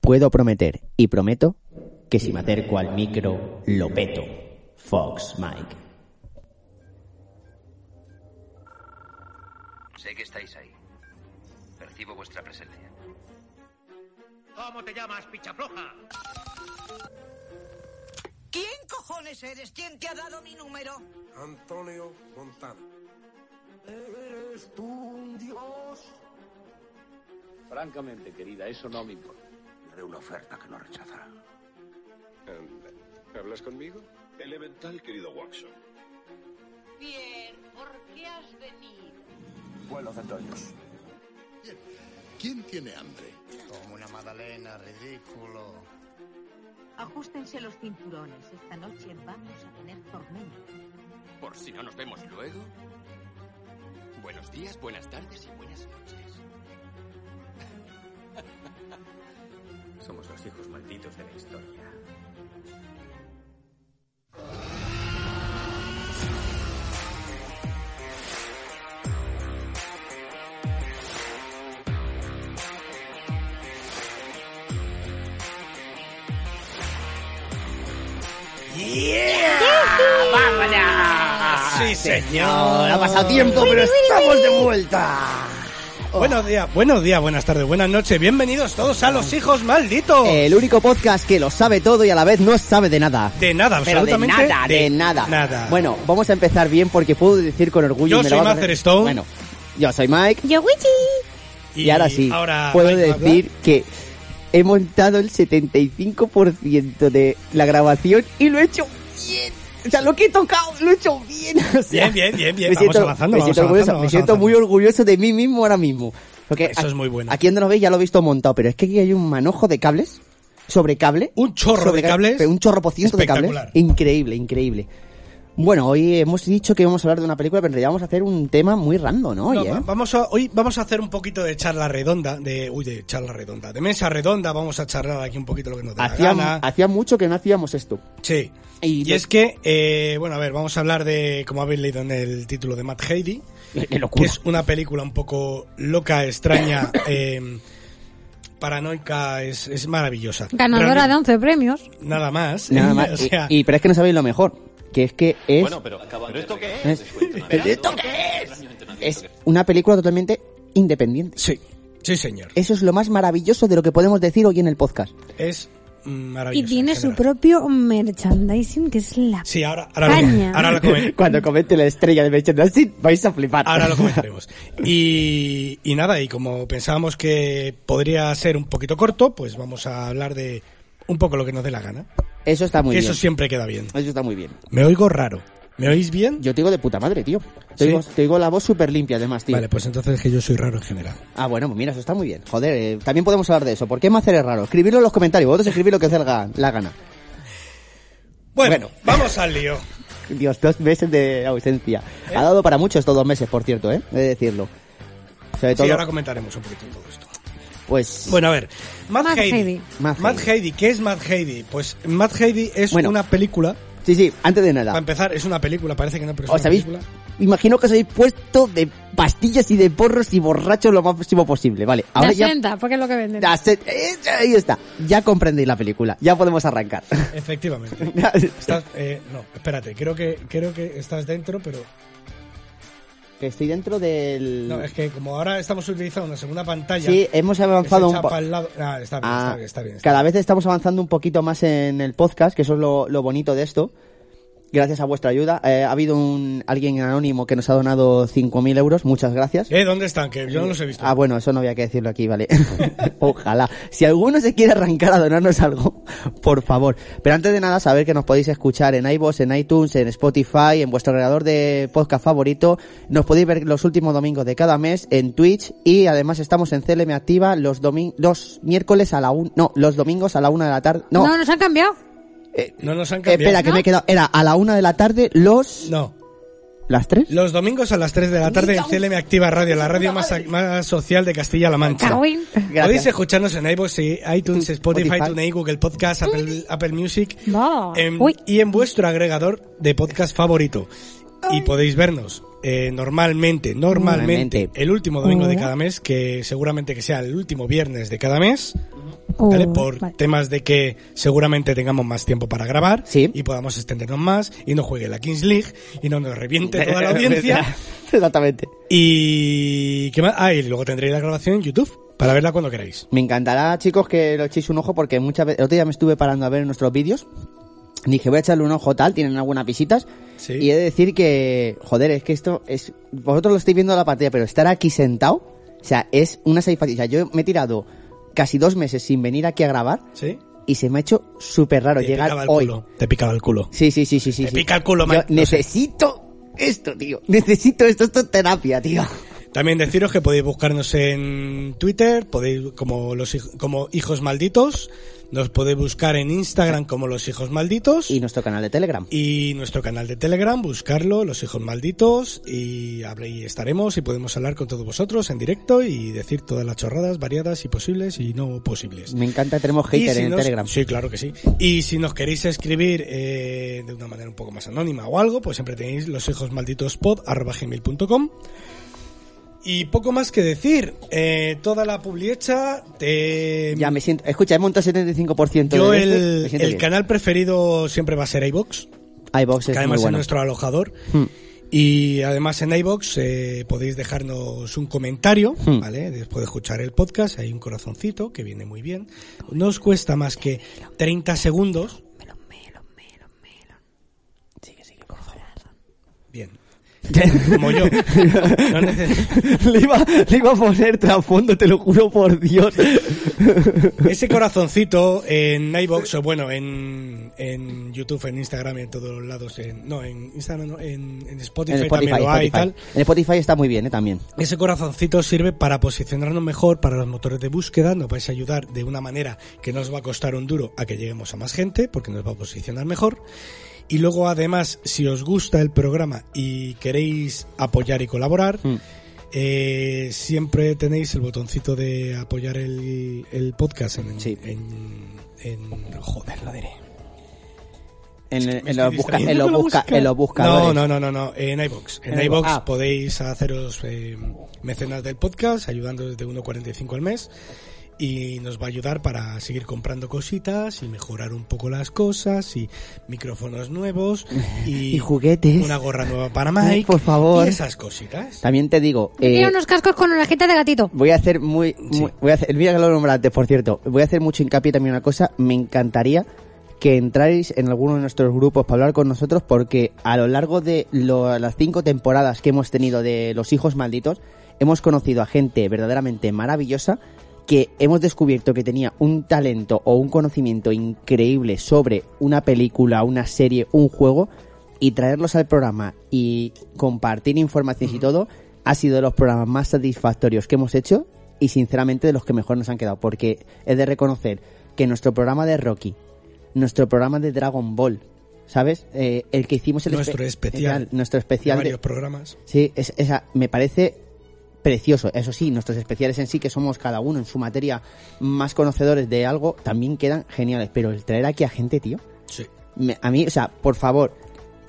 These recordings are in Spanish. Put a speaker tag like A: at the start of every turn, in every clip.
A: Puedo prometer y prometo que si me acerco al micro, lo peto. Fox Mike.
B: Sé que estáis ahí. Percibo vuestra presencia.
C: ¿Cómo te llamas, pichafloja?
D: ¿Quién cojones eres? ¿Quién te ha dado mi número?
E: Antonio Montana.
F: ¿Eres tú un dios?
G: Francamente, querida, eso no me importa.
B: Le haré una oferta que no rechazará.
E: Anda. ¿Hablas conmigo?
H: Elemental, querido Watson.
I: Pierre, ¿por qué has venido?
G: Buenos centollos.
J: Bien. ¿Quién tiene hambre?
K: Como una magdalena, ridículo.
I: Ajustense los cinturones. Esta noche vamos a tener tormenta.
L: Por si no nos vemos luego. Buenos días, buenas tardes y buenas noches.
M: Somos los hijos malditos de la historia.
A: ¡Yeah! ¡Vámonos!
N: Sí, señor.
A: Ha pasado tiempo, pero estamos de vuelta.
N: Oh. Buenos días, buenos días, buenas tardes, buenas noches. Bienvenidos todos a Los Hijos Malditos.
A: El único podcast que lo sabe todo y a la vez no sabe de nada.
N: De nada,
A: Pero
N: absolutamente.
A: de nada, de, nada.
N: nada.
A: Bueno, vamos a empezar bien porque puedo decir con orgullo.
N: Yo
A: y me lo
N: soy
A: va a-
N: Master Stone.
A: Bueno, yo soy Mike.
O: Yo, Wichi.
A: Y, ahora sí,
N: ahora
A: puedo
N: Mike va a
A: decir que he montado el 75% de la grabación y lo he hecho bien. O sea, lo que he tocado lo he hecho bien. O sea,
N: Bien, bien, bien, bien.
A: Me
N: Vamos
A: siento,
N: avanzando,
A: me
N: vamos
A: siento orgulloso,
N: avanzando,
A: me
N: vamos
A: siento
N: avanzando.
A: muy orgulloso de mí mismo ahora mismo. Porque
N: Eso
A: aquí-
N: es muy bueno.
A: Aquí donde lo veis ya lo he visto montado, pero es que aquí hay un manojo de cables, sobre cable.
N: Un chorro
A: sobre
N: de cables.
A: pero Un chorro pociento de cables.
N: Espectacular.
A: Increíble, increíble. Bueno, hoy hemos dicho que íbamos a hablar de una película, pero en realidad vamos a hacer un tema muy random, ¿no?
N: No,
A: Oye,
N: va-
A: ¿eh?
N: vamos a, hoy vamos a hacer un poquito de charla redonda, de, uy, de charla redonda, de mesa redonda, vamos a charlar aquí un poquito lo que nos dé la
A: Hacía,
N: gana.
A: hacía mucho que no hacíamos esto.
N: Sí.
A: Y
N: Y,
A: de-
N: es que, eh, bueno, a ver, vamos a hablar de, como habéis leído en el título de Matt Heidi,
A: Qué
N: que
A: locura.
N: es una película un poco loca, extraña, eh, paranoica, es, es maravillosa.
O: Ganadora de
N: Realmente-
O: 11 premios.
N: Nada más. ¿eh?
A: Nada
N: O
A: más.
N: sea,
A: y, y- pero es que no sabéis lo mejor, que es que es,
M: Bueno, pero, ¿pero esto qué es?
A: Es- ¿Pero esto qué es una película totalmente independiente.
N: Sí, sí, señor.
A: Eso es lo más maravilloso de lo que podemos decir hoy en el podcast.
N: Es
O: Y
N: maravillosa.
O: tiene
N: en
O: su
N: general.
O: propio merchandising, que es la...
N: Sí, ahora, ahora,
O: Caña.
N: lo, ahora lo comen-
A: Cuando comente la estrella de merchandising vais a flipar.
N: Ahora lo comentaremos. Y, y nada, y como pensábamos que podría ser un poquito corto, pues vamos a hablar de un poco lo que nos dé la gana.
A: Eso está muy
N: Que eso
A: bien.
N: siempre queda bien.
A: Eso está muy bien.
N: Me oigo raro. ¿Me oís bien?
A: Yo te digo de puta madre, tío. Te,
N: Sí.
A: digo, te digo la voz súper limpia, además, tío.
N: Vale, pues entonces es que yo soy raro en general.
A: Ah, bueno, pues mira, eso está muy bien. Joder, eh, también podemos hablar de eso. ¿Por qué Macer es raro? Escribidlo en los comentarios. Vosotros escribid lo que os dé la la gana.
N: Bueno, vamos al lío.
A: Dios, dos meses de ausencia. Ha dado para mucho estos dos meses, por cierto, ¿eh? He de decirlo. Sobre todo,
N: Sí, ahora comentaremos un poquito todo esto.
A: pues...
N: Bueno, a ver. Matt,
O: Matt
N: Heidi.
O: Heidi.
A: Matt
N: Matt
A: Heidi.
N: Heidi. ¿Qué es Matt Heidi? Pues Matt Heidi es
A: Bueno.
N: una película.
A: Sí, sí, antes de nada.
N: Para empezar, es una película, parece que no, pero es
A: Os
N: una
A: habéis...
N: película.
A: Imagino que os habéis puesto de pastillas y de porros y borrachos lo máximo posible, ¿vale? Ahora
O: la
A: ya...
O: senta, porque es lo que venden.
A: Ya se- eh, Ahí está. Ya comprendéis la película. Ya podemos arrancar.
N: Efectivamente. Estás- eh, no, espérate, creo que, creo que estás dentro, pero
A: Que Estoy dentro del...
N: No, es que como ahora estamos utilizando una segunda pantalla.
A: Sí, hemos avanzado un
N: poco.
A: poco.
N: Ah, está bien, está bien, está bien. está
A: Cada vez estamos avanzando un poquito más en el podcast, que eso es lo, lo bonito de esto. Gracias a vuestra ayuda. Eh, ha habido un alguien anónimo que nos ha donado 5.000 euros. Muchas gracias.
N: bien. Eh, ¿dónde están? Que yo no los he visto.
A: Ah, bueno, eso no había que decirlo aquí, vale. Ojalá. Si alguno se quiere arrancar a donarnos algo, por favor. Pero antes de nada, saber que nos podéis escuchar en iVoox, en iTunes, en Spotify, en vuestro agregador de podcast favorito. Nos podéis ver los últimos domingos de cada mes en Twitch y además estamos en CLM Activa los, domi- los miércoles a la un... No, los domingos a la una de la tarde. No,
O: no. nos han cambiado.
A: eh,
N: No nos han cambiado.
A: espera, que me he quedado... Era a la una de la tarde los...
N: No.
A: ¿Las tres?
N: Los domingos a las 3 de la tarde en CLM Activa Radio, la radio más, más social de Castilla-La Mancha.
O: Cagüín.
N: Podéis escucharnos en iVoogs, y iTunes, Spotify,
A: Spotify.
N: TuneIn, Google Podcast, Apple, Apple Music
O: Va.
A: Em,
N: en-
O: Uy.
N: y en vuestro agregador de podcast favorito. Y podéis vernos eh, normalmente, normalmente, Oh.
A: Normalmente.
N: el último domingo de
O: Hola.
N: cada mes, que seguramente que sea el último viernes de cada mes. Oh, ¿vale? Por temas de que seguramente tengamos más tiempo para grabar y podamos extendernos más y no juegue la Kings League y no nos reviente toda la audiencia.
A: Exactamente.
N: Y ¿qué más? Ah, y luego tendréis la grabación en YouTube para verla cuando queráis.
A: Me encantará, chicos, que lo echéis un ojo porque muchas veces, el otro día me estuve parando a ver nuestros vídeos. Dije, voy a echarle un ojo tal, tienen algunas visitas. Y he de decir que, joder, es que esto es, vosotros lo estáis viendo a la pantalla, pero estar aquí sentado, o sea, es una satisfacción. O sea, yo me he tirado casi dos meses sin venir aquí a grabar.
N: Sí.
A: Y se me ha hecho súper raro
N: Te
A: llegar
N: picaba el
A: hoy.
N: culo, Te picaba el culo.
A: Sí, sí, sí, sí, sí.
N: Te
A: sí.
N: pica el culo,
A: Yo
N: Mike, lo sé.
A: necesito esto, tío. Necesito esto, esto es terapia, tío.
N: También deciros que podéis buscarnos en Twitter, podéis como los hij- como hijos malditos, nos podéis buscar en Instagram como los hijos malditos
A: y nuestro canal de Telegram
N: y nuestro canal de Telegram, buscarlo los hijos malditos y ahí estaremos y podemos hablar con todos vosotros en directo y decir todas las chorradas variadas y posibles y no posibles.
A: Me encanta, tenemos
N: Y
A: hater
N: si
A: en
N: nos-
A: Telegram.
N: Sí, claro que sí. Y si nos queréis escribir eh, de una manera un poco más anónima o algo, pues siempre tenéis los hijos malditos Y poco más que decir, eh, toda la publiecha te...
A: Ya me siento. Escucha, he montado 75%
N: Yo
A: de este,
N: el,
A: me siento
N: el
A: bien.
N: canal preferido siempre va a ser iBox,
A: iVoox
N: que
A: es
N: además
A: muy bueno.
N: es nuestro alojador.
A: Hmm.
N: Y además en iBox podéis dejarnos un comentario,
A: Hmm.
N: ¿vale? Después de escuchar el podcast hay un corazoncito que viene muy bien. No os cuesta más que 30 segundos. Bien. Como yo. No neces-
A: le, iba, le iba a poner trasfondo, te lo juro por Dios.
N: Ese corazoncito en iBox o bueno, en, en YouTube, en Instagram, en todos lados. En, no, en Instagram, no, en, en Spotify,
A: en Spotify,
N: también lo hay y
A: Spotify.
N: tal.
A: En Spotify está muy bien, ¿eh? También.
N: Ese corazoncito sirve para posicionarnos mejor para los motores de búsqueda, nos vais a ayudar de una manera que no os va a costar un duro a que lleguemos a más gente, porque nos va a posicionar mejor. Y luego además, si os gusta el programa y queréis apoyar y colaborar, eh, siempre tenéis el botoncito de apoyar el, el podcast en, en- en- Joder, lo diré.
A: En, en
N: Me estoy
A: los busca-
N: distrayendo
A: en los
N: con la
A: busca-
N: música.
A: en los buscadores.
N: No, no, no, no, no, en iBox. En,
A: En iVoox.
N: iVoox
A: Ah.
N: podéis haceros eh, mecenas del podcast, ayudando desde 1.45 al mes. Y nos va a ayudar para seguir comprando cositas y mejorar un poco las cosas y micrófonos nuevos y,
A: Y juguetes.
N: Una gorra nueva para
A: Ay,
N: Mike.
A: por favor.
N: Y esas cositas.
A: También te digo. eh,
O: Tiene unos cascos con orejita de gatito.
A: Voy a hacer muy, muy- voy a hacer, mira que lo nombré antes, por cierto, voy a hacer mucho hincapié también en una cosa, me encantaría que entráis en alguno de nuestros grupos para hablar con nosotros porque a lo largo de lo- las cinco temporadas que hemos tenido de Los Hijos Malditos, hemos conocido a gente verdaderamente maravillosa que hemos descubierto que tenía un talento o un conocimiento increíble sobre una película, una serie, un juego y traerlos al programa y compartir información y todo ha sido de los programas más satisfactorios que hemos hecho y sinceramente de los que mejor nos han quedado porque he de reconocer que nuestro programa de Rocky, nuestro programa de Dragon Ball, ¿sabes? Eh, el que hicimos el espe-
N: Nuestro especial.
A: nuestro especial de-
N: varios programas.
A: Sí, es- esa me parece precioso. Eso sí, nuestros especiales en sí, que somos cada uno en su materia más conocedores de algo, también quedan geniales. Pero el traer aquí a gente, tío,
N: Sí.
A: me- a mí, o sea, por favor.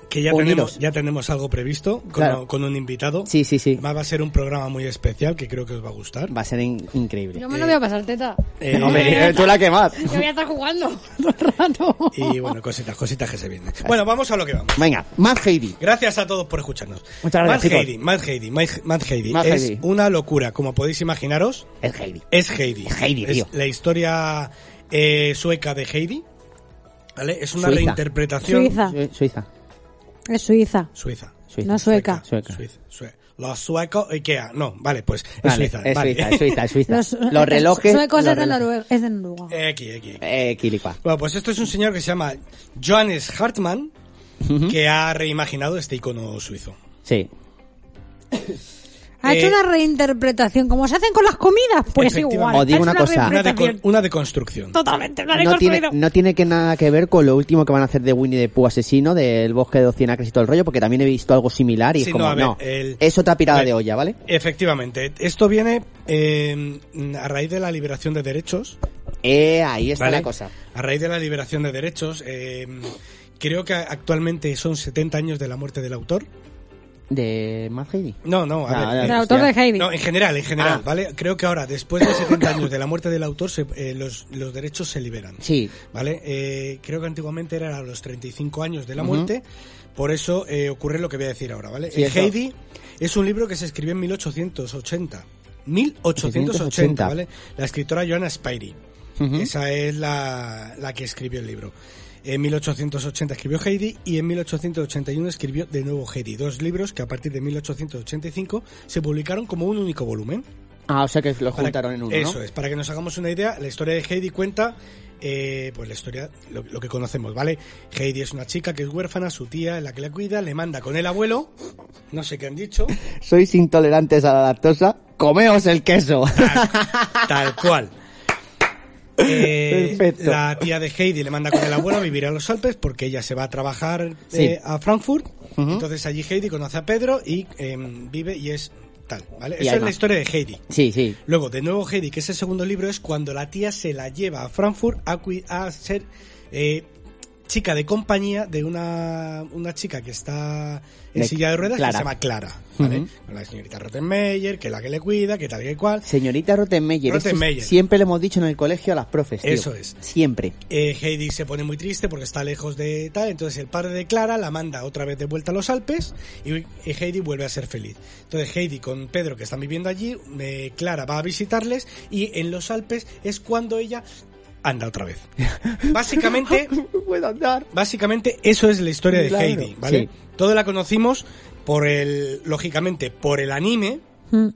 N: Que ya
A: uniros.
N: tenemos, ya tenemos algo previsto con,
A: Claro.
N: con un invitado.
A: Sí, sí, sí.
N: Además va a ser un programa muy especial que creo que os va a gustar.
A: Va a ser in- increíble.
O: Yo me lo voy a pasar teta.
N: Eh,
A: Hombre, tú la que más.
O: Yo voy a estar jugando todo el rato.
N: Y bueno, cositas, cositas que se vienen. Bueno, vamos a lo que vamos.
A: Venga, más Heidi.
N: Gracias a todos por escucharnos.
A: Muchas gracias,
N: Mad
A: chicos.
N: Heidi, Mad Heidi, Mad, Mad Heidi.
A: Mad
N: es
A: Heidi.
N: una locura, como podéis imaginaros.
A: Es Heidi.
N: Es Heidi.
A: Heidi,
N: Es
A: tío.
N: la historia eh, sueca de Heidi. ¿Vale? Es una
A: Suiza.
N: reinterpretación.
O: Suiza.
A: Su- Suiza.
O: Es Suiza.
N: Suiza.
A: Suiza.
O: No sueca.
A: Sueca.
N: Suiza, Sue- Los suecos Ikea. No, vale, pues es
A: Vale,
N: Suiza.
A: es
N: vale.
A: Suiza, es Suiza, es Suiza.
O: Los,
A: Los relojes.
O: Suecos
A: los
O: es de
A: relojes.
O: Noruega. Es de Noruega.
N: Eh, Aquí, aquí. aquí.
A: Eh, quilicua.
N: Bueno, pues esto es un señor que se llama Johannes Hartmann, que ha reimaginado este icono suizo.
A: Sí.
O: Ha
N: Eh,
O: hecho una reinterpretación, como se hacen con las comidas, pues
N: Efectivamente.
O: igual.
A: Os digo
O: Ha hecho
A: una cosa.
N: Una, de,
O: reinterpretación.
N: una deconstrucción.
O: Totalmente, una
A: No tiene,
O: reconstruido.
A: no tiene que nada que ver con lo último que van a hacer de Winnie the Pooh asesino, del bosque de los cien acres y todo el rollo, porque también he visto algo similar y
N: Sí,
A: es como,
N: no,
A: no,
N: a ver, eh, el-
A: es otra pirada
N: a ver.
A: de olla, ¿vale?
N: Efectivamente, esto viene eh, a raíz de la liberación de derechos.
A: Eh, ahí está
N: ¿vale?
A: la cosa.
N: A raíz de la liberación de em, derechos, eh, creo que actualmente son 70 años de la muerte del autor.
A: ¿De Matt Heidi?
N: No, no, a
A: Ah,
N: ver,
A: ya,
N: eh,
O: El autor de Heidi.
N: No, en general, en general,
A: Ah.
N: ¿vale? Creo que ahora, después de 70 años de la muerte del autor, se- eh, los, los derechos se liberan.
A: Sí.
N: ¿Vale? Eh, creo que antiguamente era a los 35 años de la
A: Ujú.
N: muerte, por eso eh, ocurre lo que voy a decir ahora, ¿vale?
A: Sí,
N: Eh,
A: eso.
N: Heidi es un libro que se escribió en 1880. 1880,
A: 1880.
N: ¿vale? La escritora Joanna Spyri.
A: Ujú.
N: Esa es la, la que escribió el libro. En 1880 escribió Heidi y en 1881 escribió de nuevo Heidi. Dos libros que a partir de 1885 se publicaron como un único volumen.
A: Ah, o sea que lo
N: Para-
A: juntaron en uno,
N: Eso
A: ¿no?
N: es, para que nos hagamos una idea, la historia de Heidi cuenta eh, pues la historia, lo, lo que conocemos, ¿vale? Heidi es una chica que es huérfana, su tía es la que la cuida, le manda con el abuelo, no sé qué han dicho,
A: Sois intolerantes a la lactosa, comeos el queso.
N: tal cual. Eh,
A: Perfecto.
N: la tía de Heidi le manda con el abuelo a vivir a los Alpes porque ella se va a trabajar
A: Sí.
N: eh, a Frankfurt.
A: Ujú.
N: Entonces allí Heidi conoce a Pedro y eh, vive y es tal, ¿vale?
A: Y
N: Esa
A: ahí
N: es la
A: va.
N: historia de Heidi.
A: sí, sí.
N: Luego, de nuevo, Heidi, que es el segundo libro, es cuando la tía se la lleva a Frankfurt a, cui- a ser eh, chica de compañía de una, una chica que está en
A: De
N: silla de ruedas que
A: Clara.
N: se llama Clara. ¿vale?
A: Ujú.
N: Con La señorita Rottenmeier, que es la que le cuida, que tal y que cual.
A: Señorita Rottenmeier, esto es-
N: Rottenmeier.
A: siempre le hemos dicho en el colegio a las profes. tío.
N: Eso es.
A: Siempre.
N: Eh, Heidi se pone muy triste porque está lejos de tal, entonces el padre de Clara la manda otra vez de vuelta a los Alpes y eh, Heidi vuelve a ser feliz. Entonces Heidi con Pedro que están viviendo allí, eh, Clara va a visitarles y en los Alpes es cuando ella anda otra vez. Básicamente,
A: Puedo andar.
N: básicamente eso es la historia de
A: Claro.
N: Heidi, ¿vale?
A: Sí.
N: Todo la conocimos por el, lógicamente, por el anime
O: Mm.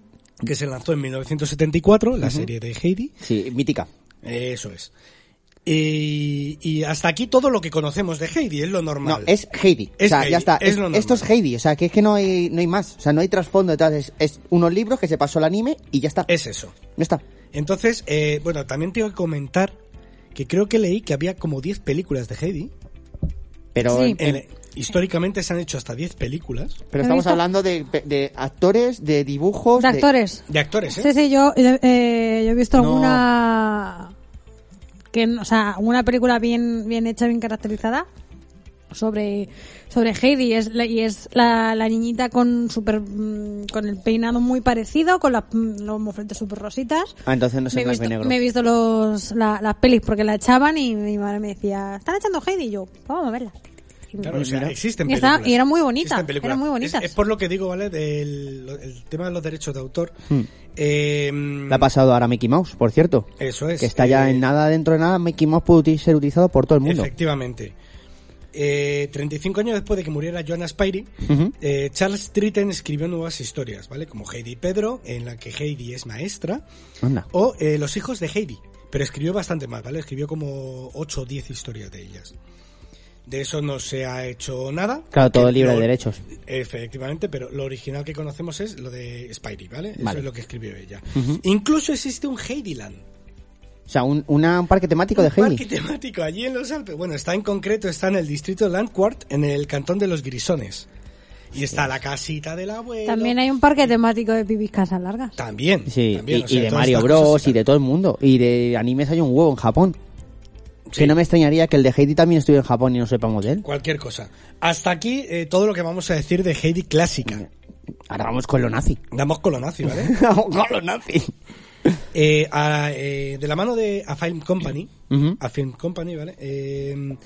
N: que se lanzó en 1974, la
A: Ujú.
N: serie de Heidi.
A: Sí, mítica.
N: Eso es. Y, y hasta aquí todo lo que conocemos de Heidi, es lo
A: No,
N: normal.
A: es Heidi.
N: Es
A: o sea,
N: Heidi,
A: ya está.
N: es
A: Es-
N: lo
A: esto es
N: normal.
A: Heidi. O sea, que es que no hay, no hay más. O sea, no hay trasfondo detrás. Es, es unos libros que se pasó el anime y ya está.
N: Es eso.
A: Ya está.
N: Entonces, eh, bueno, también tengo que comentar que creo que leí que había como 10 películas de Heidi.
A: Pero,
O: Sí.
A: en-
N: En- históricamente se han hecho hasta 10 películas
A: pero
O: ¿Has
A: estamos
O: visto?
A: hablando de, de actores, de dibujos.
O: De actores.
N: de actores, ¿eh?
O: Sí, sí, yo, eh, yo he visto
A: No.
O: alguna. Que, no- o sea, una película bien, bien hecha, bien caracterizada sobre, sobre Heidi. Y es, la, y es la, la niñita con super, mm, con el peinado muy parecido, con las, mm, los mofletes súper rositas.
A: Ah, entonces no es
O: me,
A: en
O: he
A: blanco y
O: visto,
A: negro.
O: me he visto los, la- las pelis porque la echaban y mi madre me decía: Están echando Heidi. Y yo, vamos a verla. Y me-
N: Claro, o sea,
A: Mira.
N: existen
O: Y
N: películas.
O: estaba- y era muy bonita,
N: Existen películas.
O: eran muy
N: Es-
O: bonitas.
N: Es, por lo que digo, ¿vale? Del el tema de los derechos de autor.
A: Hmm.
N: Eh,
A: Le ha pasado ahora a Mickey Mouse, por cierto.
N: Eso es.
A: Que está ya
N: Eh,
A: en nada, dentro de nada, Mickey Mouse puede uti- ser utilizado por todo el mundo.
N: Efectivamente. Eh, 35 años después de que muriera Joanna Spyri,
A: Ujú.
N: eh, Charles Triton escribió nuevas historias, ¿vale? Como Heidi y Pedro, en la que Heidi es maestra,
A: Anda.
N: o eh, Los hijos de Heidi, pero escribió bastante más, ¿vale? Escribió como 8 o 10 historias de ellas. De eso no se ha hecho nada.
A: Claro, todo
N: Que
A: libre de
N: lo-
A: derechos.
N: Efectivamente, pero lo original que conocemos es lo de Spyri, ¿vale? Eso
A: Vale.
N: es lo que escribió ella.
A: Ujú.
N: Incluso existe un Heidiland.
A: O sea, un, una- un parque temático de
N: Parque
A: Heidi.
N: temático allí en los Alpes. Bueno, está en concreto, está en el distrito de Landquart, en el cantón de los Grisones. Y está la casita del
A: Eh,
N: abuelo.
O: También hay un parque temático de pibis casas largas.
N: También.
A: Sí,
N: también,
A: y,
N: o sea,
A: y de
N: todas
A: Mario
N: estas cosas
A: Bros y
N: están.
A: de todo el mundo. Y de animes hay un huevo en Japón. Que no me extrañaría que el de Heidi también estuviera en Japón y no sepamos de él.
N: Cualquier cosa. Hasta aquí eh, todo lo que vamos a decir de Heidi clásica.
A: Ahora vamos con lo nazi.
N: Damos con lo nazi, ¿vale?
A: con lo nazi.
N: Eh, a- eh, de la mano de A Film Company,
A: Ujú.
N: A Film Company, ¿vale? Eh,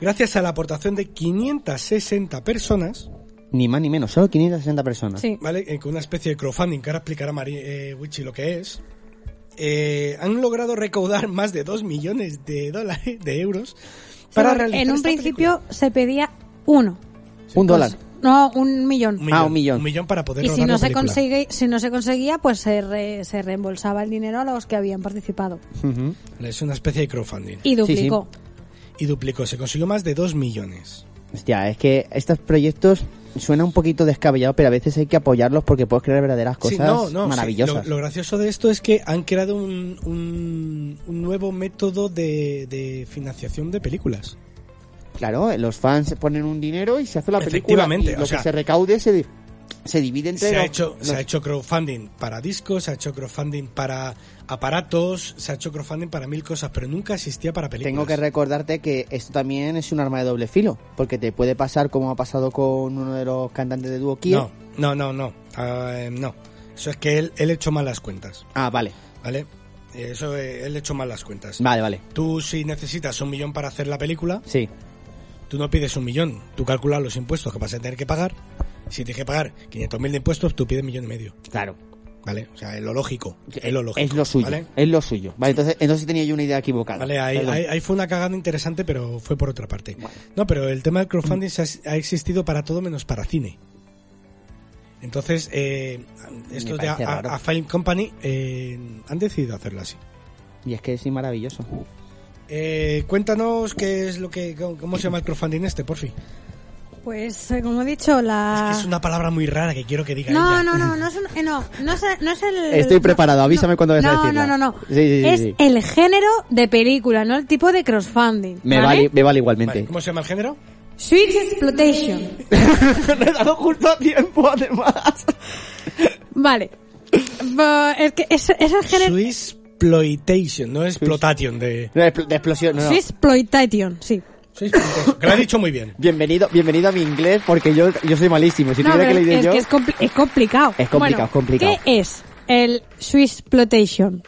N: gracias a la aportación de 560 personas,
A: Ni más ni menos, solo 560 personas.
O: Sí.
N: ¿vale? Eh, con una especie de crowdfunding que ahora explicará Mari, eh, Wichi lo que es. eh, han logrado recaudar más de 2 millones de dólares, de euros, para
O: Sí,
N: realizar
O: en un
N: esta
O: principio se pedía uno.
A: un dólar.
O: No, un millón.
N: película.
A: ah, un millón.
N: Un millón para poder
O: y si
N: rodar
O: no,
N: la
O: se
N: película.
O: consigue, si no se conseguía, pues se, re- se reembolsaba el dinero a los que habían participado.
A: Ujú.
N: Es una especie de crowdfunding.
O: Y duplicó.
N: Y duplicó, se consiguió más de 2 millones.
A: Hostia, es que estos proyectos suena un poquito descabellado, pero a veces hay que apoyarlos porque puedes crear verdaderas
N: Sí,
A: cosas
N: no, no, sí.
A: maravillosas.
N: Lo, lo gracioso de esto es que han creado un, un- un nuevo método de, de financiación de películas.
A: Claro, los fans ponen un dinero y se hace la película.
N: Efectivamente,
A: y
N: o
A: lo
N: sea,
A: que se recaude se, di- se divide entre
N: Se ha,
A: los-
N: hecho, se
A: los-
N: ha hecho crowdfunding para discos, se ha hecho crowdfunding para aparatos, se ha hecho crowdfunding para mil cosas, pero nunca existía para películas.
A: Tengo que recordarte que esto también es un arma de doble filo, porque te puede pasar como ha pasado con uno de los cantantes de dúo Kier,
N: No. No, no, no. Ah, no. Eso es que él, él echó mal las cuentas.
A: Ah, vale.
N: ¿Vale? Eso, eh, él echó mal las cuentas.
A: Vale, vale.
N: Tú, si necesitas un millón para hacer la película,
A: Sí.
N: tú no pides un millón. Tú calculas los impuestos que vas a tener que pagar. Si tienes que pagar 500.000 de impuestos, tú pides un millón y medio.
A: Claro.
N: ¿Vale? O sea, es lo lógico. Es lo lógico.
A: Es lo suyo.
N: ¿Vale?
A: Es lo suyo. Vale, entonces, entonces tenía yo una idea equivocada.
N: Vale, ahí,
A: Perdón.
N: ahí- ahí fue una cagada interesante, pero fue por otra parte. No, pero el tema del crowdfunding se ha, ha existido para todo menos para cine. Entonces, eh, estos de a,
A: parece raro.
N: a- a Film Company eh, han decidido hacerlo así.
A: Y es que es maravilloso.
N: Eh, cuéntanos qué es lo que. ¿Cómo se llama el crowdfunding este, por fin?
O: Pues, eh, como he dicho, la...
N: Es una palabra muy rara que quiero que diga
O: Ah. No,
N: ella.
O: no, no, no es, un- eh, no, no es, no es el...
A: Estoy
O: no,
A: preparado, avísame cuando vayas a
O: no,
A: decirla.
O: No, no, no.
A: Sí, sí, sí,
O: es
A: sí.
O: el género de película, no el tipo de crowdfunding.
A: Me
O: ¿vale?
A: vale, me vale igualmente.
N: ¿Cómo se llama el género?
O: Sweet Exploitation.
A: Le he dado justo a tiempo, además.
O: Vale. Bo- Es que es, es el género...
N: Swissploitation, no exploitation de.
A: No, expl- de explosión, no, no.
O: Sweet Exploitation, sí.
N: Que lo ha dicho muy bien.
A: Bienvenido, bienvenido a mi inglés porque yo, yo soy malísimo. Si
O: No,
A: tuviera que
O: pero
A: leer
O: es
A: yo.
O: que es, compli- es complicado.
A: Es complicado,
O: Bueno,
A: es complicado.
O: ¿Qué es el Swiss Exploitation?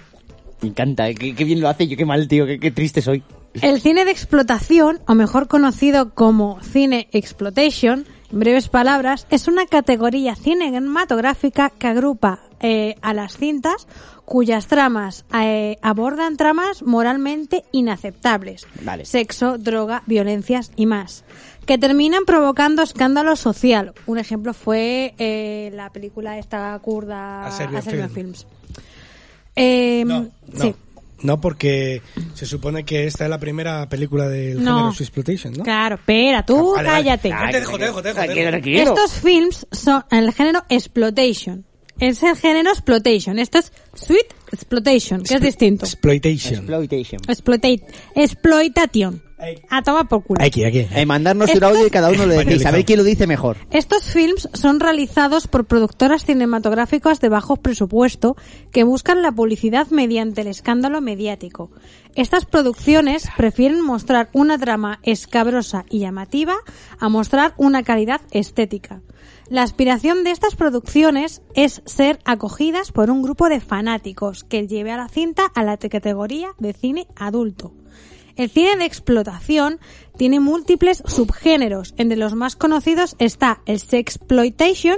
A: Me encanta, eh, qué, qué bien lo hace, yo qué mal, tío, qué, qué triste soy.
O: El cine de explotación, o mejor conocido como cine exploitation, en breves palabras, es una categoría cinematográfica que agrupa eh, a las cintas cuyas tramas eh, abordan tramas moralmente inaceptables,
A: Vale.
O: sexo, droga, violencias y más, que terminan provocando escándalo social. Un ejemplo fue eh, la película esta kurda
N: A Serbian
O: Serbian
N: Film.
O: Films. Eh,
N: No,
O: sí.
N: no, porque se supone que esta es la primera película del
O: No.
N: género Swissploitation, ¿no?
O: Claro, espera, tú
N: Vale, vale.
O: cállate.
N: Ah, te dejo, te dejo, te dejo, te dejo.
O: Estos films son el género exploitation. Es el género exploitation. Esto es sweet exploitation, que es distinto.
N: Exploitation.
A: Exploitation.
O: Exploitate, exploitation. A tomar por culo.
N: Aquí, aquí.
A: Eh, mandarnos un audio y cada uno le decís, a ver quién lo dice mejor.
O: Estos films son realizados por productoras cinematográficas de bajo presupuesto que buscan la publicidad mediante el escándalo mediático. Estas producciones prefieren mostrar una trama escabrosa y llamativa a mostrar una calidad estética. La aspiración de estas producciones es ser acogidas por un grupo de fanáticos que lleve a la cinta a la categoría de cine adulto. El cine de explotación tiene múltiples subgéneros. Entre los más conocidos está el sexploitation,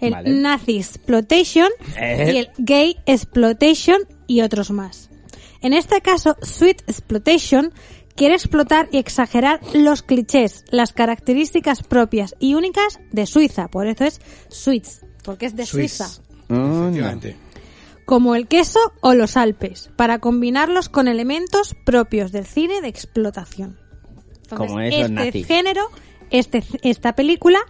O: el
A: Vale.
O: nazi exploitation
A: Eh.
O: y el gay exploitation y otros más. En este caso, Sweet Exploitation quiere explotar y exagerar los clichés, las características propias y únicas de Suiza. Por eso es Sweets, porque es de
N: Swiss.
O: Suiza
N: Efectivamente.
O: como el queso o los Alpes, para combinarlos con elementos propios del cine de explotación.
A: Como esos
O: este
A: nazis.
O: género, este, esta película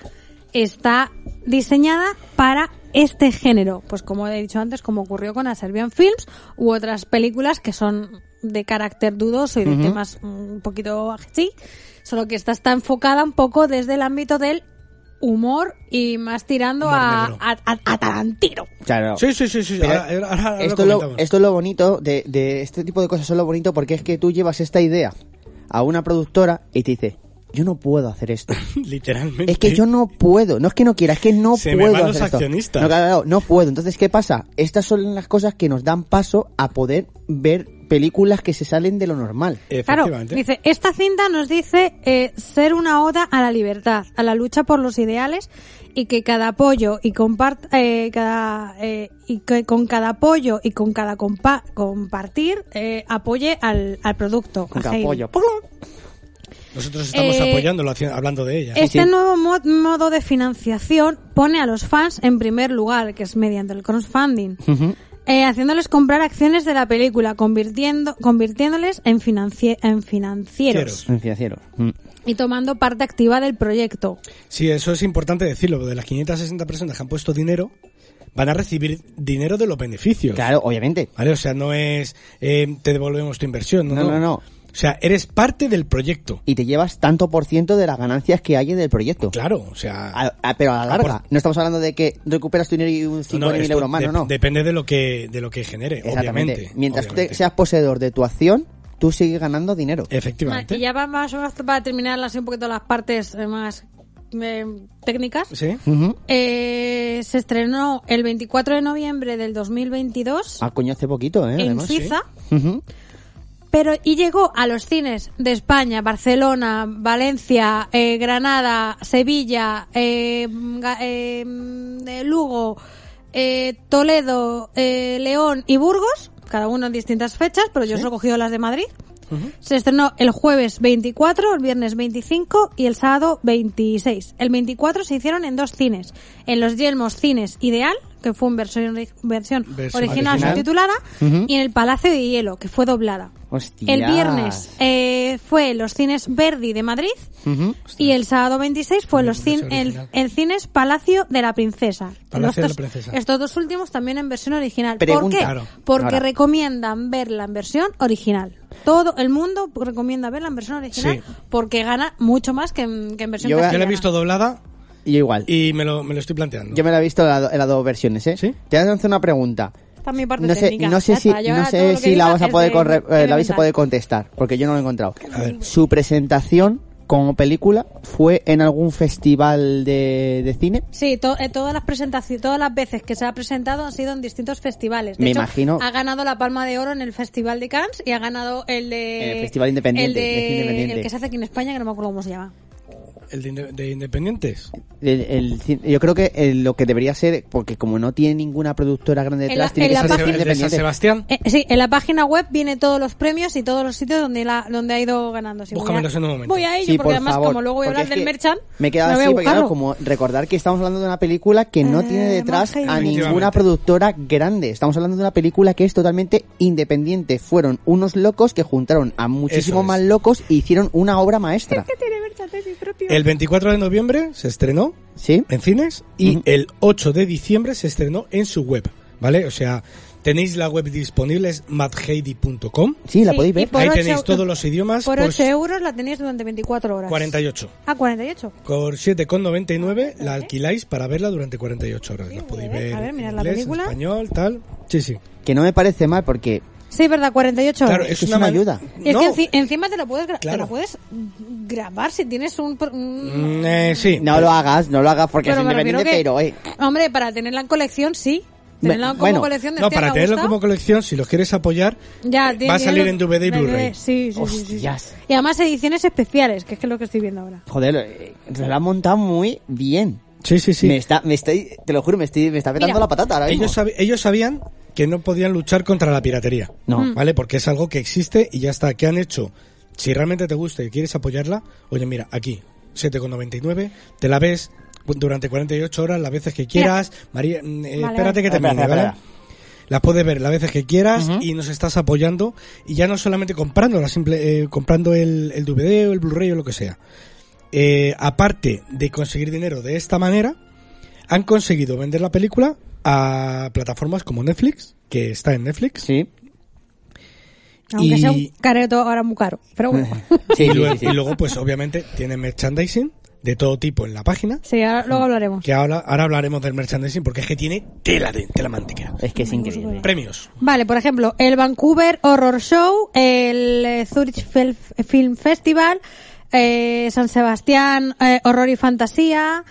O: está diseñada para este género, pues como he dicho antes, como ocurrió con A Serbian Films u otras películas que son de carácter dudoso y de
A: Ujú.
O: temas mm, un poquito así, solo que esta está enfocada un poco desde el ámbito del humor y más tirando a, a, a- a Tarantino.
A: Claro.
N: Sí, sí, sí, sí.
A: Pero
N: ahora- ahora- ahora lo
A: esto, es lo,
N: comentamos.
A: esto es lo bonito de, de este tipo de cosas, es lo bonito porque es que tú llevas esta idea a una productora y te dice, yo no puedo hacer esto.
N: Literalmente.
A: Es que yo no puedo, no es que no quiera, es que no
N: Se me
A: puedo.
N: van los
A: hacer esto.
N: accionistas.
A: No, claro, claro, no puedo. Entonces, ¿qué pasa? Estas son las cosas que nos dan paso a poder ver películas que se salen de lo normal.
O: Claro,
N: Efectivamente.
O: dice, esta cinta nos dice eh, ser una oda a la libertad, a la lucha por los ideales y que cada apoyo y compart eh, cada eh, y que con cada apoyo y con cada compa- compartir eh, apoye al, al producto.
A: Con
O: a Heidi.
A: apoyo.
N: Nosotros estamos
O: Eh,
N: apoyándolo, haci- hablando de ella.
O: Este nuevo mo- modo de financiación pone a los fans en primer lugar, que es mediante el crowdfunding.
A: Ujú.
O: Eh, haciéndoles comprar acciones de la película, convirtiendo, convirtiéndoles en, financie- en financieros
A: En financiero. Mm.
O: y tomando parte activa del proyecto.
N: Sí, eso es importante decirlo. De las 560 personas que han puesto dinero, van a recibir dinero de los beneficios.
A: Claro, obviamente.
N: ¿Vale? O sea, no es eh, te devolvemos tu inversión. No
A: No, no, no.
N: O sea, eres parte del proyecto.
A: Y te llevas tanto por ciento de las ganancias que hay del proyecto.
N: Claro, o sea...
A: A- a- pero a la
N: Ah, por-
A: larga. No estamos hablando de que recuperas tu dinero y un
N: no, no,
A: 50.000
N: esto
A: euros más,
N: de-
A: no, no.
N: Depende de lo que de lo que genere,
A: Exactamente.
N: obviamente.
A: Mientras tú te-
N: obviamente. Eh.
A: seas poseedor de tu acción, tú sigues ganando dinero.
O: Ah,
N: Efectivamente.
O: Y ya va- más o menos para terminar así un poquito las partes eh, más eh, técnicas.
N: Sí.
A: Ujú.
O: Eh, se estrenó el 24 de noviembre del 2022
A: Ah, coño, hace poquito, ¿eh?
O: en
A: Además.
O: Suiza,
A: Ujú.
O: pero y llegó a los cines de España, Barcelona, Valencia, eh, Granada, Sevilla, eh, Ga- eh, eh, Lugo, eh, Toledo, eh, León y Burgos, cada uno en distintas fechas, pero yo
I: Sí.
O: solo he cogido las de Madrid. Se estrenó el jueves 24, el viernes 25 y el sábado 26. El 24 se hicieron en dos cines. En los Yelmos Cines Ideal, que fue una versión, versión
A: Versión
O: original,
A: original.
O: subtitulada,
A: Ujú.
O: y en el Palacio de Hielo, que fue doblada.
A: Hostias.
O: El viernes eh, fue en los cines Verdi de Madrid
A: Ujú.
O: y el sábado 26 fue en los cin-
A: versión
O: en,
A: original.
O: en cines Palacio de la Princesa. Los
N: Palacio de la
O: dos-
N: Princesa.
O: Estos dos últimos también en versión original. ¿Por
N: Pregunta.
O: qué?
N: Claro.
O: Porque
N: Ahora.
O: recomiendan verla en versión original. Todo el mundo recomienda verla en versión original
N: Sí.
O: porque gana mucho más que en, que en versión
N: Yo, la he
O: castellana.
N: visto doblada
A: Yo igual.
N: y me lo, me lo estoy planteando.
A: Yo me la he visto en la do- en las dos versiones, ¿eh? Te voy a hacer una pregunta.
O: Esta es mi parte
A: No sé,
O: técnica.
A: no sé
O: Ya
A: si,
O: está, yo
A: no
O: ahora todo
A: sé
O: lo que
A: si la
O: diga
A: vas a
O: es
A: poder
O: de-
A: corre- eh, la vais a
O: elemental.
A: poder contestar, porque yo no lo he encontrado.
N: ver.
A: Su presentación como película fue en algún festival de, de cine.
O: Sí, to- eh, todas las presentaciones, todas las veces que se ha presentado han sido en distintos festivales. De
A: Me
O: hecho,
A: imagino-
O: Ha ganado la Palma de Oro en el Festival de Cannes y ha ganado el de.
A: El Festival Independiente,
O: El, de-
A: de cine independiente.
O: el que se hace aquí en España, que no me acuerdo cómo se llama.
N: El de, inde- de Independientes.
A: El- el cin- yo creo que eh, lo que debería ser, porque como no tiene ninguna productora grande
O: En la-
A: detrás, tiene
O: en
A: que
O: la
A: ser
O: página-
A: cine
O: ¿El de San
A: independiente.
N: Sebastián?
O: Eh, sí, en la página web viene todos los premios y todos los sitios donde, la, donde ha ido ganando. Sí, voy a-
A: Búscamelos en un momento.
O: Voy a ello,
A: Sí,
O: porque
A: por
O: además,
A: favor,
O: como luego voy a
A: porque
O: hablar
A: es
O: del
A: que
O: Merchant,
A: Me he quedado
O: voy a
A: así, porque claro,
O: buscarlo.
A: como recordar que estamos hablando de una película que no tiene detrás
O: Margen.
A: a ninguna
O: Eh, Efectivamente.
A: productora grande. Estamos hablando de una película que es totalmente independiente. Fueron unos locos que juntaron a muchísimos
N: es.
A: más locos y hicieron una obra maestra.
O: este
N: El 24 de noviembre se estrenó en cines y el 8 de diciembre se estrenó en su web, ¿vale? O sea, tenéis la web disponible, es madheidi.com.
A: Sí,
O: la Sí, podéis ver. y por
N: Ahí
O: ocho-
N: tenéis todos los idiomas pues,
O: por
N: por
A: pues
O: 8 euros la tenéis durante 24 horas.
N: 48.
O: Ah, 48.
N: Por 7,99 la alquiláis para verla durante 48 horas. La podéis ver
O: A ver,
N: en
O: mirad la
N: inglés, en
O: película.
N: español, tal. Sí, sí.
A: Que no me parece mal porque...
O: Sí, es verdad, 48 horas.
A: Claro, es Es que una es una man- ayuda.
O: Es
A: No.
O: que enci- encima te lo puedes, gra- te
A: Claro.
O: la puedes grabar si tienes un... pro- un-
N: Mm, eh,
A: No lo hagas, no lo hagas porque
O: Pero
A: es
O: me refiero
A: independiente,
O: que-
A: pero... eh,
O: Hombre, para tenerla en colección, sí. Tenerla como colección de
N: no,
O: este
N: para
O: me
N: tenerlo
O: gusta.
N: como colección, si los quieres apoyar,
O: Ya, tiene-
N: va a
O: tiene
N: salir
O: los-
N: en DVD y Blu-ray.
O: Sí, sí, sí, sí, sí.
A: Hostias.
O: Y además ediciones especiales, que es que es lo que estoy viendo ahora.
A: Joder, eh, se la han montado muy bien.
N: Sí, sí, sí.
A: Me está, me estoy, te lo juro, me, estoy, me está petando
N: Mira,
A: la patata ahora mismo.
N: Ellos, sabi- ellos sabían que no podían luchar contra la piratería.
A: No. Mm.
N: ¿Vale? Porque es algo que existe y ya está. ¿Qué han hecho? Si realmente te gusta y quieres apoyarla, oye, mira, aquí, 7,99, te la ves durante 48 horas, las veces que quieras. María, mm,
M: Vale,
N: eh, espérate
M: vale.
N: que termine,
M: Espera, espera,
N: ¿vale? Las puedes ver las veces que quieras y nos estás apoyando y ya no solamente comprándola, simple, eh, comprando el, el DVD o el Blu-ray o lo que sea. Eh, aparte de conseguir dinero de esta manera, han conseguido vender la película a plataformas como Netflix, que está en Netflix.
A: Sí.
O: Aunque
N: Y-
O: sea un careto ahora muy caro. Pero bueno.
A: Sí,
N: y,
A: sí,
N: luego,
A: sí, sí.
N: y luego, pues obviamente, tiene merchandising de todo tipo en la página.
O: Sí, ahora, luego hablaremos.
N: Que ahora, ahora hablaremos del merchandising porque es que tiene tela de tela mantequera.
A: Es que es increíble.
N: Premios.
O: Vale, por ejemplo, el Vancouver Horror Show, el eh, Zurich Fel- Film Festival, eh, San Sebastián eh, Horror y Fantasía,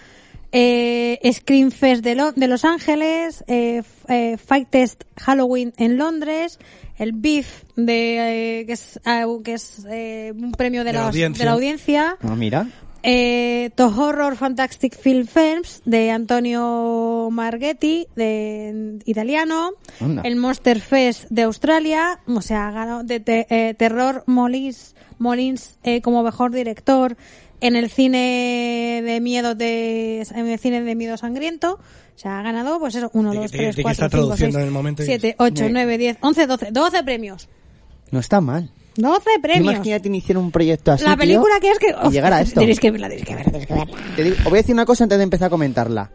O: eh, Scream Fest de, Lo- de Los Ángeles, eh, f- eh, Fight Test Halloween en Londres, el BIF, de, eh, que es, ah, que es eh, un premio de,
A: De la
O: los-
A: audiencia.
O: de la audiencia
A: No, mira.
O: eh, The Horror Fantastic Film Films de Antonio Marghetti, de italiano.
A: Anda.
O: El Monster Fest de Australia. O sea, ganó de, te- eh, Terror Molins, Molins eh, como mejor director en el cine de miedo de en el cine de miedo sangriento o sea ha ganado pues eso uno dos
N: de- de
O: tres
N: que
O: cuatro
N: está
O: cinco
N: traduciendo
O: seis
N: en el momento y-
O: siete ocho
A: Sí.
O: nueve diez once doce doce premios
A: No está mal.
O: doce
A: Imagínate
O: premios
A: Imagínate iniciar un proyecto así.
O: la
A: tío,
O: película que es que
A: Y llegar a esto.
O: tenéis que verla tenéis que verla tenéis que verla
A: Te digo- os voy a decir una cosa antes de empezar a comentarla.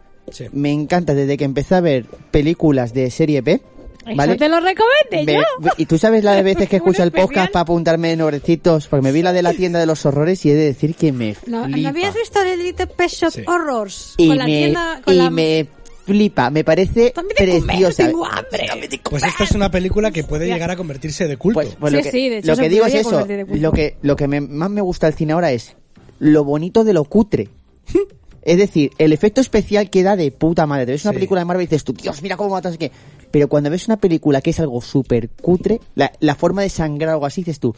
A: Me encanta desde que empecé a ver películas de serie B.
O: Eso
A: ¿Vale?
O: te lo recomendé
A: Ve-
O: yo.
A: ve- y tú sabes las veces que escucho el
O: especial.
A: podcast para apuntarme en obrecitos, porque me vi la de la tienda de los horrores y he de decir que me
O: ¿No, ¿no
A: flipa.
O: habías visto The Little Pet Shop Horrors?
A: y
O: con la
A: me,
O: tienda... Con
A: y
O: la...
A: me flipa, me parece preciosa.
N: Pues esta es una película que puede
A: Hostia.
N: llegar a convertirse de culto.
A: Pues lo que, lo que digo es eso. Lo que, lo que me- más me gusta del cine ahora es lo bonito de lo cutre. Es decir, el efecto especial queda de puta madre. Te ves una película de Marvel y dices tú, Dios, mira cómo matas que. Pero cuando ves una película que es algo súper cutre, la, la forma de sangrar o algo así, dices tú,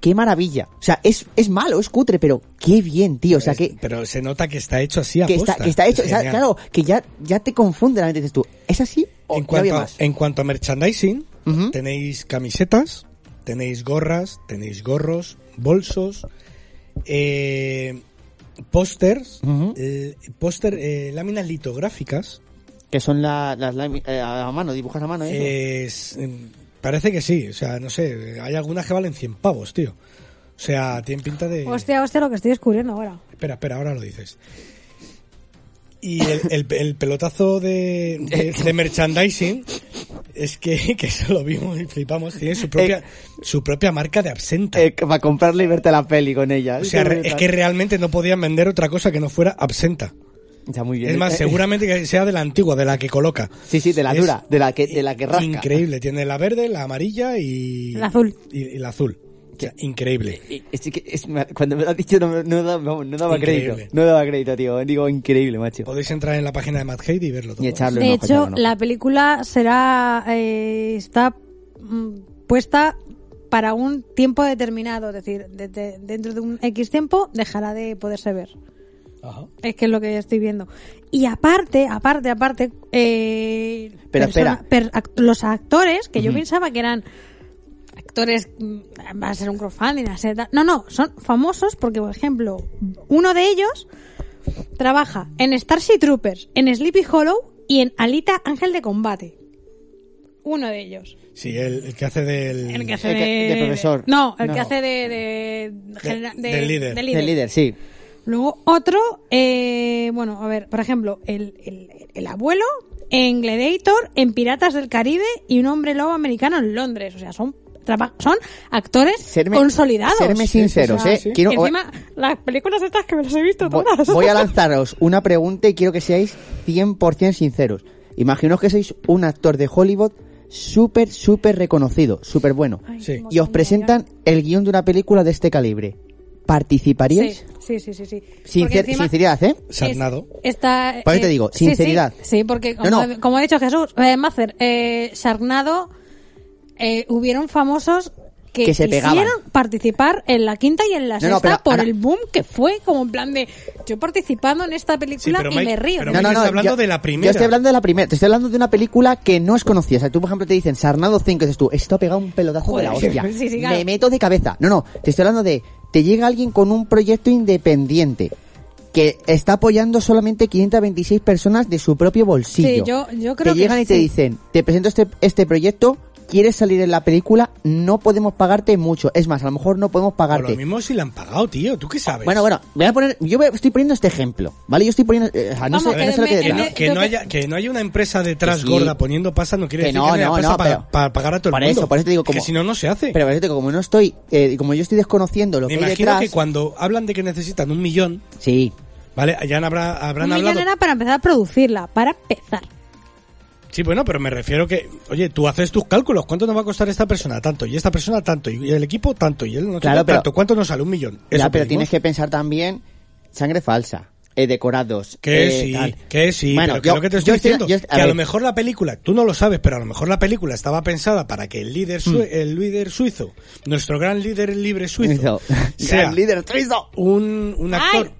A: qué maravilla. O sea, es, es malo, es cutre, pero qué bien, tío. O sea, que.
N: Pero se nota que está hecho así a
A: que está,
N: posta.
A: que está hecho,
N: Es
A: o sea,
N: genial.
A: claro, que ya, ya te confunde la mente, dices tú, ¿es así o
N: En
A: no había
N: cuanto, a,
A: más?
N: en cuanto a merchandising, tenéis camisetas, tenéis gorras, tenéis gorros, bolsos, eh, pósters, eh, póster, eh, láminas litográficas.
A: Que son las eh, a mano, dibujas a mano. ¿eh?
N: Es- em, parece que sí, o sea, no sé, hay algunas que valen 100 pavos, tío. O sea, tienen pinta de...
O: Hostia, hostia, lo que estoy descubriendo ahora.
N: Espera, espera, ahora lo dices. Y el, el- el pelotazo de, de- de merchandising es que, que eso lo vimos y flipamos. Tiene su propia, su propia marca de absenta.
A: Eh, para comprarla y verte la peli con ella.
N: O sea, re- es que realmente no podían vender otra cosa que no fuera absenta.
A: Está muy bien. Eh,
N: Es más, seguramente que sea de la antigua, de la que coloca.
A: Sí, sí, de la dura, de la que, de la que rasca.
N: Increíble. Tiene la verde, la amarilla y...
O: La azul.
N: Y, y la azul. O sea, increíble.
A: Y- es que es- me- cuando me lo has dicho no, me- no da- vamos, no daba
N: Increíble.
A: crédito. No daba crédito, tío. Digo, increíble, macho.
N: Podéis entrar en la página de Matt Heidi y verlo todo.
A: Y echarle un
O: De
A: ojo, echarle
O: hecho,
A: un ojo.
O: la película será eh, está mm, puesta para un tiempo determinado, es decir, de- de- dentro de un X tiempo dejará de poderse ver. Es que es lo que estoy viendo. Y aparte, aparte, aparte, eh,
A: Pero espera.
O: per- act- los actores, que yo
A: Ujú.
O: pensaba que eran actores, mm, va a ser un crowdfunding, va a ser tal. No, no, son famosos porque, por ejemplo, uno de ellos trabaja en Starship Troopers, en Sleepy Hollow y en Alita Ángel de Combate. Uno de ellos.
N: Sí, el, el que hace del...
O: El que hace
A: Mm. El que- de profesor.
O: No, el que
A: No.
O: hace de... de, genera- de-
N: del líder.
O: de
A: Del líder, sí.
O: Luego otro, eh, bueno, a ver, por ejemplo, el, el- el abuelo en Gladiator, en Piratas del Caribe y un hombre lobo americano en Londres. O sea, son traba- son actores
A: Serme-
O: consolidados.
A: serme sinceros,
O: O sea,
A: eh, quiero-
O: Encima, las películas estas que me las he visto
A: Voy,
O: todas.
A: voy a lanzaros una pregunta y quiero que seáis 100% sinceros. Imaginaos que sois un actor de Hollywood súper, súper reconocido, súper bueno.
N: Sí.
A: Y os presentan el guión de una película de este calibre. ¿Participaríais?
O: Sí, sí, sí, sí. Porque
A: Sincer-
O: encima
A: sinceridad, ¿eh?
N: Sarnado.
O: Está,
A: Por eso
O: eh,
A: te digo,
O: sí, sí,
A: sinceridad.
O: Sí, porque como,
A: No, no.
O: como ha dicho Jesús, eh, Macer, eh, Sarnado, eh, hubieron famosos que,
A: Que se pegaban.
O: quisieron participar en la quinta y en la
A: No, no,
O: sexta
A: pero,
O: por
A: Ana-
O: el boom que fue, como en plan de yo participando en esta película y me río.
N: pero Mike está hablando
A: yo-
N: de la primera.
A: Yo estoy hablando de la primera. Te estoy hablando de una película que no es conocida. O sea, tú, por ejemplo, te dicen Sarnado 5 y dices tú, esto ha pegado un pelotazo de la
O: Joder,
A: hostia.
O: sí, sí, claro.
A: Me meto de cabeza. No, no. Te estoy hablando de, te llega alguien con un proyecto independiente que está apoyando solamente 526 personas de su propio bolsillo.
O: Sí, yo- yo creo
A: te
O: que
A: llegan y te
O: sí.
A: dicen, te presento este, este proyecto, quieres salir en la película, no podemos pagarte mucho. Es más, a lo mejor no podemos
N: O
A: pagarte.
N: lo mismo si la han pagado, tío. ¿Tú qué sabes?
A: Bueno, bueno, voy a poner, yo voy- estoy poniendo este ejemplo, ¿vale? Yo estoy poniendo, eh, o sea, no,
O: Vamos,
A: sé,
O: que
A: no sé lo que
O: me-
A: hay
N: Que
A: detrás.
N: no, que no haya, que no haya una empresa detrás
A: Que sí.
N: gorda poniendo pasa no quiere
A: Que
N: decir
A: no,
N: que no,
A: no,
N: haya pasa
A: no,
N: para,
A: pero-
N: para pagar a todo el
A: por
N: mundo.
A: eso, por eso te digo, como-
N: Que si no, no se hace.
A: Pero fíjate, como no estoy, eh, como yo estoy desconociendo lo
N: Me
A: que hay
N: imagino
A: detrás.
N: que cuando hablan de que necesitan un millón...
A: Sí.
N: Vale, ya habrá, habrán
O: Un millón
N: hablado...
O: era para empezar a producirla, para empezar.
N: Sí, bueno, pero me refiero que... Oye, tú haces tus cálculos. ¿Cuánto nos va a costar esta persona? Tanto. Y esta persona tanto. Y el equipo tanto. Y él no sé
A: Claro,
N: qué,
A: pero-
N: tanto. ¿Cuánto nos sale? Un millón.
A: Ya, pero
N: Eso pedimos.
A: tienes que pensar también sangre falsa, eh, decorados.
N: Que
A: eh,
N: sí,
A: tal.
N: que sí,
A: Bueno,
N: pero que
A: yo-
N: lo que te
A: yo
N: estoy
A: estoy-
N: diciendo,
A: yo- a
N: que a
A: ver.
N: lo mejor la película, tú no lo sabes, pero a lo mejor la película estaba pensada para que el líder,
A: Mm.
N: sue- el líder suizo, nuestro gran líder libre suizo, sea
A: Gran líder suizo.
N: un, un actor,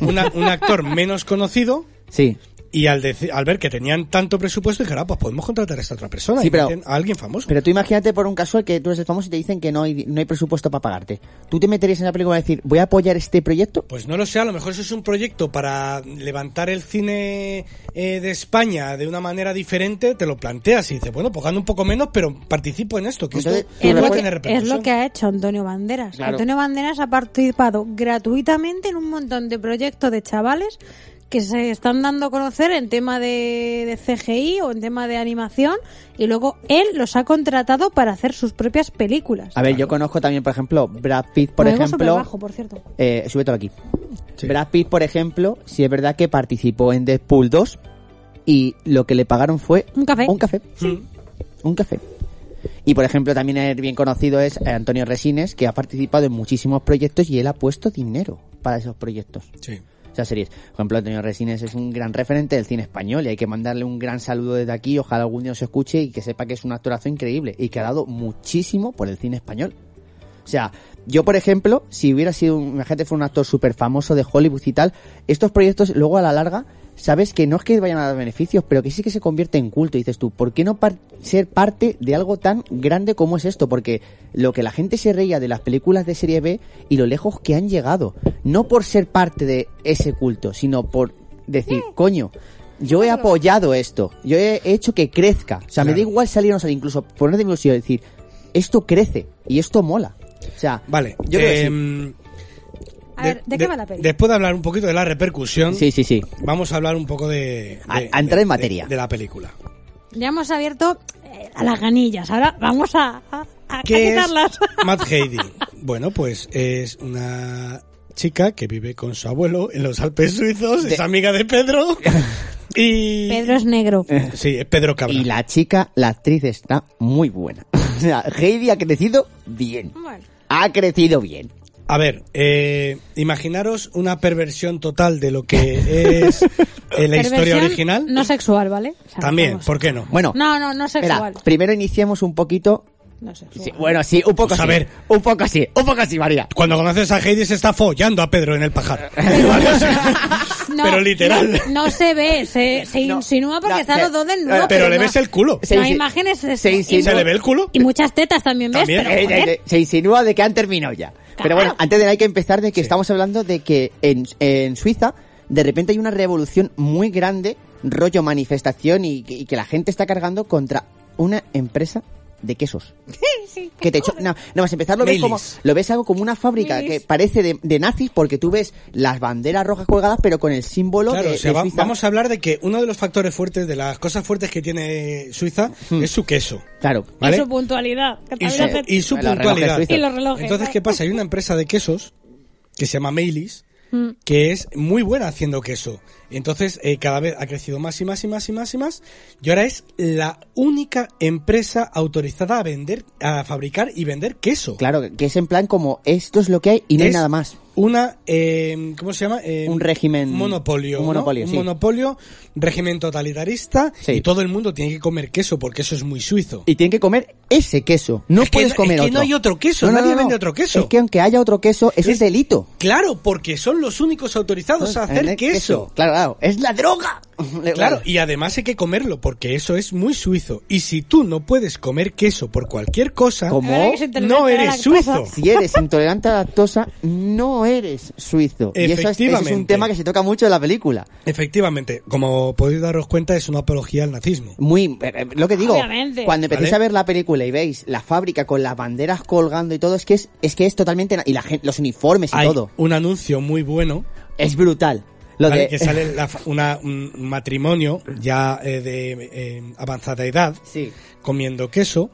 N: una- un actor menos conocido.
A: Sí.
N: Y al, deci- al ver que tenían tanto presupuesto, dijeron, ah, pues podemos contratar a esta otra persona
A: Sí,
N: y
A: pero-
N: meten a alguien famoso.
A: Pero tú imagínate por un casual que tú eres el famoso y te dicen que no hay, no hay presupuesto para pagarte. ¿Tú te meterías en la película a decir, voy a apoyar este proyecto?
N: Pues no lo sé, a lo mejor eso es un proyecto para levantar el cine eh, de España de una manera diferente, te lo planteas y dices, bueno, pues gano un poco menos, pero participo en esto, que
A: Entonces,
N: esto
A: tu
O: Es
N: va
O: lo,
N: a
O: que,
N: tener
O: es lo
N: repercusión.
O: que ha hecho Antonio Banderas.
N: Claro.
O: Antonio Banderas ha participado gratuitamente en un montón de proyectos de chavales que se están dando a conocer en tema de, de CGI o en tema de animación y luego él los ha contratado para hacer sus propias películas.
A: A ver, yo conozco también, por ejemplo, Brad Pitt, por
O: Me oigo
A: ejemplo.
O: superbajo, por cierto.
A: Eh, súbetelo aquí. Brad Pitt, por ejemplo, sí es verdad que participó en Deadpool 2 y lo que le pagaron fue
O: Un café.
A: un café.
N: Hmm.
A: Un café. Y por ejemplo, también es bien conocido es eh, Antonio Resines, que ha participado en muchísimos proyectos y él ha puesto dinero para esos proyectos.
N: Sí.
A: esas series. Por ejemplo, Antonio Resines es un gran referente del cine español y hay que mandarle un gran saludo desde aquí. Ojalá algún día os escuche y que sepa que es un actorazo increíble y que ha dado muchísimo por el cine español. O sea, yo por ejemplo, si hubiera sido, un- imagínate, fuera un actor súper famoso de Hollywood y tal, estos proyectos luego a la larga, sabes que no es que vayan a dar beneficios, pero que sí que se convierte en culto. Y dices tú, ¿por qué no par- ser parte de algo tan grande como es esto? Porque lo que la gente se reía de las películas de serie B y lo lejos que han llegado, no por ser parte de ese culto, sino por decir, coño. Yo he apoyado esto, yo he hecho que crezca. O sea, me da igual salir o no salir, incluso poner de ilusión, decir, esto crece y esto mola. O sea,
N: Vale,
A: yo creo que sí.
N: em,
O: A ver, ¿de qué va la peli?
N: Después de hablar un poquito de la repercusión,
A: Sí, sí, sí.
N: vamos a hablar un poco de.
A: A-
N: de-
A: a entrar
N: de-
A: en materia.
N: De, de la película.
O: Ya hemos abierto eh, a las ganillas. Ahora vamos a, a, a- a
N: ¿Qué es
O: quitarlas.
N: Matt Heidi? Bueno, pues es una chica que vive con su abuelo en los Alpes suizos, es amiga de Pedro. Y. Eh.
O: Pedro es negro.
N: Sí, es Pedro Cabral.
A: Y la chica, la actriz, está muy buena. O sea, Heidi ha crecido bien. Ha crecido bien.
N: A ver, eh, imaginaros una perversión total de lo que es eh, la historia
O: Perversión
N: original.
O: No sexual, ¿vale? O sea,
N: También,
O: vamos.
N: ¿por qué no?
A: Bueno,
O: No, no, no sexual.
A: espera, primero iniciemos un poquito.
O: No sexual.
A: Sí, bueno, sí, un poco
N: Pues a
A: así.
N: ver.
A: Un poco así, un poco así, María.
N: Cuando conoces a Heidi se está follando a Pedro en el pajar.
O: No,
N: pero literal.
O: No, no se ve, se, se insinúa porque
A: no,
O: están
A: se-
O: los dos desnudos.
N: pero le
O: no-
N: ves el culo.
A: Se
O: no hay
A: insi-
O: imágenes de
A: se insinúa-
N: ¿Se le ve el culo?
O: Y muchas tetas también, ¿ves?
N: También.
O: Pero,
A: Eh,
O: joder,
A: eh, eh, se insinúa de que han terminado ya. Pero bueno, antes de nada hay que empezar de que estamos hablando de que en, en Suiza de repente hay una revolución muy grande, rollo manifestación y, que- y que la gente está cargando contra una empresa de quesos. que te echo- no, no, vas a empezar lo ves como
N: Milis.
A: lo ves algo como una fábrica
O: Milis.
A: que parece de, de nazis porque tú ves las banderas rojas colgadas pero con el símbolo
N: Claro,
A: de,
N: o sea,
A: de
N: va-
A: Suiza.
N: vamos a hablar de que uno de los factores fuertes, de las cosas fuertes que tiene Suiza,
A: Hmm.
N: es su queso.
A: Claro.
N: ¿vale?
O: Y su puntualidad. que
N: y
O: también
N: su,
O: hace-
N: y su
A: Los relojes
N: puntualidad.
A: suizos.
O: Y los relojes,
N: Entonces, ¿qué
O: ¿no?
N: pasa? Hay una empresa de quesos que se llama Meilis,
O: Mm.
N: que es muy buena haciendo queso. Entonces, eh, cada vez ha crecido más y más y más y más y más. Y ahora es la única empresa autorizada a vender, a fabricar y vender queso.
A: Claro, que es en plan como esto es lo que hay y no hay
N: Es
A: nada más.
N: Una, eh, ¿cómo se llama? Eh,
A: Un régimen-
N: Monopolio.
A: un
N: ¿no?
A: monopolio, sí.
N: monopolio, régimen totalitarista.
A: Sí.
N: Y todo el mundo tiene que comer queso porque eso es muy suizo.
A: Y tienen que comer ese queso. No
N: Es que
A: puedes
N: no-
A: comer
N: es que
A: otro.
N: no hay otro queso, nadie vende otro queso.
A: Es que aunque haya otro queso, eso es, delito. ¿Eh?
N: Claro, porque son los únicos autorizados a hacer
A: Vender
N: queso.
A: Claro, claro. Es la droga.
N: Claro, y además hay que comerlo porque eso es muy suizo. Y si tú no puedes comer queso por cualquier cosa,
A: Como-
O: Ahora que se te
N: no
O: olvida la
N: eres suizo.
O: cosa.
A: Si eres intolerante a la lactosa, no eres suizo. Y eso es, ese es un
N: Efectivamente.
A: tema que se toca mucho en la película.
N: Efectivamente, como podéis daros cuenta, es una apología al nazismo.
A: Muy, eh, eh, lo que digo,
O: Obviamente.
A: cuando empecéis
N: Vale.
A: a ver la película y veis la fábrica con las banderas colgando y todo, es que es, es que es totalmente, na- y la gente, los uniformes y
N: Hay
A: todo,
N: un anuncio muy bueno
A: es brutal. Lo
N: ¿vale?
A: de,
N: que sale la fa- una- un un matrimonio ya eh, de eh, avanzada edad
A: sí,
N: comiendo queso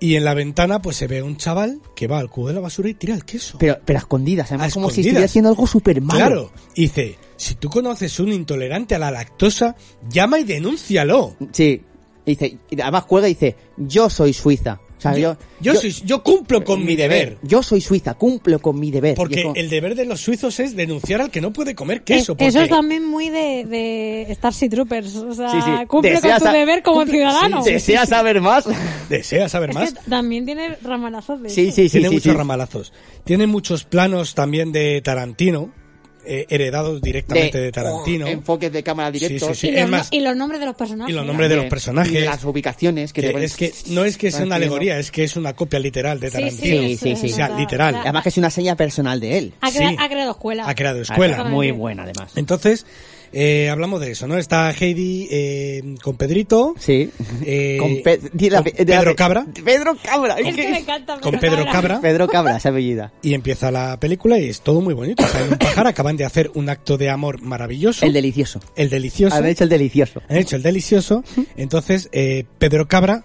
N: y en la ventana pues se ve un chaval que va al cubo de la basura y tira el queso.
A: pero, pero a escondidas, además,
N: A
A: como si
N: escondidas.
A: estuviera haciendo algo súper malo.
N: Claro, y dice, si tú conoces un intolerante a la lactosa, llama y denúncialo.
A: Sí. Y dice, y además juega y dice, yo soy suiza. O sea, yo, Eh,
N: Yo, soy- yo cumplo con mi deber.
A: Yo soy suiza, cumplo con mi deber. Y es
N: Porque
A: como-
N: el deber de los suizos es denunciar al que no puede comer queso.
O: Eh, eso
N: porque-
O: es también muy de, de Starship Troopers. O sea,
A: Sí, sí.
O: cumple
A: Deseas
O: Ah, con
A: a-
O: tu deber como
N: cumple-
O: ciudadano.
N: sí,
A: ¿Deseas saber más?
N: Desea saber
O: Es
N: más.
O: que también tiene ramalazos de
A: Sí,
O: eso.
A: sí, sí.
N: tiene
A: sí,
N: muchos
A: sí.
N: ramalazos. Tiene muchos planos también de Tarantino, eh, heredados directamente de, Tarantino.
A: oh, enfoques de cámara directo.
N: Sí, sí, sí.
O: Y,
N: Es
O: los,
N: más-
O: y los nombres de los personajes.
N: y los nombres de los
A: Y
N: personajes.
A: las ubicaciones que,
N: que
A: te ponen.
N: es que no es que sea una
A: Tarantino.
N: alegoría, es que es una copia literal de
O: Sí, sí,
N: Tarantino.
A: Sí, sí, sí.
N: O sea,
O: Claro,
N: literal.
O: claro.
A: Además que es una seña personal de él. Ah,
O: Ha, crea-
N: sí.
O: ha creado escuela.
N: Ha creado escuela.
O: Además,
A: Muy buena, además.
N: Entonces, eh, hablamos de eso, ¿no? Está Heidi eh, con Pedrito.
A: Sí.
N: eh,
A: Con Pe- di la-
N: con
A: di la-
N: Pedro Cabra.
A: Pedro Cabra.
O: Es que me encanta.
N: Con Pedro Cabra.
A: Pedro Cabra, esa apellida.
N: Y empieza la película y es todo muy bonito. O sea, en un pajar acaban de hacer un acto de amor maravilloso.
A: El delicioso.
N: El delicioso.
A: Han hecho el delicioso.
N: Han hecho el delicioso. Entonces, eh, Pedro Cabra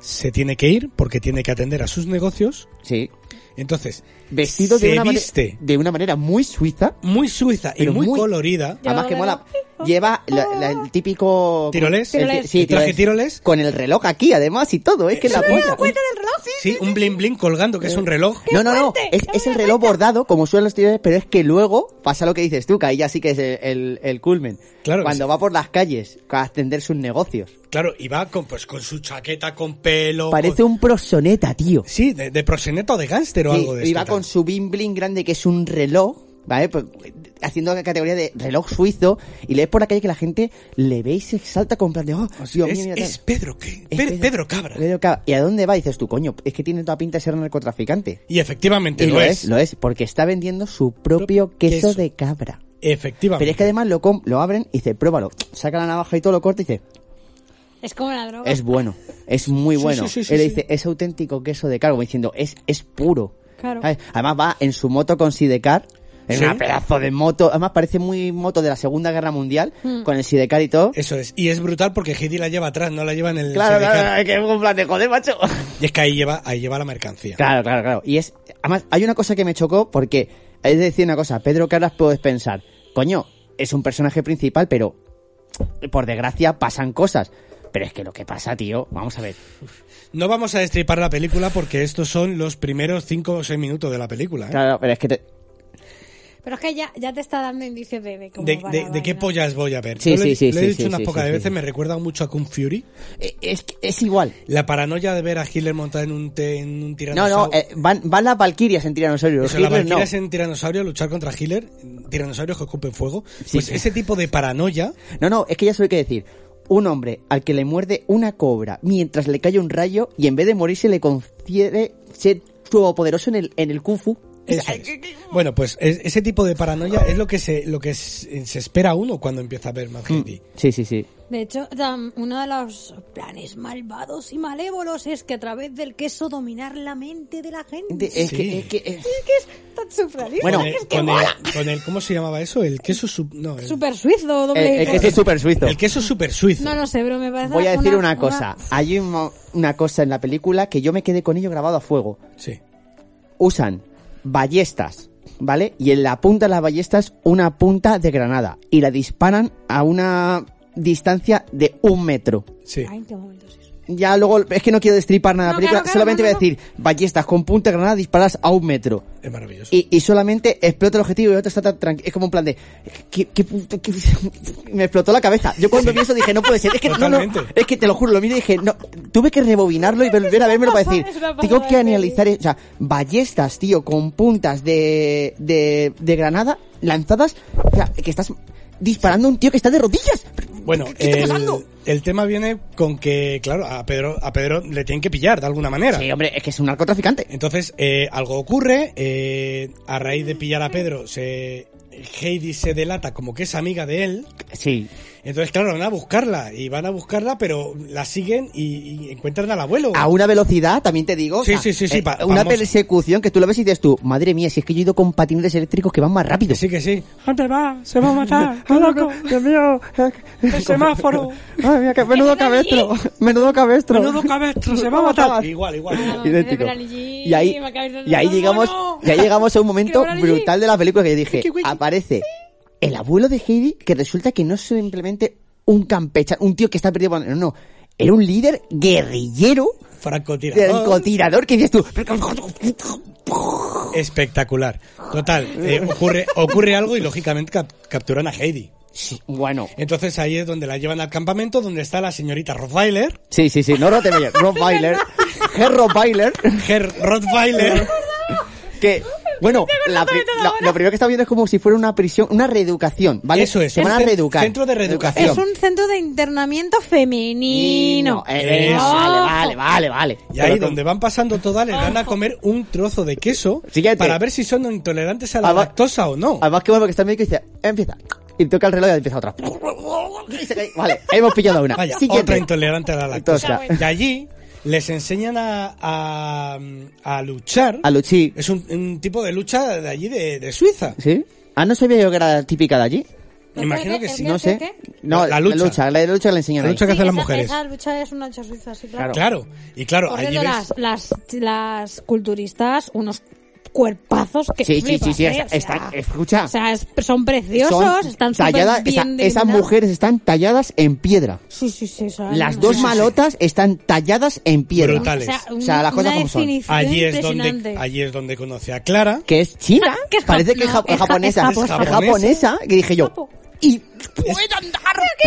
N: se tiene que ir porque tiene que atender a sus negocios.
A: Sí.
N: Entonces,
A: Vestido
N: se
A: de una, mane-
N: viste
A: de una manera muy suiza.
N: muy suiza y
A: Pero
N: muy,
A: muy-
N: colorida.
O: Yo
A: Además que
O: me
A: mola.
O: lo-
A: lleva la- la- el típico...
N: ¿Tiroles?
A: el-
N: ¿Tiroles?
A: sí,
N: ¿El traje tiroles?
A: Con el reloj aquí, además, y todo. Es que la polla.
O: del reloj?
N: Sí, un bling bling colgando, que es
A: Eh.
N: un reloj.
A: No, no, no. Es, es el reloj bordado, como suelen los tiroles, pero es que luego pasa lo que dices tú, que ahí ya sí que es el, el, el culmen.
N: Claro que
A: Cuando
N: sí.
A: va por las calles a atender sus negocios.
N: Claro, y va con, pues, con su chaqueta, con pelo.
A: Parece un prosoneta, tío.
N: Sí, de, de proseneta o de gángster o
A: Sí,
N: algo de
A: y
N: esto,
A: va
N: tal.
A: con su bling bling grande, que es un reloj, ¿vale? Pues, haciendo la categoría de reloj suizo, y lees por la calle que la gente le ve y se exalta con plan de, oh, Dios
N: es,
A: mío, mira,
N: es
A: tal".
N: Pedro, ¿qué?
A: Es
N: Pe- Pedro, Cabra.
A: Pedro Cabra. ¿Y a dónde va? Dices tú, coño, es que tiene toda pinta de ser narcotraficante.
N: Y efectivamente
A: Y
N: lo, es.
A: lo es, porque está vendiendo su propio queso,
N: queso.
A: de cabra.
N: Efectivamente.
A: Pero es que además lo, com- lo abren y dice, pruébalo, saca la navaja y todo lo corta y dice,
O: Es como la droga.
A: es bueno, es muy
O: Sí,
A: bueno.
O: sí, sí, sí,
A: y le
O: sí.
A: dice, es auténtico queso de cabra, como diciendo, es, es puro.
O: Claro.
A: ¿Sabes? Además va en su moto con Sidecar. Es
N: Sí.
A: una pedazo de moto. Además parece muy moto de la Segunda Guerra Mundial.
O: Mm.
A: Con el Sidecar y todo.
N: Eso es. Y es brutal porque Heidi la lleva atrás, no la lleva en el.
A: Claro,
N: sedecar.
A: claro, claro, es que es un plan de joder, macho.
N: Y es que ahí lleva, ahí lleva la mercancía.
A: Claro, claro, claro. Y es. Además, hay una cosa que me chocó porque. Es decir, una cosa, Pedro Caras puedes pensar, coño, es un personaje principal, pero. Por desgracia pasan cosas. Pero es que lo que pasa, tío, vamos a ver.
N: No vamos a destripar la película porque estos son los primeros 5 o 6 minutos de la película. ¿eh?
A: Claro, pero es que te-
O: Pero es que ya, ya te está dando indicios de, de cómo
N: De,
O: va
N: de-
O: la
N: de qué
O: vaina.
N: pollas voy a ver?
A: Sí,
N: Yo lo he-
A: sí, sí,
N: Lo he
A: sí,
N: dicho
A: sí,
N: unas
A: sí,
N: pocas
A: sí,
N: de veces,
A: sí.
N: me recuerda mucho a Kung Fury.
A: eh, es, que es igual.
N: La paranoia de ver a Hitler montada en un, te- en un
A: No,
N: tiranosaurio.
A: no, eh, van, van las Valquirias en Tiranosaurio. los
N: Eso, la
A: Hitler no.
N: Valkyria es en tiranosaurio, luchar contra Hitler, tiranosaurios que ocupen fuego.
A: Sí,
N: Pues
A: sí.
N: ese tipo de paranoia,
A: No, no, es que ya sé lo que decir. Un hombre al que le muerde una cobra mientras le cae un rayo y en vez de morirse le confiere ser todopoderoso en el, en el Kung Fu.
N: eso es. Bueno, pues es- ese tipo de paranoia es lo que se, lo que se se espera uno cuando empieza a ver Mad
O: Hmm.
N: Heidi.
A: Sí, sí, sí.
O: De hecho, tam- uno de los planes malvados y malévolos es que a través del queso dominar la mente de la gente.
A: De- es
N: Sí.
A: que- es que- es-
O: Es que es tan surrealista.
A: Bueno,
N: con el,
O: es que
N: con el-
O: mola.
N: con el- ¿cómo se llamaba eso? El queso sub- no, el,
O: Super suizo,
A: el,
O: doble.
A: Eh, el que es súper suizo.
N: el queso super suizo.
O: No, no sé, pero me parece.
A: Voy a decir una, cosa. Hay un mo- una cosa en la película que yo me quedé con ello grabado a fuego.
N: Sí.
A: Usan ballestas, ¿vale? Y en la punta de las ballestas una punta de granada. Y la disparan a una distancia de un metro.
N: Sí.
O: Ay, qué momento es eso.
A: Ya luego, es que no quiero destripar nada de
O: No,
A: la película,
O: claro, claro,
A: solamente
O: no,
A: voy a
O: no,
A: decir, ballestas con punta de granada disparas a un metro.
N: Es maravilloso.
A: Y, y solamente explota el objetivo y el otro está tan tranquilo. Es como un plan de. ¿qué, qué puto- qué- me explotó la cabeza. Yo cuando vi eso dije, no puede ser. Es que, no, no,
N: Totalmente.
A: es que te lo juro, lo miré y dije, no. Tuve que rebobinarlo y volver a vérmelo para decir,
O: Es una pasada
A: tengo que
O: de peli.
A: analizar. O sea, ballestas, tío, con puntas de, de, de granada lanzadas. O sea, que estás disparando a un tío que está de rodillas.
N: Bueno,
A: ¿Qué- qué está
N: el,
A: pasando?
N: el tema viene con que, claro, a Pedro, a Pedro le tienen que pillar de alguna manera.
A: Sí, hombre, es que es un narcotraficante.
N: Entonces, eh, algo ocurre, eh, a raíz de pillar a Pedro, se, Heidi se delata como que es amiga de él,
A: Sí,
N: entonces, claro, van a buscarla, y van a buscarla, pero la siguen y, y encuentran al abuelo.
A: a una velocidad, también te digo. o
N: Sí,
A: sea,
N: sí, sí, sí,
A: eh,
N: pa-
A: una
N: vamos.
A: persecución que tú la ves y dices tú, madre mía, si es que yo he ido con patines eléctricos que van más rápido.
N: Que sí, que sí.
A: Ay, mira, que menudo cabestro, menudo cabestro.
N: se va a matar. Igual, igual.
A: Idéntico.
O: Pero, pero, Gigi,
A: Y ahí,
O: me acabas de
A: y ahí
O: dar un
A: llegamos,
O: mono.
A: y ahí llegamos a un momento
O: Quiero ver a Gigi.
A: brutal de la película que yo dije,
N: Wiki, wiki.
A: aparece el abuelo de Heidi que resulta que no es simplemente un campechano, un tío que está perdido, por- no, no, era un líder guerrillero,
N: Francotirador.
A: francotirador que dices tú,
N: Espectacular. Total, eh, ocurre, ocurre algo y lógicamente cap- capturan a Heidi.
A: Sí, bueno,
N: Entonces ahí es donde la llevan al campamento, donde está la señorita Rothweiler,
A: Sí, sí, sí, no Rottenmeier, Rob Bailer, Gerro Bailer,
N: Herr Rothweiler,
A: que, bueno, la pri- la- lo primero que está viendo es como si fuera una prisión, una reeducación, ¿vale?
N: Eso es,
A: Se
N: un
A: van a
N: cen-
A: reeducar.
N: centro de reeducación.
O: Es un centro de internamiento femenino.
A: Eh, eh,
N: Eso.
A: Vale, vale, vale, vale.
N: y ahí
A: Pero
N: donde van pasando todas le dan a comer un trozo de queso
A: Siguiente.
N: para ver si son intolerantes a la
A: Además-
N: lactosa o no.
A: Además que bueno porque está el médico y dice, empieza. Y toca el reloj y empieza otra. Y se cae. Vale, ahí hemos pillado una.
N: Vaya,
A: Siguiente.
N: otra intolerante a la lactosa.
A: Tosca.
N: De allí les enseñan a, a, a luchar.
A: A Luchi.
N: Es un, un tipo de lucha de allí de, de Suiza.
A: ¿Sí? Ah, no sabía yo que era típica de allí.
N: Me imagino que
O: ¿El
N: sí.
O: qué,
A: No
O: el
A: sé.
O: qué, el qué?
A: No,
N: La
A: la
N: lucha.
A: lucha. La lucha, la lucha que le enseñan
N: La
A: ahí.
N: lucha que hacen las
O: esa-
N: mujeres.
O: Esa lucha es una lucha suiza, sí, claro.
N: Claro. Y claro,
O: Por
N: allí
O: dentro
N: ves...
O: las, las, las culturistas, unos cuerpazos que
A: Sí, sí,
O: flipas,
A: sí, sí,
O: ¿eh?
A: está-
O: O sea,
A: está- escucha.
O: o sea, es- son preciosos,
A: Son
O: están
A: talladas-
O: súper bien
A: esa- esas
O: diseñados.
A: mujeres están talladas en piedra.
O: Sí, sí, sí. son-
A: Las dos
O: Sí, sí, sí.
A: malotas están talladas en piedra.
N: Brutales.
O: O sea,
A: O sea, las cosas
O: una
A: como son.
O: definición
N: Allí es donde
O: impresionante.
N: allí es donde conoce a Clara.
A: Que es china,
O: que es jap-
A: parece que
O: no,
A: es, ja-
O: es ja-
A: japonesa.
O: es japo-
A: Es
O: es
A: japonesa, que dije yo. Y
O: ¡Puede andar!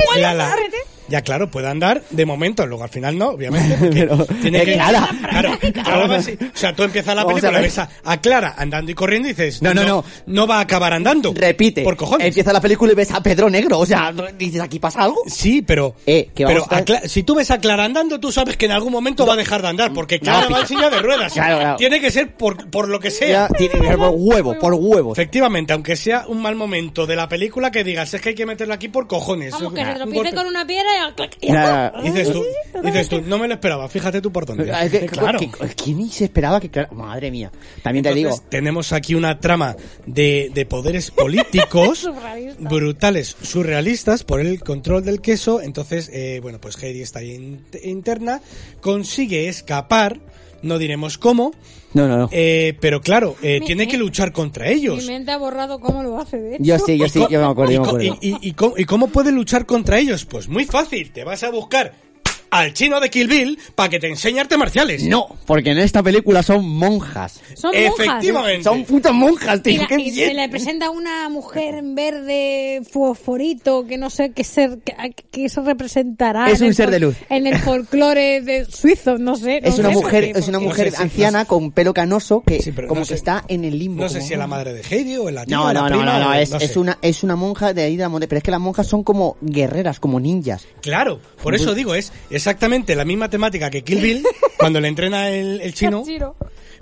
O: ¡Puede
N: Ya, la-
O: andar! ¿eh?
N: ya, claro, puede andar de momento, luego al final no, obviamente. porque tiene
A: eh,
N: que
A: Clara.
N: Claro, Clara va así. O sea, tú empiezas la
A: Vamos a
N: película,
A: ver.
N: ves a, a Clara andando y corriendo y dices,
A: No, no, no.
N: no va a acabar andando.
A: repite.
N: Por cojones.
A: Empieza la película y ves a Pedro Negro. O sea, dices, aquí pasa algo.
N: Sí, pero.
A: Eh, que vamos
N: Pero
A: a
N: a
A: estar-
N: Cla- si tú ves a Clara andando, tú sabes que en algún momento va a dejar de andar, porque Clara
A: pica.
N: va en silla de ruedas.
A: Claro, claro.
N: Tiene que ser por, por lo que sea.
A: Ya, tiene que ser por huevo, por huevos.
N: Efectivamente, aunque sea un mal momento de la película que digas, es que hay que meterlo aquí por cojones.
O: Vamos, que
N: Un
O: se tropiece
N: golpe.
O: con una piedra y al clac, y ya
A: Nada.
O: está.
N: Dices tú, dices tú, no me lo esperaba, fíjate tú por dónde.
A: Es Eh, que-
N: Claro.
A: que- ¿Quién se esperaba que Clara- Madre mía. También te digo.
N: Entonces, tenemos aquí una trama de, de poderes políticos
O: Surrealista.
N: brutales, surrealistas, por el control del queso. Entonces, eh, bueno, pues Heidi está ahí in- interna, consigue escapar, no diremos cómo,
A: No, no, no.
N: eh, pero claro, eh,
O: Mi-
N: tiene que luchar contra ellos.
O: Mi mente ha borrado cómo lo hace, de hecho.
A: Yo sí, yo sí, yo me acuerdo,
N: ¿Y,
A: yo me
N: co-
A: acuerdo.
N: y- y- y cómo, y cómo puede luchar contra ellos? Pues muy fácil, te vas a buscar al chino de Kill Bill para que te enseñe artes marciales.
A: No, porque en esta película son monjas.
O: Son monjas.
N: Efectivamente.
A: Son putas monjas,
O: Y,
A: tío.
O: la-
A: qué
O: y
A: bien.
O: se le presenta una mujer en verde fosforito que no sé qué ser que, que se representará
A: Es
O: en
A: un
O: el
A: ser de
O: fol-
A: luz.
O: en el folclore de suizo no sé no
A: Es una
O: sé por
A: mujer,
O: qué,
A: es una
O: porque-
A: mujer
N: No sé, sí,
A: anciana
N: no sé.
A: con pelo canoso que
N: Sí, pero
A: como
N: no
A: que
N: sé.
A: está en el limbo.
N: No sé
A: como-
N: si es la madre de Heidi o la tía
A: No,
N: o la
A: no, no,
N: prima
A: no, no,
N: o-
A: es, es
N: sé.
A: una es una monja de ahí de la montaña, pero es que las monjas son como guerreras, como ninjas.
N: Claro, por eso digo, es exactamente la misma temática que Kill Bill, cuando le entrena el, el chino.
O: Chiro.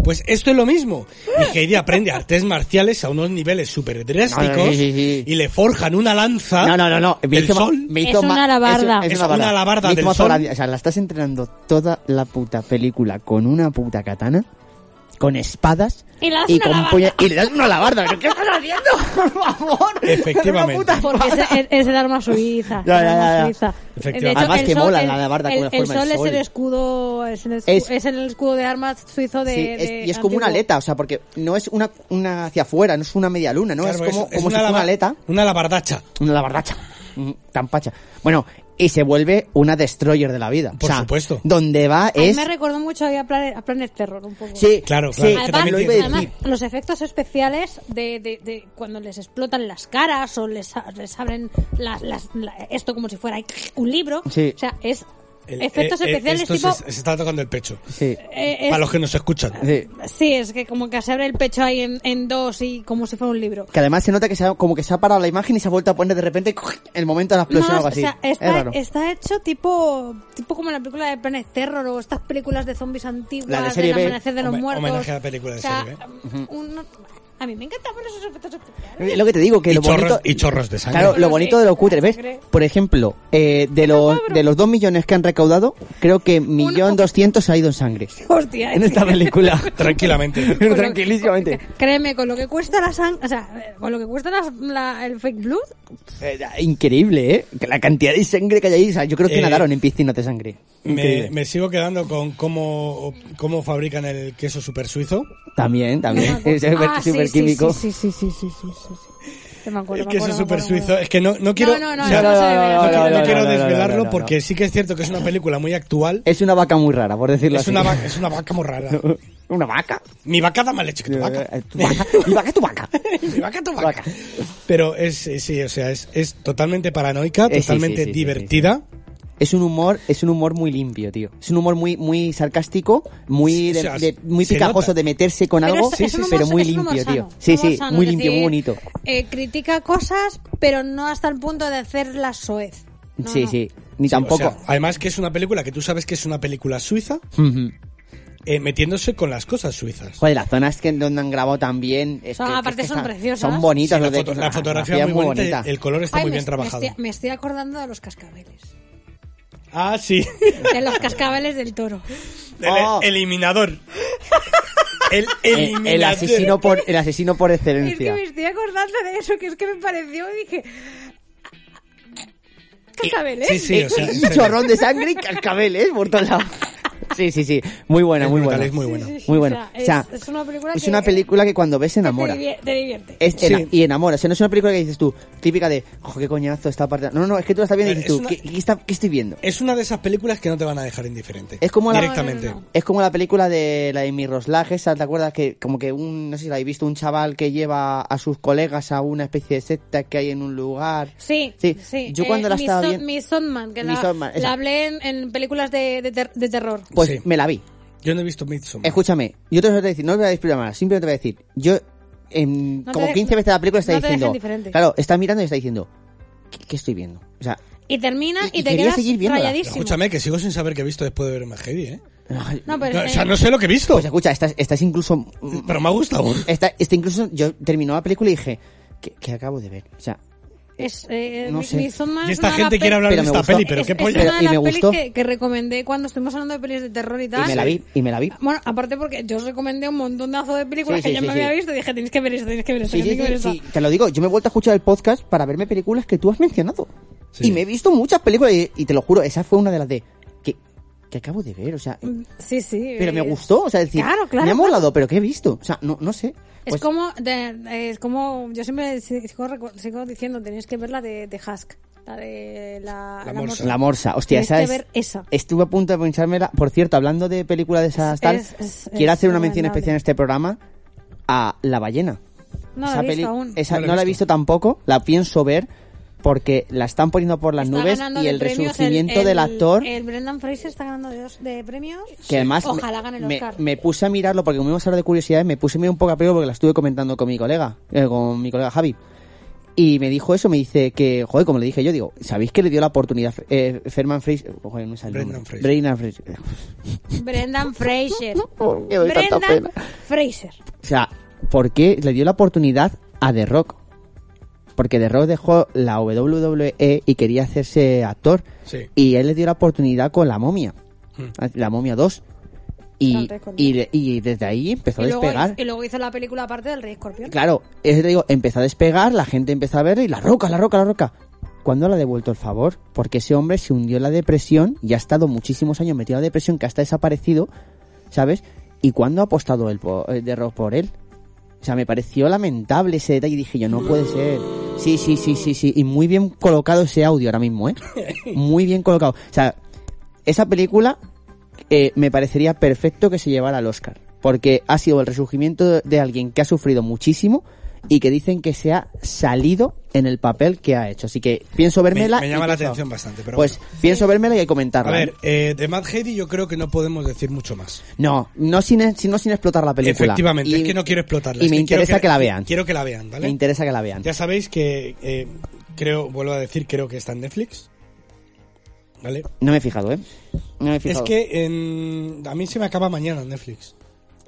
N: Pues esto es lo mismo. Y Heidi aprende artes marciales a unos niveles súper drásticos
A: No, sí, sí, sí.
N: y le forjan una lanza
A: No, no, no, no. me
N: del
A: hizo ma-
N: sol.
A: me hizo
O: Es
A: ma-
O: una alabarda.
A: Es,
N: Es
A: una,
N: una alabarda
A: Me hizo
N: del
A: más
N: sol.
A: gracia, O sea, la estás entrenando toda la puta película con una puta katana, con espadas
O: Y le das una
A: con
O: alabarda.
A: puña- y le das una alabarda. ¿Pero ¿Qué estás haciendo? Por favor.
N: Efectivamente.
A: Con una puta
O: porque es, es- es el arma suiza,
A: Ya,
O: el
A: ya,
O: arma
A: ya, ya.
O: suiza.
N: Efectivamente.
O: De hecho,
A: Además
O: el
A: que
O: sol-
A: mola
O: el-
A: la alabarda con
O: el-
A: la forma
O: el
A: del
O: sol es el
A: sol.
O: escudo es el, escu-
A: Es-
O: es el escudo de armas suizo de,
A: Sí, es-
O: de
A: y es como una
O: antiguo.
A: aleta, o sea, porque no es una, una hacia afuera, no es una media luna, ¿no?
N: Claro,
A: es como, como si fuera
N: laba-
A: una aleta,
N: Una labardacha.
A: una labardacha, mm, tan pacha. Bueno, y se vuelve una destroyer de la vida.
N: Por
A: o sea,
N: supueo.
A: Donde va
O: A mí
A: es...
O: me recordó mucho ahí a Planet, a Planet Terror un poco
A: Sí,
N: Claro,
A: sí,
N: claro,
A: que
N: Además-
A: también lo iba a decir.
O: Además, los efectos especiales de, de- de cuando les explotan las caras o les, a- les abren las, las- la- esto como si fuera un libro.
A: Sí.
O: O sea, es
N: El-
O: efectos
N: eh, eh,
O: especiales
N: esto
O: tipo...
N: se, se está tocando el pecho.
A: Sí,
O: eh, es-
N: Para los que nos escuchan.
A: sí.
O: Sí, es que como que se abre el pecho ahí en, en dos y como si fuera un libro.
A: Que además se nota que se ha, como que se ha parado la imagen y se ha vuelto a poner de repente el momento de la explosión o
O: No,
A: algo
O: o
A: así.
O: sea,
A: Pues es
O: está,
A: raro.
O: está hecho tipo tipo como la película de Planet Terror o estas películas de zombies antiguas,
A: La de serie B.
O: del amanecer de los
N: Home-
O: muertos.
N: homenaje a la película de
O: O sea,
N: serie B.
O: um, uno- a mí me encantaban esos efectos especiales.
A: Es lo que te digo, que
N: Y
A: lo
N: chorros-
A: bonito...
N: y chorros de sangre.
A: Claro, lo
O: Chorros
A: bonito
O: de-
A: de lo cutre, ¿ves?
O: sangre.
A: Por ejemplo, eh, de, los, de los dos millones que han recaudado, creo que millón doscientos ha ido en sangre.
O: Hostia,
A: En esta película.
N: Tranquilamente.
A: Pero tranquilísimamente.
O: Créeme, con lo que cuesta la sangre, o sea, con lo que cuesta la- la- el fake blood,
A: Era Eh, Increíble, ¿eh? Que La cantidad de sangre que hay ahí. o sea, yo creo que
N: Eh,
A: nadaron en piscinas de sangre.
N: Me,
A: Increíble.
N: me sigo quedando con cómo, cómo fabrican el queso super suizo.
A: También, también.
O: no me
A: Es súper
O: acuerdo. Ah, sí,
A: súper
O: sí,
A: químico.
O: Sí, sí, sí, sí, sí, sí, sí, sí. Ya me acuerdo,
N: El
O: me
N: queso
O: acuerdo, me
N: super
O: acuerdo, me
N: suizo.
O: acuerdo.
N: Es que no, no quiero.
O: No, no,
N: o sea,
O: no, no,
N: no
O: no,
N: quiero-
O: no,
N: no quiero
A: no, no,
N: desvelarlo
A: no, no.
N: porque sí que es cierto que es una película muy actual.
A: Es una vaca muy rara, por decirlo
N: Es
A: así.
N: una, vaca, es una vaca muy rara.
A: ¿Una vaca?
N: Mi vaca da más leche que tu vaca.
A: Eh, tu vaca. Mi vaca es tu vaca.
N: Mi vaca, tu
A: Vaca.
N: vaca. Pero es, eh, sí, o sea, es, es totalmente paranoica,
A: Eh, sí, sí,
N: totalmente
A: sí, sí,
N: divertida.
A: Es un humor, es un humor muy limpio, tío. Es un humor muy, muy sarcástico, muy,
N: O
A: de-
N: sea,
A: de- muy
N: se
A: picajoso
N: nota.
A: de meterse con
O: Pero
A: algo,
O: es- es un humor-
A: pero muy
O: es un humor
A: limpio, tío.
O: sano,
A: Sí,
O: un humor
A: sí,
O: sano,
A: muy
O: es
A: limpio, muy
O: decir,
A: bonito.
O: eh, critica cosas, pero no hasta el punto de hacer la soez. No,
A: sí,
O: no.
A: sí. Ni
N: Sí, o
A: tampoco.
N: sea, además que es una película que tú sabes que es una película suiza,
A: Ujú.
N: eh, metiéndose con las cosas suizas.
A: Joder, las zonas que donde han grabado también. es
O: Son-
A: que-
O: aparte
A: es que
O: son
A: están-
O: preciosas.
A: Son bonitas.
N: Sí,
A: lo
N: la,
A: de-
N: foto- la fotografía es muy bonita, y el color está
O: Ay,
N: muy
O: me,
N: bien
O: me
N: trabajado.
O: estoy, me estoy acordando de los cascabeles.
N: Ah, sí.
O: De los cascabeles del toro.
N: El
A: Oh.
N: eliminador. El
A: El,
N: eliminador.
A: el asesino por, el asesino por
O: Es que
A: excelencia.
O: me estoy acordando de eso, que es que me pareció y dije... Cascabeles.
N: Sí, sí, o sea,
O: ¿eh?
A: Y chorrón de sangre y cascabeles por todos lados. Sí, sí, sí. Muy buena,
N: Es
A: muy
N: brutal,
A: buena.
N: es muy buena. Sí, sí, sí,
A: Muy buena.
O: o sea, es- es una película
A: es
O: que-
A: una película que cuando ves se enamora.
O: Te, divier- te divierte.
A: Es ena- Y enamora. O sea, no es una película que dices tú, típica de, ojo, qué coñazo esta parte. No, no, es que tú la estás viendo y dices
N: Pero es
A: tú,
N: una-
A: ¿qué, qué está- qué estoy viendo?
N: Es una de esas películas que no te van a dejar indiferente.
A: Es como la,
N: Directamente.
A: Es como la película de la de Miroslav esa, ¿te acuerdas? Que como que un, no sé si la habéis visto, un chaval que lleva a sus colegas a una especie de secta que hay en un lugar.
O: Sí,
A: Sí.
O: sí.
A: Yo cuando la
O: Miss
A: estaba
O: Son-
A: viendo-
O: Miss Sandman, que la,
A: Miss Sandman, esa.
O: la hablé en, en películas de, de ter- de terror.
A: Pues me la vi.
N: Yo no he visto Midsommar.
A: Escúchame, yo te lo voy a decir, no os voy a decir más, simplemente te voy a decir, yo en
O: No te
A: como
O: de-
A: 15 veces la película está
O: no te deja
A: diciendo,
O: indiferente.
A: claro, está mirando y está diciendo, ¿qué, qué estoy viendo? O sea,
O: Y termina y,
A: y
O: te
A: quería
O: quedas
A: seguir viéndola.
O: rayadísimo.
N: Escúchame, que sigo sin saber qué he visto después de ver Magedi, ¿eh?
O: No, pero
N: No,
O: Pues es
N: o
O: que-
N: sea, no sé lo que he visto.
A: pues escucha, esta, esta es incluso...
N: Pero me ha gustado.
A: Esta, esta incluso, yo terminó la película y dije, ¿qué, qué acabo de ver? O sea,
O: es, eh,
A: no sé.
O: Midsommar
N: Y
O: es
N: esta
O: una de las
N: gente quiere
O: pe-
N: hablar
A: Pero
N: de
A: me
N: esta
A: gustó.
N: peli, pero
A: Es-
N: qué
A: es una
N: polla.
O: una de
A: y me
O: las pelis
A: gustó.
O: que, que recomendé cuando estuvimos hablando de pelis de terror y tal.
A: y me la vi, y me la vi.
O: Bueno, aparte porque yo os recomendé un montonazo de películas
A: Sí, sí,
O: que ya
A: sí,
O: me
A: sí.
O: había visto y dije, tenéis que ver esto, tenéis que ver
A: Sí,
O: esto,
A: sí,
O: tenéis que ver
A: sí,
O: esto.
A: sí, te lo digo, yo me he vuelto a escuchar el podcast para verme películas que tú has mencionado. Y me he visto muchas películas y, y te lo juro, esa fue una de las de... ¿Qué, qué acabo de ver? O sea,
O: Sí, sí.
A: pero me
O: es-
A: gustó, o sea, es decir,
O: Claro, claro,
A: me ha molado, pero ¿qué he visto? O sea, no, no sé.
O: Es
A: Pues-
O: como, de- de- es como, yo siempre si- sigo, reco- sigo diciendo, tenéis que ver la de, de Husk, la de la, la morsa.
A: La morsa, hostia,
O: Tenéis
A: esa
O: que
A: es.
O: ver esa.
A: Estuve a punto de pensármela. Por cierto, hablando de películas de esas
O: Es-
A: tal,
O: es- es-
A: quiero
O: es
A: hacer una mención
O: recomendable.
A: especial en este programa a La ballena.
O: No la
A: Esa
O: he visto
A: peli-
O: aún.
A: esa- no, la he visto tampoco, la pienso ver porque la están poniendo por las
O: Está
A: nubes
O: ganando
A: y
O: de
A: el
O: premios
A: resurgimiento
O: el-
A: del
O: el-
A: actor.
O: El Brendan Fraser está ganando de, dos- de premios.
A: que además me-
O: Ojalá gane el
A: me,
O: Oscar.
A: me puse a mirarlo porque como íbamos a hablar de curiosidades me puse a mirar un poco a pelo porque la estuve comentando con mi colega eh, con mi colega Javi y me dijo eso me dice que joder como le dije yo digo sabéis que le dio la oportunidad eh, Ferman Fraser joder, no me sale el
N: Brendan
A: nombre.
N: Fraser.
A: Brendan Fraser
O: Brendan Fraser.
A: me doy tanta
O: Brendan Fraser.
A: o sea ¿por qué le dio la oportunidad a The Rock? porque The Rock dejó la WWE y quería hacerse actor
N: Sí.
A: y él le dio la oportunidad con La Momia La Momia 2 y,
O: Antes con-
A: y, y desde ahí empezó a
O: Y luego,
A: despegar
O: y luego hizo la película aparte del Rey Escorpión.
A: Claro, es que te digo, empezó a despegar, la gente empezó a ver y la roca, la roca, la roca. ¿Cuándo le ha devuelto el favor? Porque ese hombre se hundió en la depresión y ha estado muchísimos años metido en la depresión que hasta ha desaparecido, ¿sabes? ¿Y cuándo ha apostado el, po- el de Rock por él? O sea, me pareció lamentable ese detalle y dije yo, no puede ser. Sí, sí, sí, sí, sí. Y muy bien colocado ese audio ahora mismo, ¿eh? Muy bien colocado. O sea, esa película eh, me parecería perfecto que se llevara al Oscar. Porque ha sido el resurgimiento de- de alguien que ha sufrido muchísimo y que dicen que se ha salido en el papel que ha hecho. Así que pienso
N: Me,
A: vérmela.
N: me
A: y
N: llama la
A: pienso-
N: atención bastante, pero
A: Pues
N: bueno.
A: pienso vérmela y comentarla.
N: A ver,
A: ¿eh?
N: eh, de Mad Heidi yo creo que no podemos decir mucho más.
A: No, no sin, si- no sin explotar la película.
N: Efectivamente,
A: Y
N: es que no quiero explotarla.
A: y
N: es
A: me
N: que quiero
A: interesa que la vean.
N: Quiero que la vean, ¿vale?
A: Me interesa que la vean.
N: Ya sabéis que, eh, creo, vuelvo a decir, creo que está en Netflix. ¿Vale?
A: No me he fijado, ¿eh? No me he
N: Es
A: fijado.
N: que en- a mí se me acaba mañana en Netflix.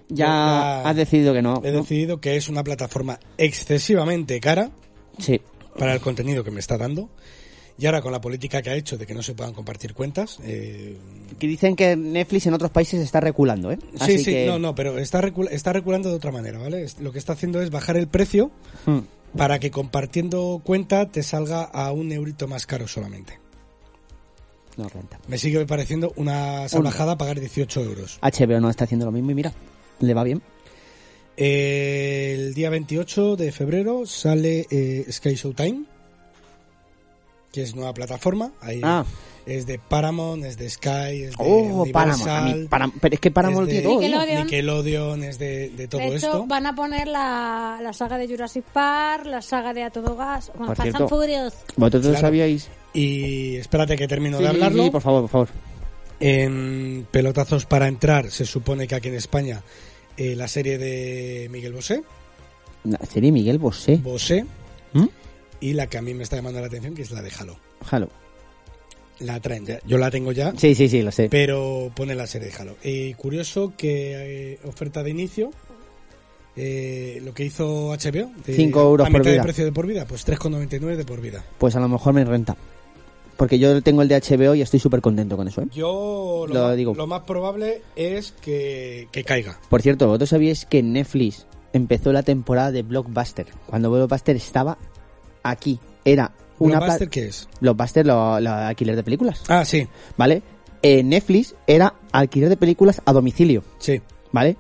A: ya
N: la-
A: has decidido que no.
N: He
A: ¿no?
N: decidido que es una plataforma excesivamente cara
A: Sí.
N: para el contenido que me está dando. Y ahora con la política que ha hecho de que no se puedan compartir cuentas. eh,
A: Que dicen que Netflix en otros países está reculando, ¿eh?
N: sí,
A: Así
N: sí,
A: que-
N: no, no, pero está, recul- está reculando de otra manera, ¿vale? Es- Lo que está haciendo es bajar el precio
A: Hmm.
N: para que compartiendo cuenta te salga a un eurito más caro solamente.
A: No renta.
N: Me sigue pareciendo una salvajada pagar 18 euros.
A: HBO no está haciendo lo mismo y mira, le va bien.
N: Eh, el día 28 de febrero sale eh, Sky Showtime, que es nueva plataforma. Ahí
A: Ah.
N: Es de Paramount, es de Sky, es de
A: Oh, Paramount. a
N: Eh, Universal,
A: mí, Param- pero es que Paramount
N: es
A: tiene
N: de
A: todo. tío.
O: Nickelodeon.
N: Nickelodeon, es de, de todo
O: de hecho,
N: esto.
O: van a poner la, la saga de Jurassic Park, la saga de A Todo Gas, bueno,
A: Por
O: Fast
A: cierto,
O: and Furious.
A: ¿Vosotros
N: Claro.
A: sabíais?
N: Y espérate que termino
A: Sí,
N: de hablarlo.
A: sí, por favor, por favor.
N: En Pelotazos para entrar, se supone que aquí en España eh, la serie de Miguel Bosé,
A: La serie Miguel pues Bosé.
N: Bosé,
A: ¿Mm?
N: y la que a mí me está llamando la atención, que es la de Halo.
A: Jalo.
N: La traen ya. Yo la tengo ya,
A: Sí, sí, sí, lo sé.
N: pero pone la serie de Halo. Y curioso que eh, oferta de inicio, eh, lo que hizo HBO, de,
A: Cinco euros
N: a
A: por
N: mitad de
A: vida.
N: precio de por vida, pues 3,99 de por vida.
A: Pues a lo mejor me renta. Porque yo tengo el de HBO y estoy súper contento con eso, ¿eh?
N: Yo lo,
A: Lo
N: más,
A: digo.
N: lo más probable es que, que caiga.
A: Por cierto, vosotros sabíais que Netflix empezó la temporada de Blockbuster. Cuando Blockbuster estaba aquí. Era una
N: ¿Blockbuster
A: pla-
N: qué es?
A: Blockbuster, lo, lo alquiler de películas.
N: Ah, sí.
A: ¿Vale? eh, Netflix era alquiler de películas a domicilio.
N: Sí.
A: ¿Vale?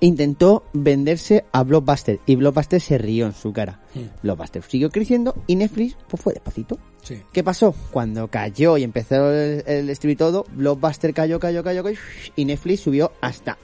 A: Intentó venderse a Blockbuster y Blockbuster se rió en su cara.
N: Sí.
A: Blockbuster siguió creciendo y Netflix pues fue despacito.
N: Sí.
A: ¿Qué pasó? Cuando cayó y empezó el, el stream y todo, Blockbuster cayó, cayó, cayó, cayó y Netflix subió hasta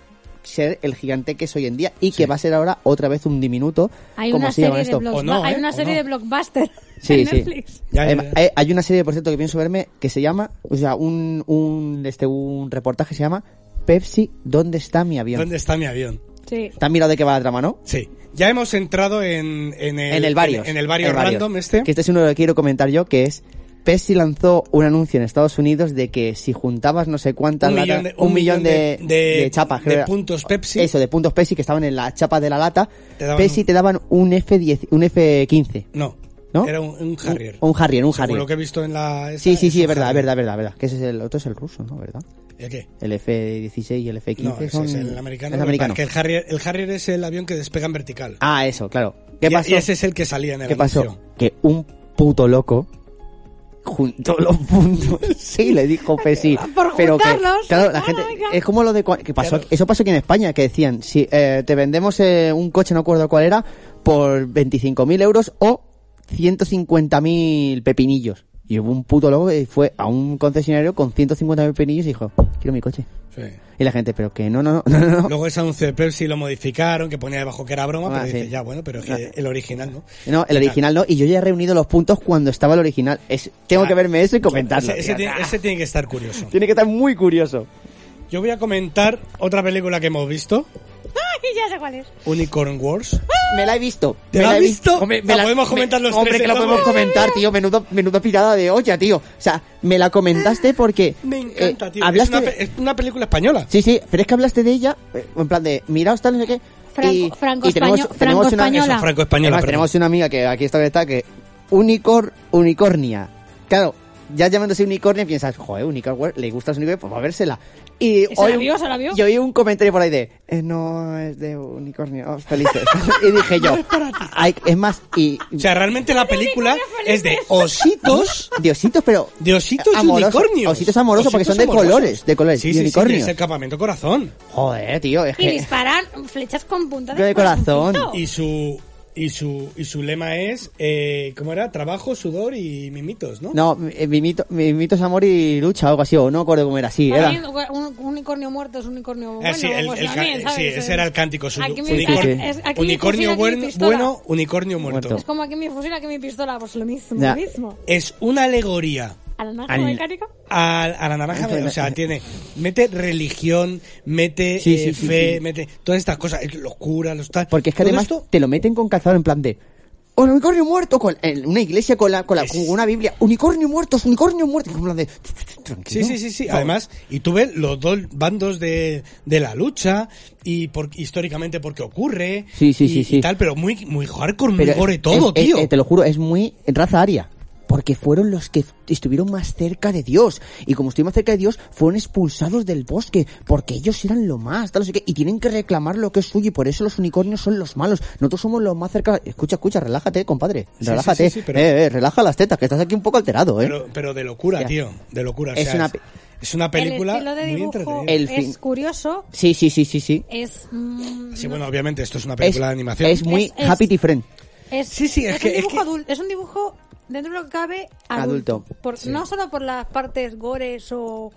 A: ser el gigante que es hoy en día y que va a ser ahora otra vez un diminuto.
O: Hay
A: como
O: una
A: siga con
O: serie, de,
A: esto.
O: blockbu-
N: eh?
O: hay una serie de blockbuster
A: Sí,
O: en
A: sí.
O: Netflix.
A: Em, Hay, hay una serie, por cierto, que pienso verme que se llama, o sea, un, un, este, un reportaje que se llama Pepsi, ¿dónde está mi avión?
N: ¿Dónde está mi avión?
O: Sí.
A: ¿Te has mirado de qué va la trama, no?
N: Sí. Ya hemos entrado en, en el,
A: en el varios.
N: En, el varios
A: En
N: random este.
A: Que este es uno que quiero comentar yo, que es Pepsi lanzó un anuncio en Estados Unidos de que si juntabas no sé cuántas
N: Un
A: latas-
N: millón de-
A: un,
N: un
A: millón de,
N: millón de- de-
A: de chapas,
N: de
A: creo que era.
N: puntos Pepsi.
A: Eso, de puntos Pepsi que estaban en la chapa de la lata.
N: Te daban
A: Pepsi
N: un-
A: te daban un F10, un F15.
N: No.
A: ¿No?
N: Era un, un Harrier.
A: Un Harrier, un
N: Según
A: Harrier.
N: lo que he visto en la. esta,
A: Sí, sí, sí,
N: un
A: es verdad, es
N: Harrier.
A: verdad, es verdad, es verdad. Que ese es el otro es el ruso, ¿no? ¿Verdad?
N: ¿El qué?
A: El F16 y el F15
N: No, ese
A: son-
N: es el americano.
A: es
N: lo que pasa
A: americano.
N: es Que el, Harrier, el Harrier es el avión que despega en vertical.
A: Ah, eso, claro. ¿Qué
N: Y-
A: pasó?
N: Y ese es el que salía en el
A: ¿Qué pasó?
N: anuncio.
A: Que un puto loco juntó los puntos. Sí, le dijo Pepsi.
O: Por
A: pero que,
O: juntarlos.
A: claro, la
O: Ah,
A: gente
O: venga.
A: es como lo de cua- que pasó,
N: Claro.
A: eso pasó aquí en España que decían, si eh, te vendemos eh, un coche, no acuerdo cuál era, por 25.000 euros o 150.000 pepinillos. Y hubo un puto loco que fue a un concesionario con 150.000 pepinillos y dijo, quiero mi coche.
N: Sí.
A: Y la gente, pero que no, no, no, no, no.
N: Luego ese anuncio de Pepsi lo modificaron, que ponía debajo que era broma,
A: Ah,
N: pero
A: sí. Ah.
N: dice, ya, bueno, pero es que el original, ¿no?
A: No, el original no, y yo ya he reunido los puntos cuando estaba el original. Es, tengo que verme eso y comentarlo.
N: Ese, ese
A: tío.
N: tiene, ese tiene que estar curioso.
A: Tiene que estar muy curioso.
N: Yo voy a comentar otra película que hemos visto,
O: Ay, ya sé cuál es.
A: Eh,
N: Unicorn Wars.
A: Me la he visto.
N: ¿Te
A: me
N: la has
A: he
N: visto?
A: Hombre,
N: La podemos comentar los
A: hombre,
N: tres,
A: que la
N: ¿no?
A: podemos comentar, tío. Menudo, menudo pirada de olla, tío. O sea, me la comentaste porque...
N: Me encanta,
A: eh,
N: tío.
A: Hablaste...
N: Es, una, pe- es una película española.
A: Sí, sí, pero es que hablaste de ella eh, en plan de miraos tal, no sé qué.
O: Franco-
A: y,
O: franco
A: y tenemos,
O: español-
A: tenemos
O: franco
A: una
O: española. Eso,
N: franco española,
A: Además,
N: perdón.
A: tenemos una amiga que aquí está que está que unicor unicornia. Claro, ya llamándose unicornia piensas, joder, unicornio, le gusta los unicornios, pues va a vérsela. Y
O: ¿Se la vio? ¿Se la vio?
A: Yo oí un comentario por ahí de, "Eh, no es de unicornio, oh, felices. y dije yo, "Ay, es más, y
N: O sea, realmente la película es de ositos.
A: Diositos, pero
N: De ositos
A: Amorosos.
N: y unicornios.
A: Eh, Ositos amorosos, porque son de colores, de colores,
N: Sí,
A: y
N: sí, sí,
A: unicornios.
N: es el campamento corazón.
A: joder, tío, es
O: Y
A: que
O: disparan flechas con punta
A: Yo de corazón.
O: corazoncito.
N: Y su, y su, y su lema es, eh, ¿cómo era? Trabajo, sudor y mimitos, ¿no?
A: No, eh, Mimito, Mimito es amor y lucha, algo así, o no acuerdo cómo era, sí,
O: Para mí,
A: era.
O: un un unicornio muerto es un unicornio bueno.
N: Ah, sí, el-
O: pues
N: el
O: a
N: ca-
O: mí, ¿sabes?
N: sí, ese era el cántico su
O: Aquí mi-
N: unicornio,
A: Sí, sí.
O: es- aquí mi
N: unicornio
O: fusil, aquí mi
N: bueno,
O: pistola.
N: bueno, unicornio muerto.
A: Muerto.
O: Es como aquí mi fusil, aquí mi pistola, pues lo mismo,
A: Ya.
O: lo mismo.
N: Es una alegoría
O: ¿A la naranja
A: Al-
O: mecánica?
N: a, a la naranja,
A: Eso era-
N: o sea, tiene mete religión, mete
A: eh, Sí, sí,
N: eh,
A: sí,
N: fe,
A: sí.
N: mete todas estas cosas, eh, locura, los tal.
A: Porque es que
N: Todo
A: además
N: esto-
A: te lo meten con calzado en plan de "Oh, unicornio muerto con en una iglesia con la con, la, con una Biblia, unicornio muertos, unicornio muerto, en plan de
N: Sí,
A: tranquilo.
N: sí, sí, sí. Además, y tú ves los dos bandos de, de la lucha y por, históricamente por qué ocurre
A: Sí, sí,
N: y,
A: sí,
N: y
A: sí.
N: tal, pero muy, muy hardcore, muy
A: Pero
N: gore
A: es-
N: todo,
A: es-
N: tío.
A: es- te lo juro, es muy raza aria. Porque fueron los que f- estuvieron más cerca de Dios. Y como estuvieron más cerca de Dios, fueron expulsados del bosque. Porque ellos eran lo más, tal, no sé qué. Y tienen que reclamar lo que es suyo. Y por eso los unicornios son los malos. Nosotros somos los más cerca. Escucha, escucha, relájate, compadre.
N: sí,
A: Relájate.
N: sí, sí, pero-
A: Eh, eh, relaja las tetas, que estás aquí un poco alterado, eh.
N: pero, pero de locura,
A: Ya.
N: tío. De locura. o
A: Es
N: sea,
A: una
N: es,
A: pe-
N: es una película
O: el estilo de
N: muy
O: dibujo
N: entretenida.
A: El
O: es
A: fin.
O: curioso,
A: Sí, sí, sí, sí, sí.
O: es... mm,
N: Sí,
O: no-
N: bueno, obviamente esto es una película de animación.
A: es muy
O: Es- es-
A: happy different.
O: es,
N: sí, sí, es
O: es
N: que-
O: un
N: es
O: dibujo
N: que-
O: adulto, es un dibujo dentro de lo que cabe adulto.
A: Adulto,
O: Por- No solo por las partes gores o,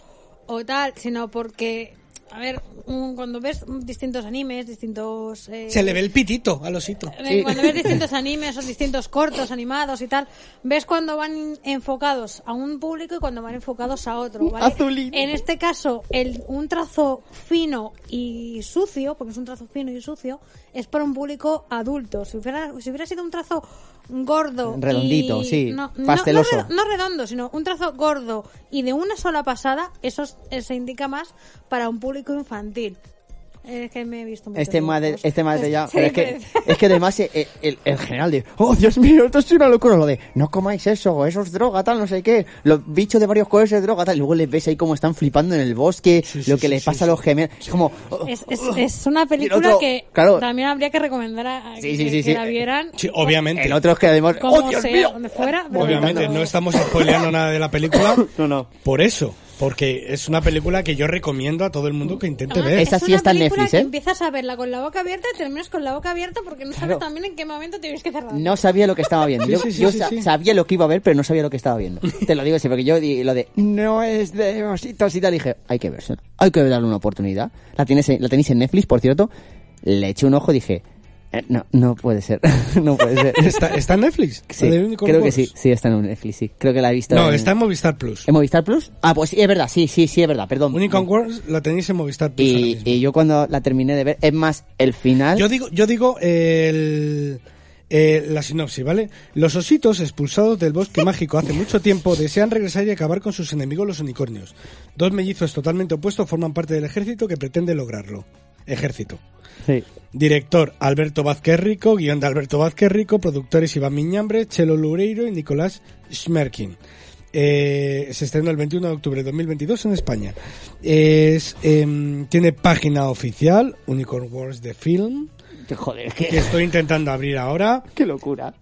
O: o tal, sino porque... A ver, mm, cuando ves distintos animes, distintos... eh,
N: Se le ve el pitito al osito.
O: Eh, Cuando ves distintos animes o distintos cortos animados y tal, ves cuando van enfocados a un público y cuando van enfocados a otro. ¿vale?
A: Azulito.
O: En este caso, el, un trazo fino y sucio, porque es un trazo fino y sucio, es para un público adulto. Si hubiera, si hubiera sido un trazo gordo, y-
A: Redondito, sí, pasteloso.
O: No, redo- no redondo, sino un trazo gordo y de una sola pasada, eso es- eh, se indica más para un público infantil. Es que me he visto muchos
A: Este madre,
O: dibujos.
A: este madre ya.
O: Sí, pues.
A: Pero es que,
O: pero-
A: es que además eh, eh, el, el general de, oh Dios mío, esto es una locura. Lo de, no comáis eso, eso es droga, tal, no sé qué. Los bichos de varios colores es droga, tal. Y luego les ves ahí como están flipando en el bosque,
N: sí,
A: lo que
N: sí,
A: les
N: sí,
A: pasa a los gemelos. Es como, oh,
O: Es, es, es una película
A: otro,
O: que
A: claro.
O: también habría que recomendar a, a
A: Sí,
O: que-
A: sí, sí,
O: que
A: sí.
O: la vieran.
N: Sí, obviamente.
A: el otro es que además,
O: Como
A: oh Dios
O: sea,
A: mío.
O: donde fuera. pero
N: Obviamente,
O: cuando-
N: no estamos spoileando nada de la película.
A: No, no.
N: Por eso. Porque es una película que yo recomiendo a todo el mundo que intente
O: Además,
N: ver.
A: esa
O: es
A: sí
O: una
A: está en
O: película
A: Netflix,
O: que
A: ¿eh?
O: empiezas a verla con la boca abierta y terminas con la boca abierta porque no sabes
A: Claro.
O: también en qué momento tienes que cerrar.
A: No sabía lo que estaba viendo.
O: Sí,
A: Yo,
O: sí, sí,
A: yo
O: sí,
A: sa-
O: sí.
A: sabía lo que iba a ver, pero no sabía lo que estaba viendo. Te lo digo siempre, porque yo di lo de no es de ositos y tal. Dije, hay que verse, hay que darle una oportunidad. La, tienes en- la tenéis en Netflix, por cierto. Le eché un ojo y dije, "Eh, no, no puede ser, no puede ser.
N: ¿Está, está en Netflix?
A: Sí,
N: ¿La de Unicorn
A: creo que
N: Wars?
A: sí, sí, está en Netflix, sí. Creo que la he visto.
N: No,
A: en-
N: está en Movistar Plus.
A: ¿En Movistar Plus? Ah, pues sí, es verdad, sí, sí, sí, es verdad, perdón.
N: Unicorn Wars la tenéis en Movistar Plus. ahora
A: y,
N: mismo.
A: y yo cuando la terminé de ver, es más, el final.
N: Yo digo, yo digo eh, el- eh, la sinopsis, ¿vale? Los ositos expulsados del bosque mágico hace mucho tiempo desean regresar y acabar con sus enemigos los unicornios. Dos mellizos totalmente opuestos forman parte del ejército que pretende lograrlo. Ejército.
A: Sí.
N: Director Alberto Vázquez Rico, guión de Alberto Vázquez Rico, productores Iván Miñambre, Chelo Loureiro y Nicolás Schmerkin. Eh, se estrenó el 21 de octubre de 2022 en España. Es, em, tiene página oficial, Unicorn Wars The Film,
A: Joder, qué,
N: que estoy intentando abrir ahora.
A: qué locura.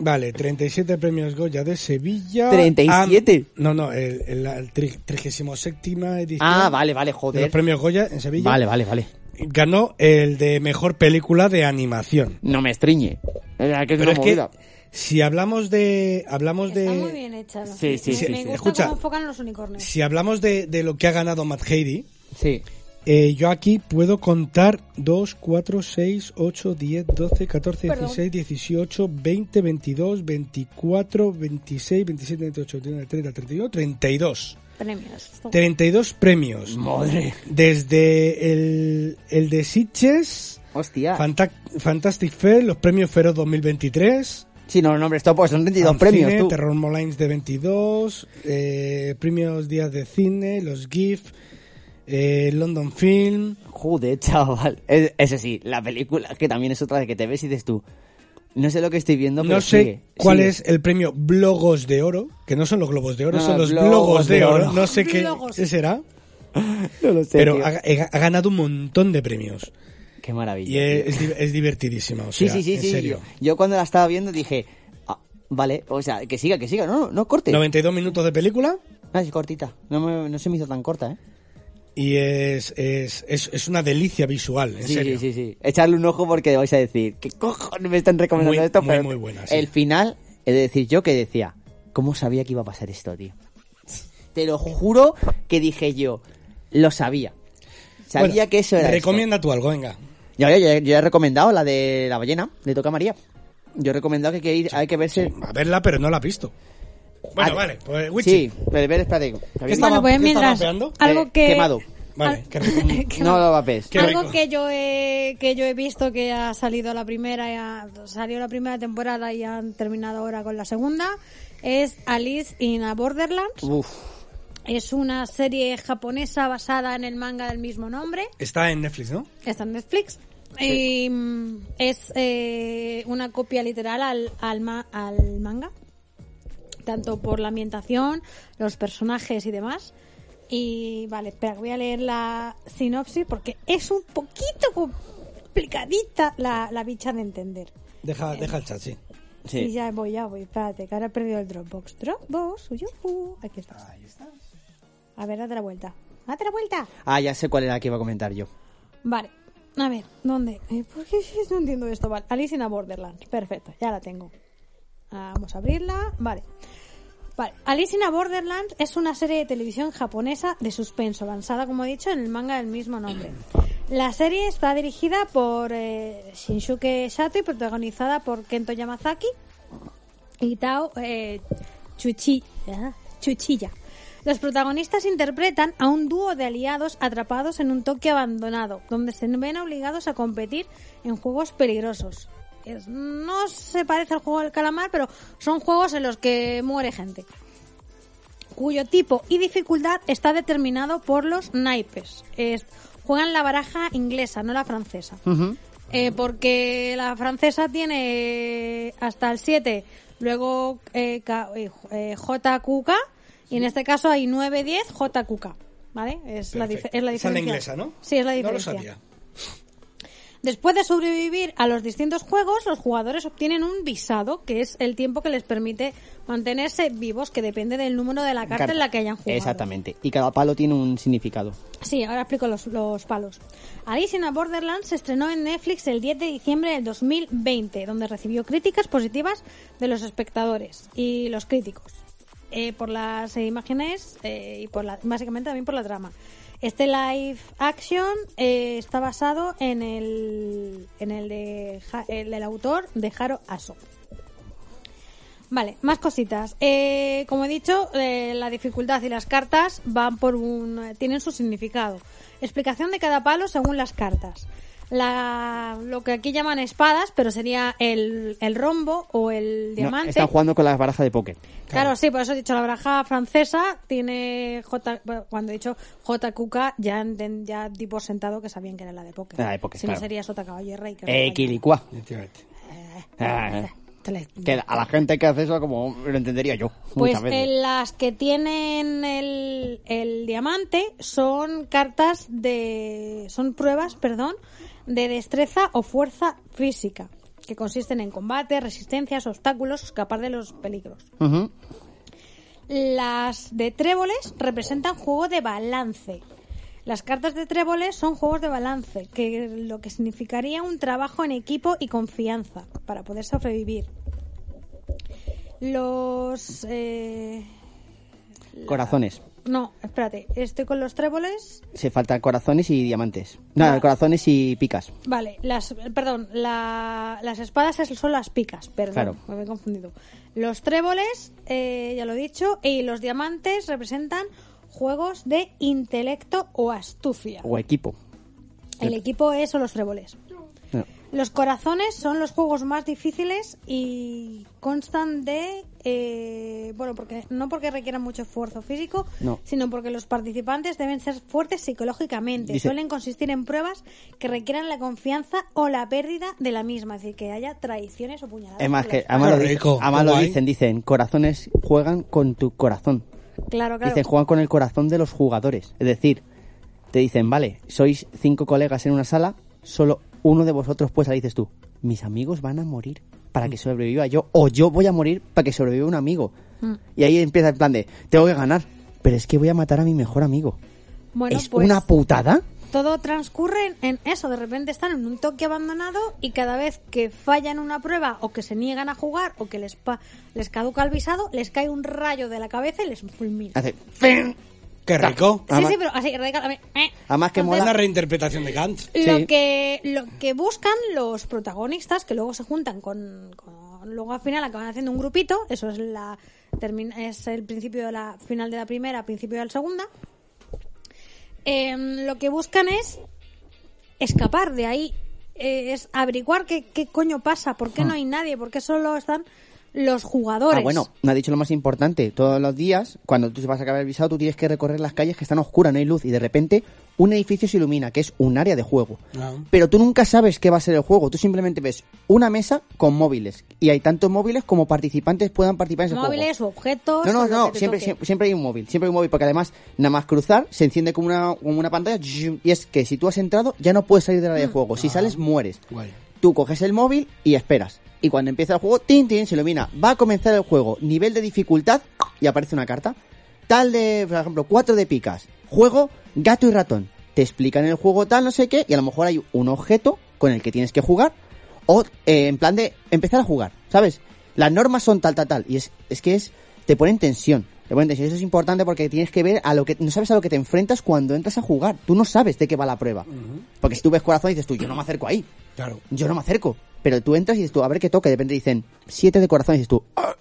N: Vale, 37 premios Goya de Sevilla.
A: 37.
N: Ah, no, no, el, el- la tri- 37ª edición.
A: Ah, vale, vale,
N: de los
A: joder.
N: premios Goya en Sevilla.
A: Vale, vale, vale.
N: Ganó el de mejor película de animación.
A: No me estriñe. Es que es
N: Pero
A: una
N: es que
A: movida.
N: si hablamos de hablamos
O: Está muy
N: de
O: bien hecha. ¿no?
A: Sí, sí,
O: me,
A: sí,
O: me
A: sí.
O: gusta
N: Escucha.
O: cómo enfocan los unicornios.
N: si hablamos de, de lo que ha ganado Matt Heidi,
A: Sí.
N: eh, yo aquí puedo contar 2, 4, 6, 8, 10, 12, 14,
O: Perdón.
N: 16, 18, 20, 22, 24, 26, 27, 28, 29, 30, 31, 32.
O: Premios.
N: 32 premios.
A: Mm. Madre.
N: Desde el, el de Sitges,
A: Hostia.
N: Fantac- Fantastic Fair, los premios Feroz 2023.
A: Sí, no, no, hombre, esto pues son 22
N: Al
A: premios,
N: cine,
A: tú.
N: Terror Molines de 22, eh, premios Días de Cine, los GIF, eh, London Film.
A: Joder, chaval. Es- eso sí, la película, que también es otra de que te ves y dices tú, no sé lo que estoy viendo,
N: No,
A: pero
N: sé
A: sigue,
N: cuál
A: sigue.
N: es el premio Blogos de Oro, que no son los Globos de Oro,
A: No,
N: son
A: no,
N: los
A: Ah, Globos
N: Blogos, de,
A: de
N: oro.
A: Oro.
N: No sé qué,
O: Globos.
N: qué será,
A: No lo sé,
N: pero
A: tío.
N: ha, ha- ha ganado un montón de premios.
A: Qué maravilla.
N: Y
A: tío.
N: es, es di- es divertidísima, o
A: sí,
N: sea,
A: sí, sí,
N: en
A: sí.
N: serio.
A: Yo, yo cuando la estaba viendo dije, ah, vale, o sea, que siga, que siga, no, no, no corte.
N: 92 minutos de película
A: Ah, es cortita. No, me- no se me hizo tan corta, ¿eh?
N: y es, es, es, es una delicia visual, en
A: Sí,
N: serio.
A: sí, sí, sí. Echarle un ojo porque vais a decir, ¿qué cojones me están recomendando
N: Muy-
A: esto?
N: muy, muy buena, sí.
A: El final, he de decir yo que decía, ¿cómo sabía que iba a pasar esto, tío? Te lo juro que dije yo, lo sabía. Sabía
N: Bueno,
A: que eso era. esto.
N: Recomienda tú algo, venga.
A: Ya, ya, ya, ya he recomendado la de la ballena, le toca a María. Yo he recomendado que hay que, ir- hay que verse.
N: A verla, pero no la has visto. Bueno,
A: Ah,
N: vale, pues Wichi.
A: Sí, pero ver, espérate.
N: ¿Qué estaba-
O: bueno, pues
N: qué estaba
O: mientras
N: vapeando?
A: Eh,
O: algo que
A: quemado.
N: Vale,
O: al-
N: qué rico.
A: No lo vapes.
N: Qué
O: algo
N: rico.
O: que yo he que yo he visto que ha salido la primera ya- salió la primera temporada y han terminado ahora con la segunda es Alice in a Borderlands
A: Uf,
O: es una serie japonesa basada en el manga del mismo nombre
N: Está en Netflix, ¿no?
O: está en Netflix y mm, es eh, una copia literal al al, ma- al manga tanto por la ambientación los personajes y demás y vale espera voy a leer la sinopsis porque es un poquito complicadita la, la bicha de entender
N: Deja, deja el chat, sí.
A: sí.
O: Sí, ya voy, ya voy. Espérate, que ahora he perdido el Dropbox. Dropbox, suyo. Aquí estás. Ahí estás. A ver, date la vuelta. Date la vuelta.
A: Ah, ya sé cuál era la que iba a comentar yo.
O: Vale. A ver, ¿dónde? Eh, ¿Por qué no entiendo esto? Vale, Alice in a Borderlands. Perfecto, ya la tengo. Ah, Vamos a abrirla. Vale. Vale, Alice in a Borderlands es una serie de televisión japonesa de suspenso, avanzada, como he dicho, en el manga del mismo nombre. La serie está dirigida por eh, Shinsuke Sato y protagonizada por Kento Yamazaki y Tao eh, Chuchi- ah, Chuchilla. Los protagonistas interpretan a un dúo de aliados atrapados en un Tokio abandonado, donde se ven obligados a competir en juegos peligrosos. Es- no se parece al juego del calamar, pero son juegos en los que muere gente, cuyo tipo y dificultad está determinado por los naipes. Es- juegan la baraja inglesa, no la francesa. Eh, porque la francesa tiene hasta el 7, luego eh, K- eh, eh, JQK, y en este caso hay 9, 10, JQK. ¿Vale? Es la, dif- es la diferencia.
N: Perfecto. Esa es la inglesa, ¿no?
O: Sí, es la diferencia.
N: No lo sabía.
O: Después de sobrevivir a los distintos juegos, los jugadores obtienen un visado, que es el tiempo que les permite mantenerse vivos, que depende del número de la carta, en la que hayan jugado.
A: Exactamente. Y cada palo tiene un significado.
O: Sí, ahora explico los, los palos. Alice in a Borderland se estrenó en Netflix el 10 de diciembre del 2020, donde recibió críticas positivas de los espectadores y los críticos. eh, por las eh, imágenes eh, y por la, básicamente también por la trama. Este live action eh, está basado en el, en el, de, Ja- el del autor de Jaro Aso. Vale, más cositas. Eh, como he dicho, eh, la dificultad y las cartas van por un, eh, tienen su significado. Explicación de cada palo según las cartas. La, lo que aquí llaman espadas, pero sería el, el rombo o el
A: No,
O: diamante.
A: están jugando con las barajas de póker.
O: Claro, sí, por eso he dicho la baraja francesa tiene J, bueno, cuando he dicho JQK ya enten- ya tipo sentado que sabían que era la de póker.
A: La Ah, de póker,
O: si
A: claro.
O: no sería Sota Caballo y Rey. que
A: Eh,
O: era
A: Quilicua.
O: la-
A: Ah,
O: te la-
A: que a la gente que hace eso como lo entendería yo.
O: Pues
A: muchas veces.
O: en las que tienen el, el diamante son cartas de son pruebas, perdón, de destreza o fuerza física que consisten en combate, resistencias, obstáculos, escapar de los peligros.
A: Ujú.
O: Las de tréboles representan juego de balance. Las cartas de tréboles son juegos de balance, que lo que significaría un trabajo en equipo y confianza para poder sobrevivir. Los... eh,
A: Corazones.
O: No, espérate, estoy con los tréboles.
A: Se faltan corazones y diamantes. Nada, corazones y picas.
O: Vale, las, perdón, la- las espadas es- son las picas, perdón,
A: Claro.
O: me había confundido. Los tréboles, eh, ya lo he dicho, y los diamantes representan juegos de intelecto o astucia.
A: O equipo.
O: El equipo es son los tréboles.
A: No.
O: Los corazones son los juegos más difíciles y constan de, eh, bueno, porque no porque requieran mucho esfuerzo físico,
A: No.
O: sino porque los participantes deben ser fuertes psicológicamente.
A: Dice-
O: Suelen consistir en pruebas que requieran la confianza o la pérdida de la misma, es decir, que haya traiciones o puñaladas.
A: Es más
O: por
A: que
O: la-
A: además,
N: Qué
A: lo, dicen-
N: Ah, rico,
A: además
N: qué
A: lo
N: guay.
A: dicen, dicen, corazones juegan con tu corazón.
O: Claro, claro.
A: Dicen, juegan con el corazón de los jugadores. Es decir, te dicen, vale, sois cinco colegas en una sala, solo uno de vosotros puede salir. Dices tú, mis amigos van a morir para que sobreviva yo, o yo voy a morir para que sobreviva un amigo.
O: Mm.
A: Y ahí empieza el plan de, tengo que ganar, pero es que voy a matar a mi mejor amigo.
O: Bueno,
A: ¿Es
O: pues
A: una putada?
O: todo transcurre en eso. De repente están en un toque abandonado y cada vez que fallan una prueba o que se niegan a jugar o que les, pa- les caduca el visado, les cae un rayo de la cabeza y les fulmina.
A: Hace, "Ah,
N: Qué rico.
O: Sí, sí, pero así, radicalmente. eh.
A: Además que
O: Entonces,
N: Una reinterpretación de Kant.
O: Lo, que, lo que buscan los protagonistas, que luego se juntan con, con- Luego al final acaban haciendo un grupito, eso es, la, termina- es el principio de la final de la primera, principio de la segunda. Eh, lo que buscan es escapar de ahí, eh, es averiguar qué, qué coño pasa, por qué no hay nadie, por qué solo están los jugadores.
A: Ah, bueno, me ha dicho lo más importante. Todos los días, cuando tú vas a acabar el visado, tú tienes que recorrer las calles que están oscuras, no hay luz, y de repente un edificio se ilumina, que es un área de juego. Pero tú nunca sabes qué va a ser el juego, tú simplemente ves una mesa con móviles, y hay tantos móviles como participantes puedan participar en ese juego.
O: Móviles, objetos.
A: No,
O: o
A: no,
O: lo que
A: no,
O: te
A: siempre,
O: toque.
A: siempre, siempre hay un móvil, siempre hay un móvil, porque además, nada más cruzar, se enciende como una, como una pantalla, y es que si tú has entrado, ya no puedes salir del
O: Mm.
A: área de juego, si sales, mueres. Tú coges el móvil y esperas. Y cuando empieza el juego, tin, tin, se ilumina. Va a comenzar el juego, nivel de dificultad, y aparece una carta. Tal de, por ejemplo, cuatro de picas. Juego, gato y ratón. Te explican el juego tal, no sé qué, y a lo mejor hay un objeto con el que tienes que jugar. O eh, en plan de empezar a jugar, ¿sabes? Las normas son tal, tal, tal. Y es, es que es, te pone en tensión. Te pone en tensión. Eso es importante porque tienes que ver a lo que, no sabes a lo que te enfrentas cuando entras a jugar. Tú no sabes de qué va la prueba. Porque si tú ves corazón y dices tú, yo no me acerco ahí.
N: Claro.
A: Yo no me acerco. Pero tú entras y dices tú, a ver qué toca. Y de repente dicen, siete de corazón y dices tú, "Ah,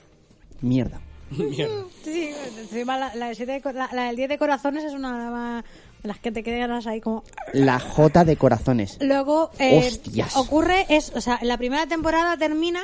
A: mierda.
N: Mierda.
O: Sí, encima la, la, del siete de co- la- la del 10 de corazones es una de las que te quedas ahí como...
A: La J de corazones.
O: Luego eh,
A: Hostias.
O: ocurre, es, o sea, la primera temporada termina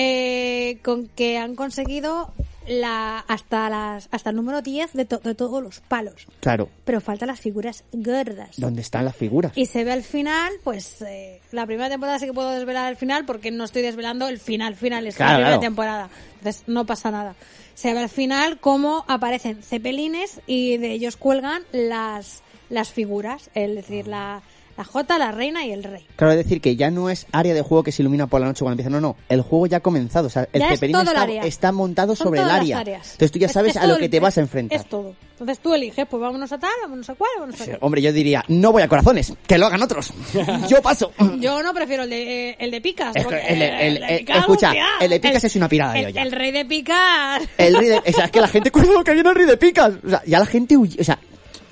O: eh, con que han conseguido la hasta las hasta el número 10 de, to- de todos los palos,
A: Claro.
O: pero faltan las figuras gordas.
A: ¿Dónde están las figuras?
O: Y se ve al final, pues eh, la primera temporada sí que puedo desvelar el final porque no estoy desvelando el final, final es
A: Claro,
O: la primera
A: claro.
O: temporada. Entonces no pasa nada. Se ve al final cómo aparecen cepelines y de ellos cuelgan las, las figuras, es decir, la, La Jota, la Reina y el Rey.
A: Claro, es decir, que ya no es área de juego que se ilumina por la noche cuando empieza. No, no. El juego ya ha comenzado. O sea, el
O: Ya es
A: ceperino
O: todo el
A: está,
O: área.
A: está montado
O: Son
A: sobre el
O: todas las
A: área.
O: áreas.
A: Entonces tú ya
O: Es-
A: sabes
O: es
A: a
O: todo
A: lo
O: el-
A: que te vas a
O: es-
A: enfrentar.
O: Es todo. Entonces tú eliges, pues vámonos a tal, vámonos a cual, vámonos a
A: Sí,
O: cual.
A: Hombre, yo diría, no voy a corazones, que lo hagan otros. Yo paso.
O: Yo no prefiero el de, eh, el de picas.
A: Es que
O: porque
A: el- el-
O: de
A: el-
O: picas,
A: escucha,
O: hostia.
A: el de picas es una pirada de
O: el-
A: olla.
O: El rey de picas.
A: El rey de- o sea, es que la gente, cuidado que viene el rey de picas. O sea, ya la gente huye, o sea,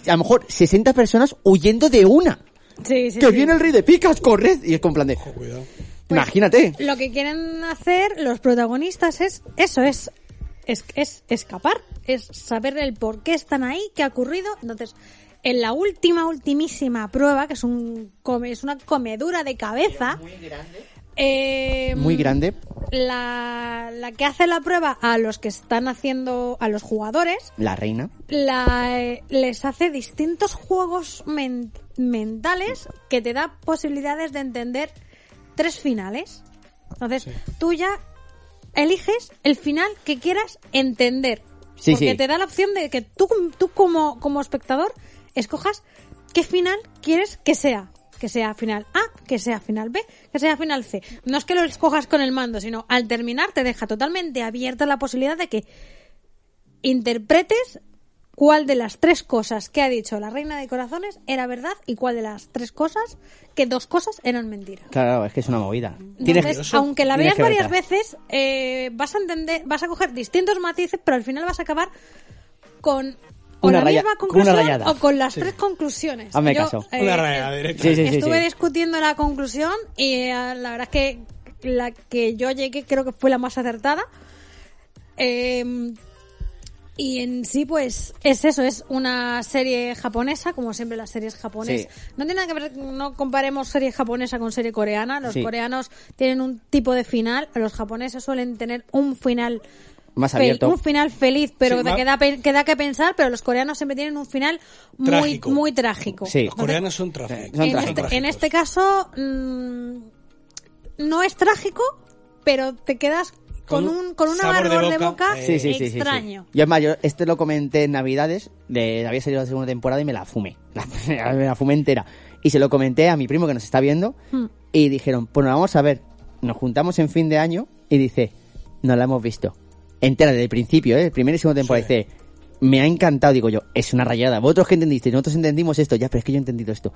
A: a lo mejor 60 personas huyendo de una.
O: Sí, sí,
A: que
O: sí.
A: viene el rey de picas, corred. Y es con plan de,
O: Pues,
A: imagínate.
O: Lo que quieren hacer los protagonistas es eso, es, es, es escapar, es saber el por qué están ahí, qué ha ocurrido. Entonces, en la última, ultimísima prueba, que es, un, come- es una comedura de cabeza... Muy grande. em,
A: Muy grande.
O: La, la que hace la prueba a los que están haciendo, a los jugadores,
A: La reina.
O: la, eh, les hace distintos juegos men- mentales que te da posibilidades de entender tres finales. Entonces, tú ya eliges el final que quieras entender.
A: Sí,
O: porque
A: sí.
O: te da la opción de que tú, tú como, como espectador escojas qué final quieres que sea. Que sea final A, que sea final B, que sea final C. No es que lo escojas con el mando, sino al terminar te deja totalmente abierta la posibilidad de que interpretes cuál de las tres cosas que ha dicho la reina de corazones era verdad y cuál de las tres cosas, que dos cosas eran mentira.
A: Claro, es que es una movida.
O: Entonces, pues, aunque la
A: tienes
O: veas
A: que
O: varias
A: verla.
O: veces, eh, vas a entender, vas a coger distintos matices, pero al final vas a acabar con o
A: Una
O: la
A: raya-
O: misma
A: con una
O: conclusión
A: rayada.
O: o con las
A: Sí.
O: tres conclusiones.
A: Hazme
O: Yo,
A: caso.
O: eh,
N: Una rayada directa.
A: Sí, sí, sí,
O: estuve
A: sí.
O: discutiendo la conclusión y eh, la verdad es que la que yo llegué creo que fue la más acertada. Eh, y en sí, pues, es eso, es una serie japonesa, como siempre las series japonesas. No tiene nada que ver, no comparemos serie japonesa con serie coreana. Los
A: Sí.
O: coreanos tienen un tipo de final, los japoneses suelen tener un final
A: Más
O: fel-
A: abierto.
O: un final feliz, pero
N: Sí,
O: que,
N: ma-
O: da, pe- que da que pensar, pero los coreanos siempre tienen un final muy
N: Trágico.
O: muy trágico.
A: Sí.
N: Los coreanos son trágicos.
A: Son
O: en,
A: trágicos.
O: este, en este caso, mm, no es trágico, pero te quedas con,
A: Con un
O: un, con un
A: sabor de
O: amargor de
A: boca,
O: boca,
A: Sí, sí, sí, sí, sí.
O: extraño.
A: Yo, además, yo este lo comenté en Navidades, de, había salido la segunda temporada y me la fumé. me la fumé entera. Y se lo comenté a mi primo que nos está viendo
O: Hmm.
A: y dijeron, bueno, vamos a ver, nos juntamos en fin de año y dice, no la hemos visto. Entera, desde el principio, ¿eh? el primer y segundo temporada. Dice, me ha encantado, digo yo, es una rayada. Vosotros que entendisteis, nosotros entendimos esto, ya, pero es que yo he entendido esto.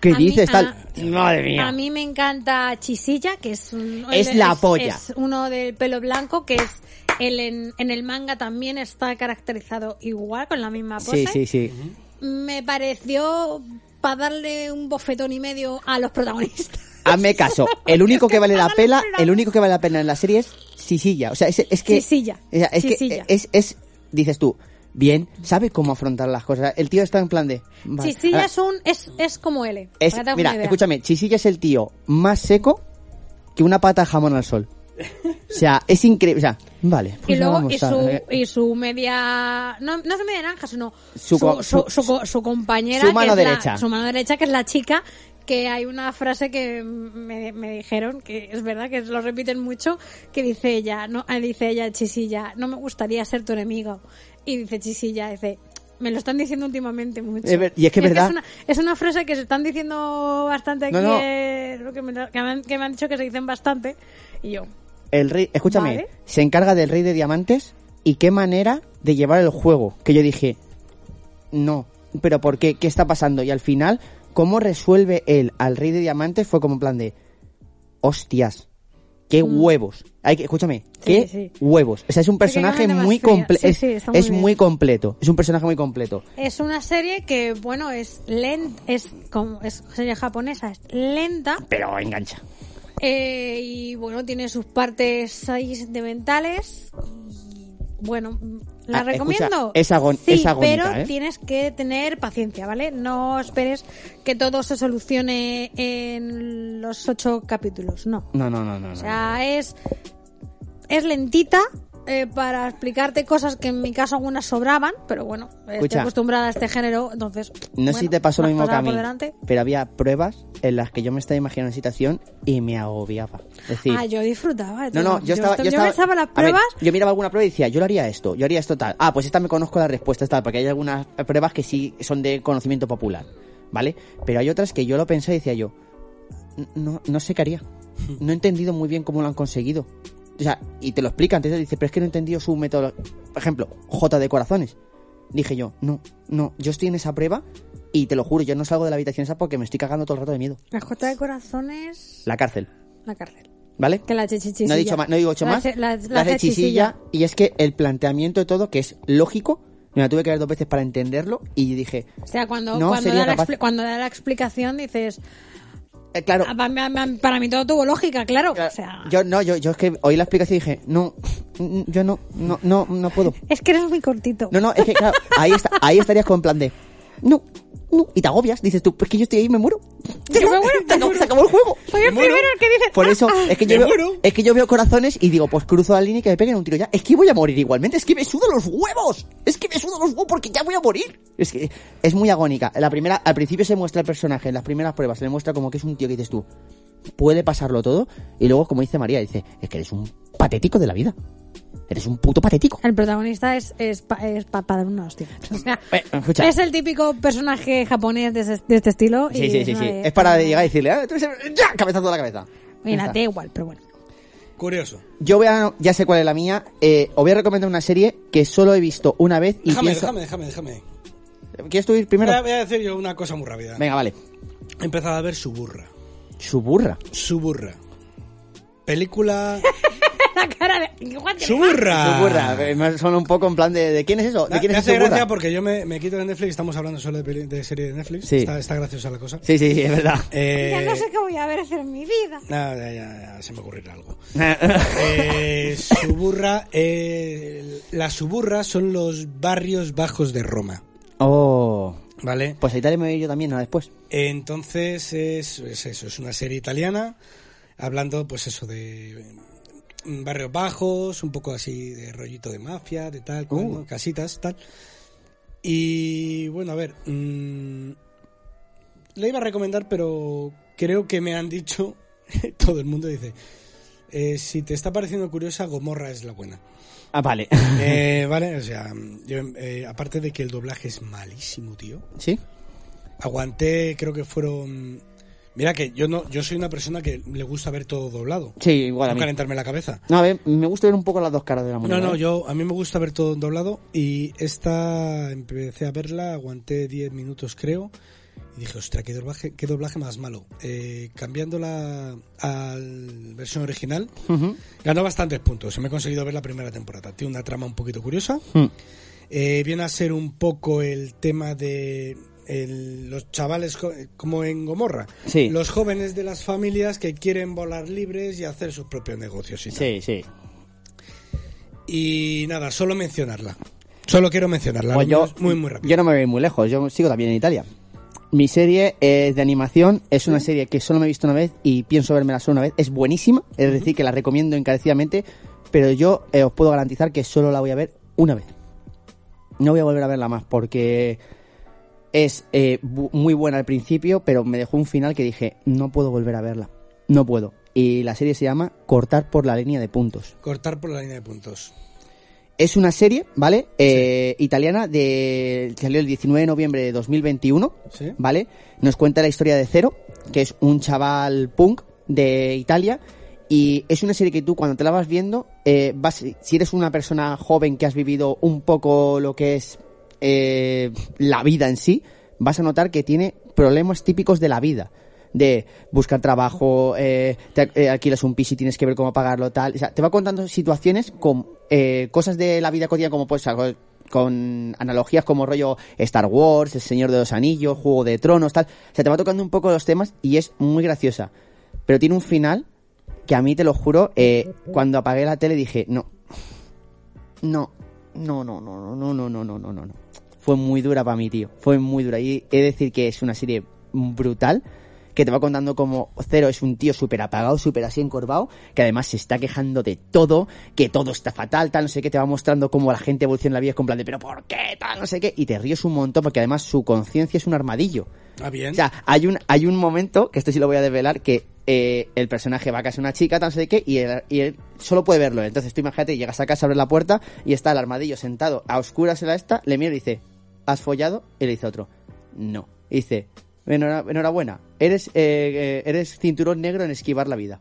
A: ¿Qué
O: A mí-
A: dices tal?
O: a-
A: Madre mía.
O: A mí me encanta Chisilla, que es un-
A: Es la polla.
O: Es uno del pelo blanco, que es el en, en el manga también está caracterizado igual, con la misma pose.
A: sí, sí, sí.
O: Me pareció para darle un bofetón y medio a los protagonistas.
A: Hazme caso. El único que vale la pena, el único que vale la pena en la serie es Sisilla. O sea, es, es que.
O: Sisilla.
A: o sea, Es, que
O: Sisilla.
A: es, es- dices tú, bien, sabe cómo afrontar las cosas. El tío está en plan de. vale.
O: Chisilla
A: Ahora,
O: es un es, es como L.
A: es-
O: para que te hagas
A: mira,
O: una idea.
A: escúchame, Sisilla es el tío más seco que una pata de jamón al sol. O sea, es increíble. O sea, vale.
O: Y
A: pues ya
O: luego,
A: vamos
O: y
A: a-
O: su, y su media. No, no es media naranja, sino
A: Su
O: su,
A: co-
O: su-
A: su-
O: su- su compañera.
A: su mano
O: que es la-
A: derecha.
O: su mano derecha, que es la chica. Que hay una frase que me, me dijeron, que es verdad que lo repiten mucho, que dice ella, no, ah, dice ella, Chisilla, no me gustaría ser tu enemigo. Y dice Chisilla, dice, me lo están diciendo últimamente mucho.
A: Es ver- y es que verdad.
O: es, una, es una frase que se están diciendo bastante aquí,
A: No, no.
O: eh, lo que, me, que me han, que me han dicho que se dicen bastante. Y yo,
A: El rey, escúchame,
O: Vale.
A: se encarga del rey de diamantes y qué manera de llevar el juego. Que yo dije, no, pero ¿por qué? ¿Qué está pasando? Y al final, ¿cómo resuelve él al rey de diamantes? Fue como en plan de, hostias, qué
O: Mm.
A: huevos. Hay que, escúchame,
O: Sí,
A: qué
O: sí.
A: huevos. O sea, es un
O: Porque
A: personaje
O: no me
A: muy
O: vas fría.
A: completo.
O: Sí,
A: es
O: sí, está muy
A: es
O: bien.
A: muy completo. Es un personaje muy completo.
O: Es una serie que, bueno, es lenta, es como es serie japonesa, es lenta
A: Pero engancha.
O: eh, y bueno, tiene sus partes sentimentales y bueno, la
A: Ah,
O: recomiendo.
A: escucha, es agon-
O: sí,
A: es agónica,
O: pero
A: ¿eh?
O: tienes que tener paciencia, ¿vale? No esperes que todo se solucione en los ocho capítulos, no.
A: No, no, no, no. no.
O: O sea, es, es lentita eh, para explicarte cosas que en mi caso algunas sobraban, pero bueno, estoy
A: Escucha.
O: acostumbrada a este género, entonces...
A: No sé si
O: bueno,
A: te pasó lo
O: las
A: mismo que
O: cosas
A: a
O: van por
A: mí,
O: delante.
A: pero había pruebas en las que yo me estaba imaginando una situación y me agobiaba. Es decir,
O: Ah, yo disfrutaba.
A: no,
O: tío.
A: no, yo estaba,
O: esta-
A: yo estaba-
O: pensaba las
A: a ver,
O: pruebas...
A: yo miraba alguna prueba y decía, yo lo haría esto, yo haría esto tal. Ah, pues esta me conozco la respuesta tal, porque hay algunas pruebas que sí son de conocimiento popular. ¿vale? Pero hay otras que yo lo pensé y decía yo, no, no sé qué haría. No he entendido muy bien cómo lo han conseguido. O sea, y te lo explica antes, dice, pero es que no he entendido su método. Por ejemplo, J de corazones. Dije yo, no, no, yo estoy en esa prueba y te lo juro, yo no salgo de la habitación esa porque me estoy cagando todo el rato de miedo.
O: La J de corazones.
A: La cárcel.
O: La cárcel.
A: ¿Vale?
O: Que la chichisilla.
A: No, he dicho más, no digo hecho
O: La
A: más.
O: ce- la- la
A: de
O: chichisilla.
A: Y es que el planteamiento de todo, que es lógico, me la tuve que ver dos veces para entenderlo y dije,
O: O sea, cuando,
A: No
O: cuando,
A: sería
O: da, la
A: capaz.
O: expli- cuando da la explicación dices.
A: eh, claro.
O: "Ah, pa- pa- pa- Para, mí todo tuvo lógica, claro. O sea,
A: yo no, yo, yo es que oí la explicación y dije, no, n- yo no, no, no, no puedo.
O: es que eres muy cortito.
A: No, no, es que claro, ahí, está, ahí estarías con plan de, no, no, y te agobias, dices tú, pues que yo estoy ahí y me muero.
O: Yo me muero,
A: Se acabó, se acabó el juego.
O: Soy el
A: Me muero.
O: primero el que dice.
A: Por
O: "Ah,
A: eso,
O: ah".
A: es que, yo veo, es que yo veo corazones y digo, pues cruzo la línea y que me peguen un tiro ya. Es que voy a morir igualmente, es que me sudan los huevos. Es que me sudan los huevos porque ya voy a morir. Es que es muy agónica. La primera, al principio se muestra el personaje, en las primeras pruebas se le muestra como que es un tío que dices tú, puede pasarlo todo. Y luego, como dice María, dice, es que eres un patético de la vida. Eres un puto patético.
O: El protagonista es, es, pa- es pa- para dar una hostia. O sea,
A: Eh, escucha.
O: es el típico personaje japonés de, ese- de este estilo. y
A: Sí, sí, sí,
O: es
A: sí.
O: una de-
A: Es para llegar y decirle, "Ah, tú eres el- ¡ya! Cabezazo a la cabeza. Ya
O: Mira,
A: está.
O: da igual, pero bueno.
N: Curioso.
A: Yo voy a, ya sé cuál es la mía. Eh, os voy a recomendar una serie que solo he visto una vez y
N: Déjame,
A: pienso- Eh,
N: déjame, déjame, déjame.
A: ¿Quieres tú ir primero?
N: Voy a, voy a decir yo una cosa muy rápida.
A: Venga, vale.
N: He empezado a ver Suburra.
A: Suburra.
N: Suburra. Película...
O: La cara de. Juan, que-
N: ¡Suburra!
A: Suburra. eh, me suena un poco en plan de, ¿de quién es eso?
N: Ah. Me,
A: ¿De quién
N: me
A: es
N: hace
A: ese
N: gracia
A: Suburra?
N: porque yo me, me quito de Netflix, estamos hablando solo de, peli- de serie de Netflix.
A: Sí.
N: Está, está graciosa la cosa.
A: Sí, sí, sí, es verdad.
N: Eh,
O: Ya no sé qué voy a ver hacer en mi vida.
N: no, ya, ya, ya, se me ocurrirá algo. Eh, suburra, eh, las suburras son los barrios bajos de Roma.
A: Oh.
N: Vale.
A: Pues a Italia me voy yo también, ¿no? Después.
N: Entonces es, es eso, es una serie italiana hablando pues eso de mm, barrios bajos, un poco así de rollito de mafia, de tal, cual,
A: Uh.
N: ¿no? casitas, tal. Y bueno, a ver, mm, la iba a recomendar, pero creo que me han dicho, todo el mundo dice, eh, si te está pareciendo curiosa, Gomorra es la buena.
A: Ah, vale.
N: Eh, vale, o sea, yo, eh, aparte de que el doblaje es malísimo, tío.
A: ¿Sí?
N: Aguanté, creo que fueron. Mira que yo no, yo soy una persona que le gusta ver todo doblado.
A: Sí, igual a
N: no
A: mí.
N: calentarme la cabeza.
A: No, a ver, me gusta ver un poco las dos caras de la moneda.
N: No, no,
A: ¿eh?
N: yo a mí me gusta ver todo doblado y esta empecé a verla, aguanté 10 minutos creo y dije, ostra, qué doblaje, qué doblaje más malo. Eh, cambiándola a la versión original,
A: Ujú.
N: ganó bastantes puntos. Me he conseguido ver la primera temporada. Tiene una trama un poquito curiosa.
A: Hmm.
N: Eh, viene a ser un poco el tema de el- los chavales co- como en Gomorra.
A: Sí.
N: Los jóvenes de las familias que quieren volar libres y hacer sus propios negocios. Y, tal.
A: Sí, sí.
N: y nada, solo mencionarla. Solo quiero mencionarla.
A: Pues
N: al
A: yo,
N: menos muy, muy rápido.
A: yo no me voy muy lejos, yo sigo también en Italia. Mi serie es de animación, es una serie que solo me he visto una vez y pienso vérmela solo una vez. Es buenísima, es decir, que la recomiendo encarecidamente, pero yo eh, os puedo garantizar que solo la voy a ver una vez. No voy a volver a verla más porque es eh, bu- muy buena al principio, pero me dejó un final que dije, no puedo volver a verla, no puedo. Y la serie se llama Cortar por la línea de puntos.
N: Cortar por la línea de puntos.
A: Es una serie, ¿vale? Eh, Italiana de salió el 19 de noviembre de 2021,
N: ¿Sí?
A: ¿vale? Nos cuenta la historia de Cero, que es un chaval punk de Italia y es una serie que tú cuando te la vas viendo, eh, vas, si eres una persona joven que has vivido un poco lo que es eh, la vida en sí, vas a notar que tiene problemas típicos de la vida. De buscar trabajo, eh, te eh, alquilas un piso y tienes que ver cómo pagarlo, tal. O sea, te va contando situaciones con eh, cosas de la vida cotidiana, como pues algo- con analogías como rollo Star Wars, El Señor de los Anillos, Juego de Tronos, tal. O sea, te va tocando un poco los temas y es muy graciosa. Pero tiene un final que a mí, te lo juro, eh, cuando apagué la tele dije, no, no, no, no, no, no, no, no, no, no, no, no, no. Fue muy dura para mí, tío. Fue muy dura. Y he de decir que es una serie brutal que te va contando como Cero es un tío súper apagado, súper así encorvado, que además se está quejando de todo, que todo está fatal, tal, no sé qué, te va mostrando cómo la gente evoluciona en la vida, es con plan de, pero ¿por qué? Tal, no sé qué. Y te ríes un montón porque además su conciencia es un armadillo.
N: Ah, bien.
A: O sea, hay un, hay un momento, que esto sí lo voy a desvelar, que eh, el personaje va a casa de una chica, tan sé qué, y él, y él solo puede verlo. Entonces tú imagínate, llegas a casa, abres la puerta y está el armadillo sentado a oscuras en la esta, le mira y dice, ¿has follado? Y le dice otro, no. Y dice, Enhora- Enhorabuena. Eres, eh, eh, eres cinturón negro en esquivar la vida.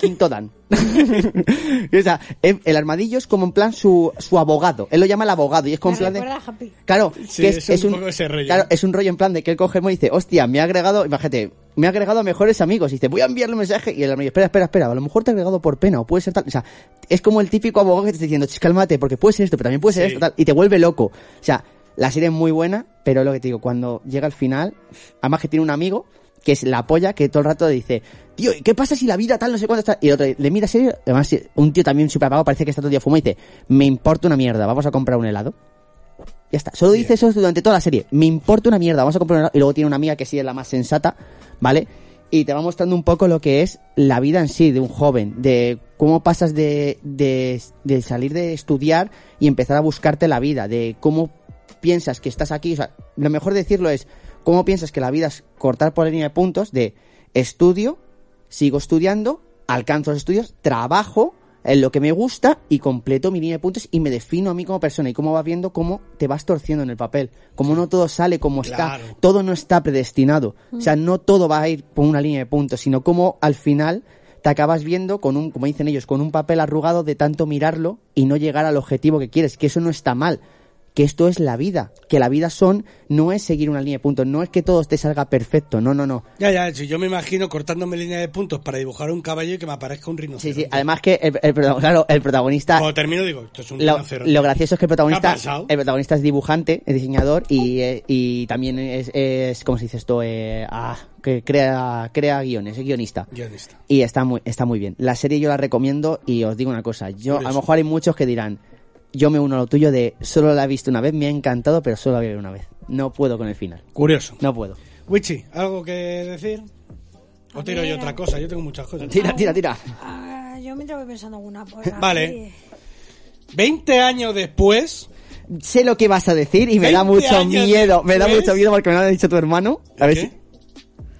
A: Quinto Dan. o sea, em, el armadillo es como en plan su, su abogado. Él lo llama el abogado y es como en plan de... Claro,
N: Sí,
A: que es,
N: es un
A: es un,
N: poco ese rollo.
A: Claro, es un rollo en plan de que él coge y dice, hostia, me ha agregado, imagínate, me ha agregado a mejores amigos. Y dice, voy a enviarle un mensaje. Y el amigo, espera, espera, espera, a lo mejor te ha agregado por pena o puede ser tal. O sea, es como el típico abogado que te está diciendo, "Chis, cálmate, porque puede ser esto, pero también puede ser
N: Sí.
A: esto, tal. Y te vuelve loco. O sea, la serie es muy buena, pero lo que te digo, cuando llega al final, además que tiene un amigo que es la polla que todo el rato dice, tío, ¿y ¿qué pasa si la vida tal no sé cuánto está? Y el otro le mira serio, además un tío también súper apagado, parece que está todo el día fumando y dice, me importa una mierda, vamos a comprar un helado. Ya está. Solo dice eso durante toda la serie. Me importa una mierda. Vamos a comprar una... Y luego tiene una amiga que sí es la más sensata, ¿vale? Y te va mostrando un poco lo que es la vida en sí de un joven. De cómo pasas de, de, de salir de estudiar y empezar a buscarte la vida. De cómo piensas que estás aquí. O sea, lo mejor decirlo es cómo piensas que la vida es cortar por línea de puntos de estudio, sigo estudiando, alcanzo los estudios, trabajo en lo que me gusta y completo mi línea de puntos y me defino a mí como persona y cómo vas viendo cómo te vas torciendo en el papel, cómo no todo sale como
N: Claro.
A: está, todo no está predestinado, o sea, no todo va a ir por una línea de puntos, sino cómo al final te acabas viendo con un, como dicen ellos, con un papel arrugado de tanto mirarlo y no llegar al objetivo que quieres, que eso no está mal, que esto es la vida, que la vida son, no es seguir una línea de puntos, no es que todo te salga perfecto, no, no, no,
N: Ya, ya, si yo me imagino cortándome línea de puntos para dibujar un caballo y que me aparezca un rinoceronte.
A: Sí, además que el, el protagon- claro, el protagonista.
N: Cuando termino digo, esto es un
A: Lo,
N: rinoceronte.
A: lo gracioso es que el
N: ¿Qué ha
A: protagonista,
N: pasado?
A: el protagonista es dibujante, es diseñador y, eh, y también es, es, ¿cómo se dice esto? Eh, ah, que crea, crea guiones, es guionista.
N: Guionista.
A: Y está muy, está muy bien. La serie yo la recomiendo y os digo una cosa, yo
N: Por
A: a
N: eso.
A: lo mejor hay muchos que dirán, yo me uno a lo tuyo de solo la he visto una vez, me ha encantado, pero solo la voy a ver una vez. No puedo con el final.
N: Curioso.
A: No puedo.
N: Wichi, ¿algo que decir? O tiro yo otra cosa, yo tengo muchas cosas.
A: Tira, tira, tira.
O: Ah, yo mientras voy pensando alguna pues, cosa.
N: Vale. 20 años después,
A: Sé lo que vas a decir y me da
N: 20
A: mucho
N: años
A: miedo. Me da
N: después.
A: mucho miedo porque me lo ha dicho tu hermano. A ver
N: ¿Qué?
A: si-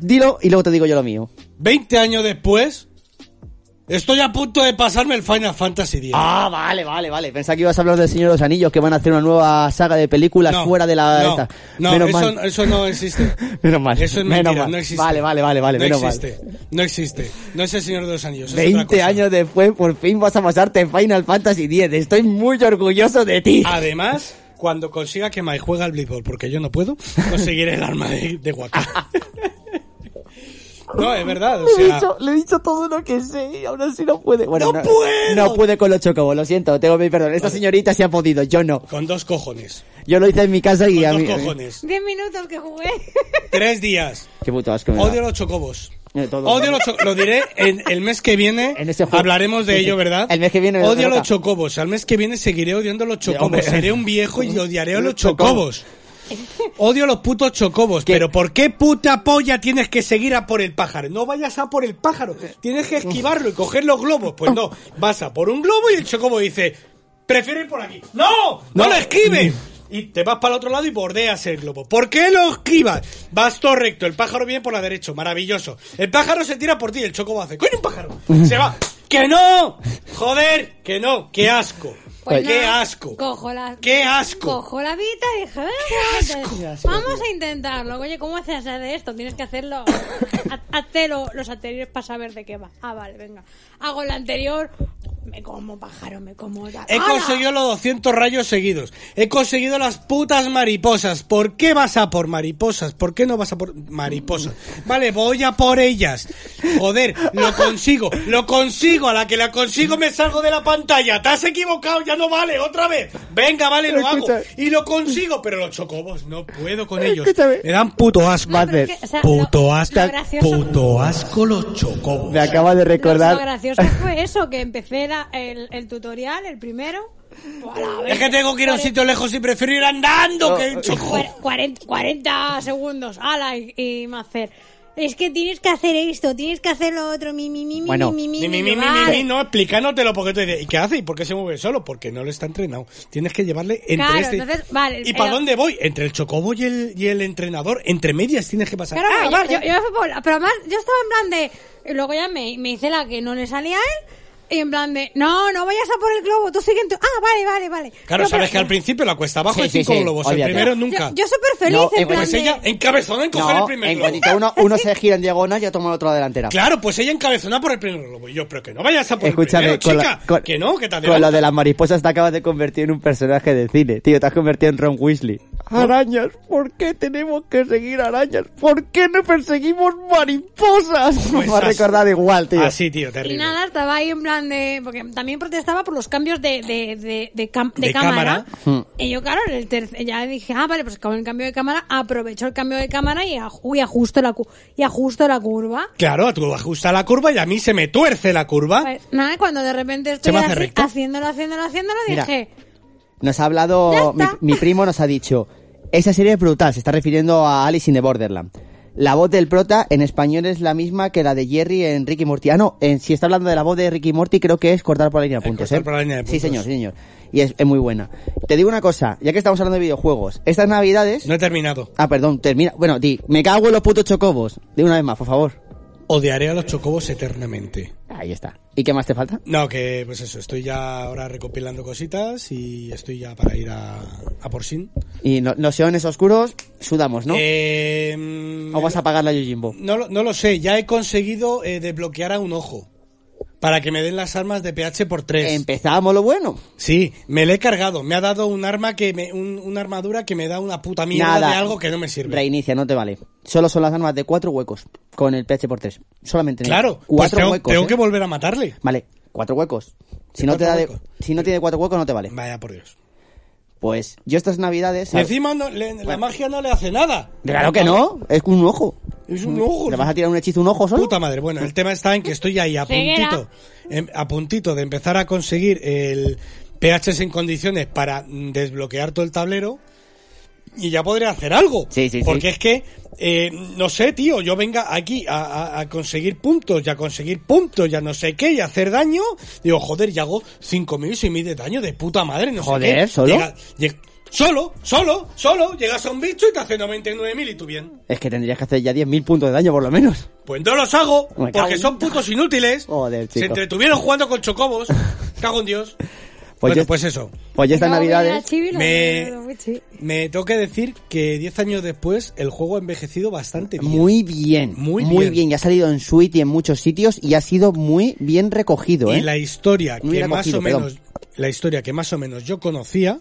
A: Dilo y luego te digo yo lo mío.
N: 20 años después, estoy a punto de pasarme el Final Fantasy X.
A: Ah, vale, vale, vale. Pensaba que ibas a hablar del Señor de los Anillos, que van a hacer una nueva saga de películas
N: No,
A: fuera de la...
N: no,
A: esta.
N: no,
A: menos
N: eso,
A: mal.
N: eso no existe.
A: menos mal.
N: Eso es
A: menos
N: mentira,
A: mal.
N: no existe.
A: Vale, vale, vale, vale.
N: no
A: menos mal.
N: existe, no existe. No es el Señor de los Anillos. es otra
A: 20
N: cosa.
A: años después, por fin vas a pasarte en Final Fantasy X. Estoy muy orgulloso de ti.
N: Ah, Además, cuando consiga que Mai juega al Blizzball, porque yo no puedo, conseguiré el arma de, de Waka. No, es verdad, o
A: Le he,
N: sea,
A: dicho, le he dicho todo lo que sé y aún así no puede. Bueno,
N: ¡No puedo!
A: No puede con los chocobos, lo siento, tengo mi perdón. Esta señorita se ha podido, yo no.
N: con dos cojones.
A: Yo lo hice en mi casa y a
N: Pues Dos
A: mí.
N: cojones.
O: 10 minutos que jugué.
N: Tres días.
A: Qué puto asco. me da.
N: Odio los chocobos.
A: Eh, todo.
N: Odio los chocobos. Lo diré en el mes que viene.
A: En ese juego.
N: Hablaremos de
A: Sí, sí.
N: ello, ¿verdad?
A: El mes que viene,
N: Odio
A: toca.
N: los chocobos. Al mes que viene seguiré odiando los
A: hombre.
N: chocobos. Seré un viejo y odiaré a los
A: Los chocobos.
N: chocobos. Odio los putos chocobos, pero ¿por qué puta polla tienes que seguir a por el pájaro? No vayas a por el pájaro, tienes que esquivarlo y coger los globos. Pues no, vas a por un globo y el chocobo dice, prefiero ir por aquí. ¡No! ¡No, lo esquives! Y te vas para el otro lado y bordeas el globo. ¿Por qué lo esquivas? Vas todo recto, el pájaro viene por la derecha, maravilloso. El pájaro se tira por ti y el chocobo hace, ¡coño, un pájaro! Se va. ¡Que no! ¡Joder! ¡Que no! ¡Qué asco!
O: Pues
N: ¡Qué
O: nada,
N: asco!
O: Cojo la,
N: ¡Qué asco!
O: cojo la vita y dije, "Venga, vente. vamos a intentarlo. Oye, ¿cómo haces de esto? Tienes que hacerlo. ha- Hazte lo- los anteriores para saber de qué va. Ah, vale, venga. Hago el anterior. Me como pájaro, me como. ya.
N: He
O: ¡Hala!
N: conseguido los 200 rayos seguidos. He conseguido las putas mariposas. ¿Por qué vas a por mariposas? ¿Por qué no vas a por mariposas? Vale, voy a por ellas. Joder, lo consigo. Lo consigo. A la que la consigo me salgo de la pantalla. Te has equivocado. Ya no vale. Otra vez. Venga, vale, lo hago.
A: Escucha.
N: Y lo consigo. Pero los chocobos no puedo con ellos.
A: Escúchame.
N: Me dan puto asco.
O: No, pero es que, o sea,
N: puto
O: lo-
N: asco.
O: lo gracioso-
N: Puto asco los chocobos.
A: Me acaba de
O: Lo
A: recordar.
O: gracioso fue eso, que empecé la- el, el tutorial, el primero.
N: Es que tengo que ir a un sitio lejos y prefiero ir andando que un chocobo.
O: Cuar- 40, 40 segundos, ala, y, y me hacer. Es que tienes que hacer esto, tienes que hacer lo otro, mi, mi, mi, mi,
A: Bueno.
O: mi, mi,
N: Ni, ni,
O: mi,
N: ni, ni, ni,
O: vale.
N: ni, no, explicánotelo porque tú dices, ¿y qué hace? ¿Y por qué se mueve solo? Porque no lo está entrenado. Tienes que llevarle entre
O: Claro,
N: este-
O: entonces, vale.
N: ¿Y para
O: pero-
N: dónde voy? Entre el chocobo y el, y el entrenador. Entre medias tienes que pasar.
O: Claro,
N: Ah,
O: yo-
N: vale.
O: yo, yo me fui por la- pero además yo estaba en plan de... y Luego ya me, me hice la que no le salía a él. Y en plan de, no, no vayas a por el globo, tú sigue en tu... Ah, vale, vale, vale.
N: Claro,
O: No,
N: sabes
O: pero-
N: que al principio la cuesta abajo
A: Sí,
N: hay
A: sí,
N: cinco
A: sí,
N: globos. El
A: obviamente.
N: primero nunca.
O: Yo súper feliz,
A: No,
O: en
A: en
O: plan
N: pues
O: de-
N: ella encabezona en coger el
A: No,
N: primer
A: en
N: globo.
A: cuanto uno, uno se gira en diagonal, yo tomo el otro delantera.
N: Claro, pues ella encabezona por el primer globo. Y yo, pero que no vayas a por
A: Escúchame,
N: el primero,
A: con la-
N: chica.
A: con-
N: que no, que te
A: Con lo de
N: adelantas.
A: las mariposas te acabas de convertir en un personaje de cine. Tío, te has convertido en Ron Weasley. Arañas, ¿por qué tenemos que seguir arañas? ¿Por qué no perseguimos mariposas?
N: Pues
A: Me ha
N: así.
A: recordado igual, tío.
N: Así, Ah, tío,
O: Y
N: terrible.
O: nada, estaba ahí en plan de... Porque también protestaba por los cambios de, de, de, de cam- de
N: De
O: cámara.
N: cámara. Mm.
O: Y yo, claro, en el tercer, ya dije, ah, vale, pues con el cambio de cámara, aprovecho el cambio de cámara y, aj- uy, ajusto la, cu- y ajusto la curva.
N: Claro, tú ajusta la curva y a mí se me tuerce la curva.
O: Pues nada, cuando de repente estoy
N: Ah. me hace
O: así,
N: recto.
O: haciéndolo, haciéndolo, haciéndolo,
A: Mira.
O: dije,
A: Nos ha hablado, mi, mi primo nos ha dicho, esa serie es brutal, se está refiriendo a Alice in the Borderland. La voz del prota en español es la misma que la de Jerry en Ricky Morty. Ah, no, en- si está hablando de la voz de Ricky Morty, creo que es cortar por la línea de puntos.
N: cortar
A: ¿eh?
N: por la línea de
A: Sí,
N: puntos.
A: señor, sí, señor. Y es, es muy buena. Te digo una cosa, ya que estamos hablando de videojuegos, estas navidades...
N: No he terminado.
A: Ah, perdón, termina. Bueno, di, me cago en los putos chocobos. De una vez más, por favor.
N: Odiaré a los chocobos eternamente.
A: Ahí está. ¿Y qué más te falta?
N: No, que pues eso, estoy ya ahora recopilando cositas y estoy ya para ir a, a por sin.
A: Y no- los seones oscuros, sudamos, ¿no?
N: Eh, mm,
A: ¿O vas a pagar la Yojimbo?
N: no, lo- no lo sé, ya he conseguido eh, desbloquear a un ojo para que me den las armas de PH por 3.
A: Empezamos lo bueno.
N: Sí, me le he cargado, me ha dado un arma que me, un- una armadura que me da una puta mierda
A: Nada.
N: de algo que no me sirve.
A: Reinicia, no te vale. Solo son las armas de cuatro huecos. Con el PH por tres. Solamente en el-
N: Claro, pues
A: cuatro
N: tengo,
A: huecos.
N: tengo
A: ¿eh?
N: que volver a matarle.
A: Vale, cuatro huecos. Si no te
N: cuatro
A: da de-
N: huecos?
A: si no tiene cuatro huecos, no te vale.
N: Vaya por Dios.
A: Pues yo estas navidades.
N: Y encima no- le- la magia no le hace nada.
A: Claro que no, es un ojo.
N: Es un ojo.
A: ¿Le vas a tirar un hechizo un ojo solo?
N: Puta madre, bueno, el tema está en que estoy ahí a
O: Ceguera.
N: puntito, em, a puntito de empezar a conseguir el PHs en condiciones para mm, desbloquear todo el tablero y ya podré hacer algo.
A: Sí, sí, sí.
N: Porque es que, eh, no sé, tío, yo venga aquí a, a- a conseguir puntos y a conseguir puntos ya no sé qué y a hacer daño. Digo, joder, ya hago 5.000 y 6.000 de daño de puta madre, no sé
A: Joder,
N: qué.
A: ¿solo?
N: Llega- lleg- solo, solo, solo, llegas a un bicho y te hace 99.000 y tú bien.
A: Es que tendrías que hacer ya 10.000 puntos de daño por lo menos.
N: Pues no los hago,
A: Me cago
N: porque
A: en-
N: son putos inútiles.
A: Joder,
N: Se
A: chico.
N: entretuvieron jugando con chocobos. Cago en Dios.
A: Pues
N: bueno,
A: yo-
N: pues eso.
A: Pues ya estas
O: "No, mira,
A: navidades.
O: Chibi, lo-
N: me-
O: lo- lo- sí".
N: Me toca decir que 10 años después el juego ha envejecido bastante bien.
A: Muy bien,
N: Muy
A: muy,
N: bien.
A: bien. Y ha salido en Switch y en muchos sitios y ha sido muy bien recogido, ¿eh?
N: Y la historia
A: Muy
N: que
A: bien
N: más o
A: acogido, perdón.
N: menos la historia que más o menos yo conocía,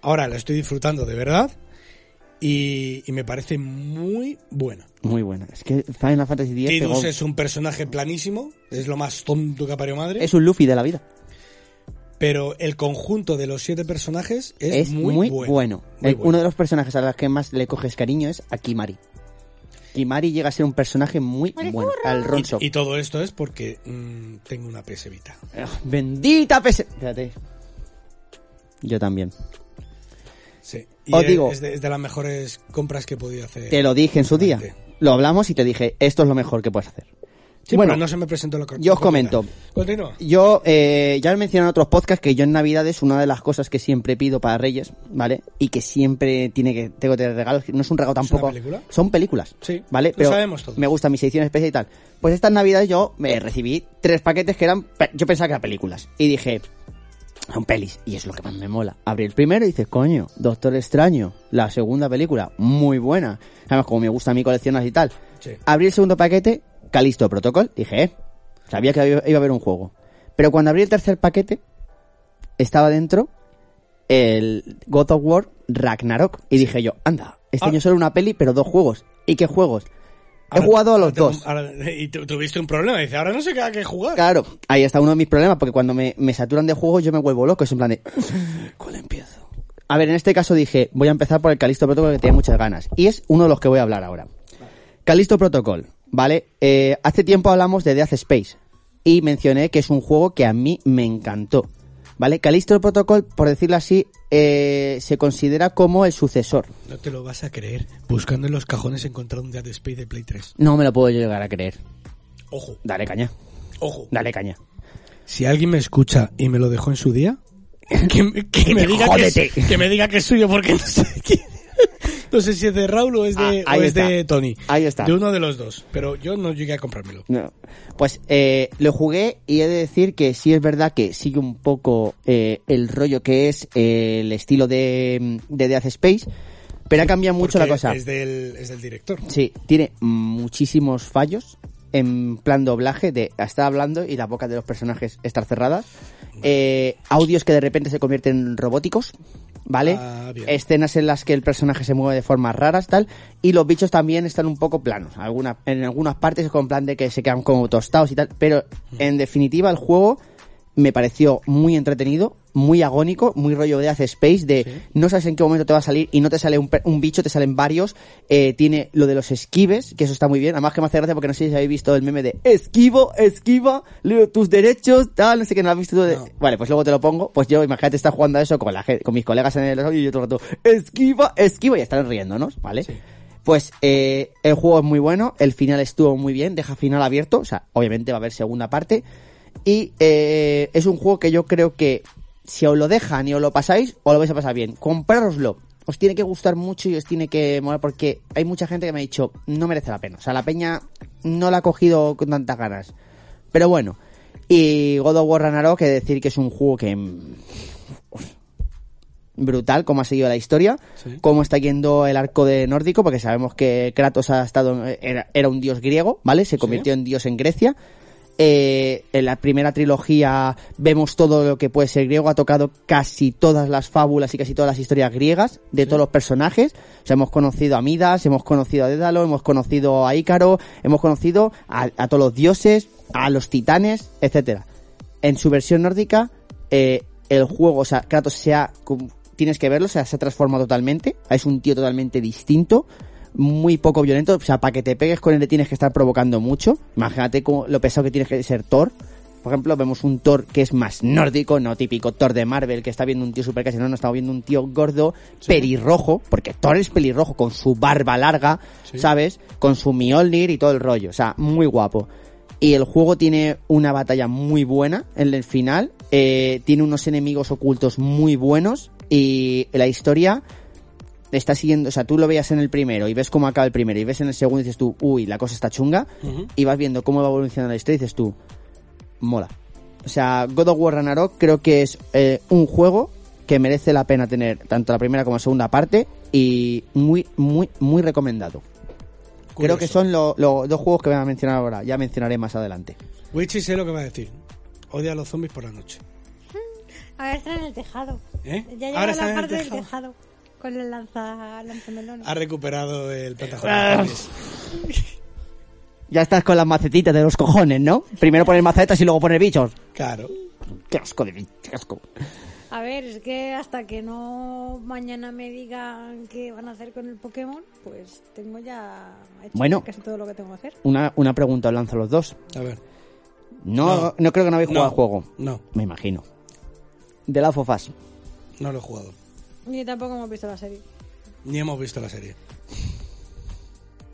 N: ahora la estoy disfrutando de verdad y, y me parece muy buena.
A: Muy buena. Es que Final Fantasy X
N: Tidus
A: pegó-
N: es un personaje planísimo, es lo más tonto que ha parido madre.
A: es un Luffy de la vida.
N: pero el conjunto de los siete personajes
A: es
N: es,
A: muy, bueno.
N: Muy
A: El-
N: bueno.
A: Uno de los personajes a los que más le coges cariño es a Kimari. Kimari llega a ser un personaje muy bueno, al Ronso.
N: Y, y todo esto es porque mm, tengo una PS Vita.
A: Bendita PS... Espérate. Yo también.
N: Sí. Y
A: Os
N: es,
A: digo-
N: es de, es de las mejores compras que he podido hacer.
A: Te lo dije en su día.
N: Adelante.
A: Lo hablamos y te dije, esto es lo mejor que puedes hacer.
N: Sí,
A: bueno,
N: pero no se me presentó la
A: yo os
N: continúa.
A: comento.
N: Continúa.
A: Yo eh, ya he mencionado en otros podcasts que yo en Navidades una de las cosas que siempre pido para Reyes, ¿vale? Y que siempre tiene que tengo de regalos, no es un regalo
N: una
A: tampoco.
N: película?
A: Son películas.
N: Sí,
A: ¿Vale?
N: lo sabemos todo.
A: me gusta mis ediciones especiales y tal. Pues estas Navidades yo me recibí tres paquetes que eran pe- yo pensaba que eran películas y dije, son pelis y es lo que más me mola. Abrí el primero y dices, coño, Doctor Extraño, la segunda película, muy buena. Además, como me gusta a mí coleccionar y tal.
N: Sí.
A: Abrí el segundo paquete, Calisto Protocol, dije, eh, sabía que iba iba a haber un juego. Pero cuando abrí el tercer paquete, estaba dentro el God of War Ragnarok. Y dije yo, anda, este
N: Ah.
A: año solo una peli, pero dos juegos. ¿Y qué juegos? He
N: Ahora-
A: jugado a los
N: ahora tengo-
A: dos.
N: ahora- y tu- tuviste un problema. Dice, ahora no sé qué hay que jugar.
A: Claro, ahí está uno de mis problemas, porque cuando me, me saturan de juegos yo me vuelvo loco. Es en plan de, ¿cuál empiezo? A ver, en este caso dije, voy a empezar por el Calisto Protocol que tenía muchas ganas. Y es uno de los que voy a hablar ahora. Calisto Protocol, ¿vale? Eh, hace tiempo hablamos de Death Space. Y mencioné que es un juego que a mí me encantó. ¿Vale? Calisto Protocol, por decirlo así, eh, se considera como el sucesor.
N: No te lo vas a creer. Buscando en los cajones he encontrado un Dead Space de Play 3.
A: No me lo puedo llegar a creer.
N: Ojo,
A: Dale caña,
N: ojo.
A: dale caña.
N: Si alguien me escucha y me lo dejó en su día, que, que me, diga que, es-
A: Jódete.
N: que me diga que es suyo porque no sé quién. No sé si es de Raúl o es de,
A: Ah, ahí
N: o es
A: está.
N: de Tony.
A: Ahí está.
N: De uno de los dos. Pero yo no llegué a comprármelo.
A: No. Pues eh, lo jugué y he de decir que sí es verdad que sigue un poco eh, el rollo que es eh, el estilo de, mm, de Death Space, pero ha cambiado mucho la
N: Porque
A: cosa.
N: Es del, es del director.
A: Sí, tiene muchísimos fallos en plan doblaje de estar hablando y las bocas de los personajes estar cerradas. Eh, audios que de repente se convierten en robóticos, ¿vale?
N: Ah, bien.
A: Escenas en las que el personaje se mueve de formas raras, tal. Y los bichos también están un poco planos. Alguna- en algunas partes es con plan de que se quedan como tostados y tal. Pero en definitiva el juego me pareció muy entretenido, muy agónico, muy rollo de Death Space, de no sabes en qué momento te va a salir y no te sale un, pe- un bicho, te salen varios. Eh, tiene lo de los esquives, que eso está muy bien. Además que me hace gracia porque no sé si habéis visto el meme de esquivo, esquiva, leo tus derechos, tal, no sé qué, no lo has visto. tú de- Vale, pues luego te lo pongo. Pues yo, imagínate, estar jugando a eso con, la, gen- con mis colegas en el audio y yo todo el rato, esquiva, esquiva, y están riéndonos, ¿vale? Pues eh, el juego es muy bueno, el final estuvo muy bien, deja final abierto, o sea, obviamente va a haber segunda parte. Y eh, es un juego que yo creo que si os lo dejan y os lo pasáis, os lo vais a pasar bien. Comprároslo. Os tiene que gustar mucho y os tiene que molar porque hay mucha gente que me ha dicho, no merece la pena. O sea, la peña no la ha cogido con tantas ganas. Pero bueno. Y God of War Ragnarok, he de decir que es un juego que... mm, Brutal, cómo ha seguido la historia, cómo está yendo el arco de nórdico, porque sabemos que Kratos ha estado, era, era un dios griego, ¿vale? Se convirtió en dios en Grecia. Eh, en la primera trilogía vemos todo lo que puede ser griego, ha tocado casi todas las fábulas y casi todas las historias griegas de todos los personajes. O sea, hemos conocido a Midas, hemos conocido a Dédalo, hemos conocido a Ícaro, hemos conocido a, a todos los dioses, a los titanes, etcétera. En su versión nórdica, eh, el juego, o sea, Kratos se ha, cum- tienes que verlo, o sea, se ha transformado totalmente, es un tío totalmente distinto muy poco violento. O sea, para que te pegues con él le tienes que estar provocando mucho. Imagínate cómo- lo pesado que tienes que ser Thor. Por ejemplo, vemos un Thor que es más nórdico, no típico Thor de Marvel, que está viendo un tío super casi no, no estamos viendo un tío gordo, pelirrojo, porque Thor es pelirrojo, con su barba larga, ¿sabes? Con su Mjolnir y todo el rollo, o sea, muy guapo. Y el juego tiene una batalla muy buena en el final, eh, tiene unos enemigos ocultos muy buenos, y la historia, está siguiendo, o sea, tú lo veías en el primero y ves cómo acaba el primero y ves en el segundo y dices tú, uy, la cosa está chunga, y vas viendo cómo va evolucionando la historia y dices tú, mola. O sea, God of War Ragnarok creo que es eh, un juego que merece la pena tener tanto la primera como la segunda parte y muy, muy, muy recomendado. Creo que son lo- los dos juegos que voy a mencionar ahora, ya mencionaré más adelante.
N: Wichi sé lo que va a decir. Odia a los zombies por la noche.
P: Ahora están en el tejado.
N: ¿Eh?
P: Ya
N: Ahora
P: llega
N: están
P: la
N: en el
P: parte del
N: tejado.
P: tejado. Con el lanza, lanzamelones.
N: Ha recuperado el
A: Ah.
N: pantajón.
A: Ya estás con las macetitas de los cojones, ¿no? Primero poner macetas y luego poner bichos.
N: Claro.
A: Qué asco de bicho, qué asco.
O: A ver, es que hasta que no mañana me digan qué van a hacer con el Pokémon, pues tengo ya hecho
A: Bueno.
O: casi todo lo que tengo que hacer.
A: Una, una pregunta, os lanzo a los dos.
N: A ver.
A: No, no, creo que no habéis jugado al juego.
N: No.
A: Me imagino. De la Fofas.
N: No lo he jugado.
O: Ni tampoco hemos visto la serie.
N: Ni hemos visto la serie.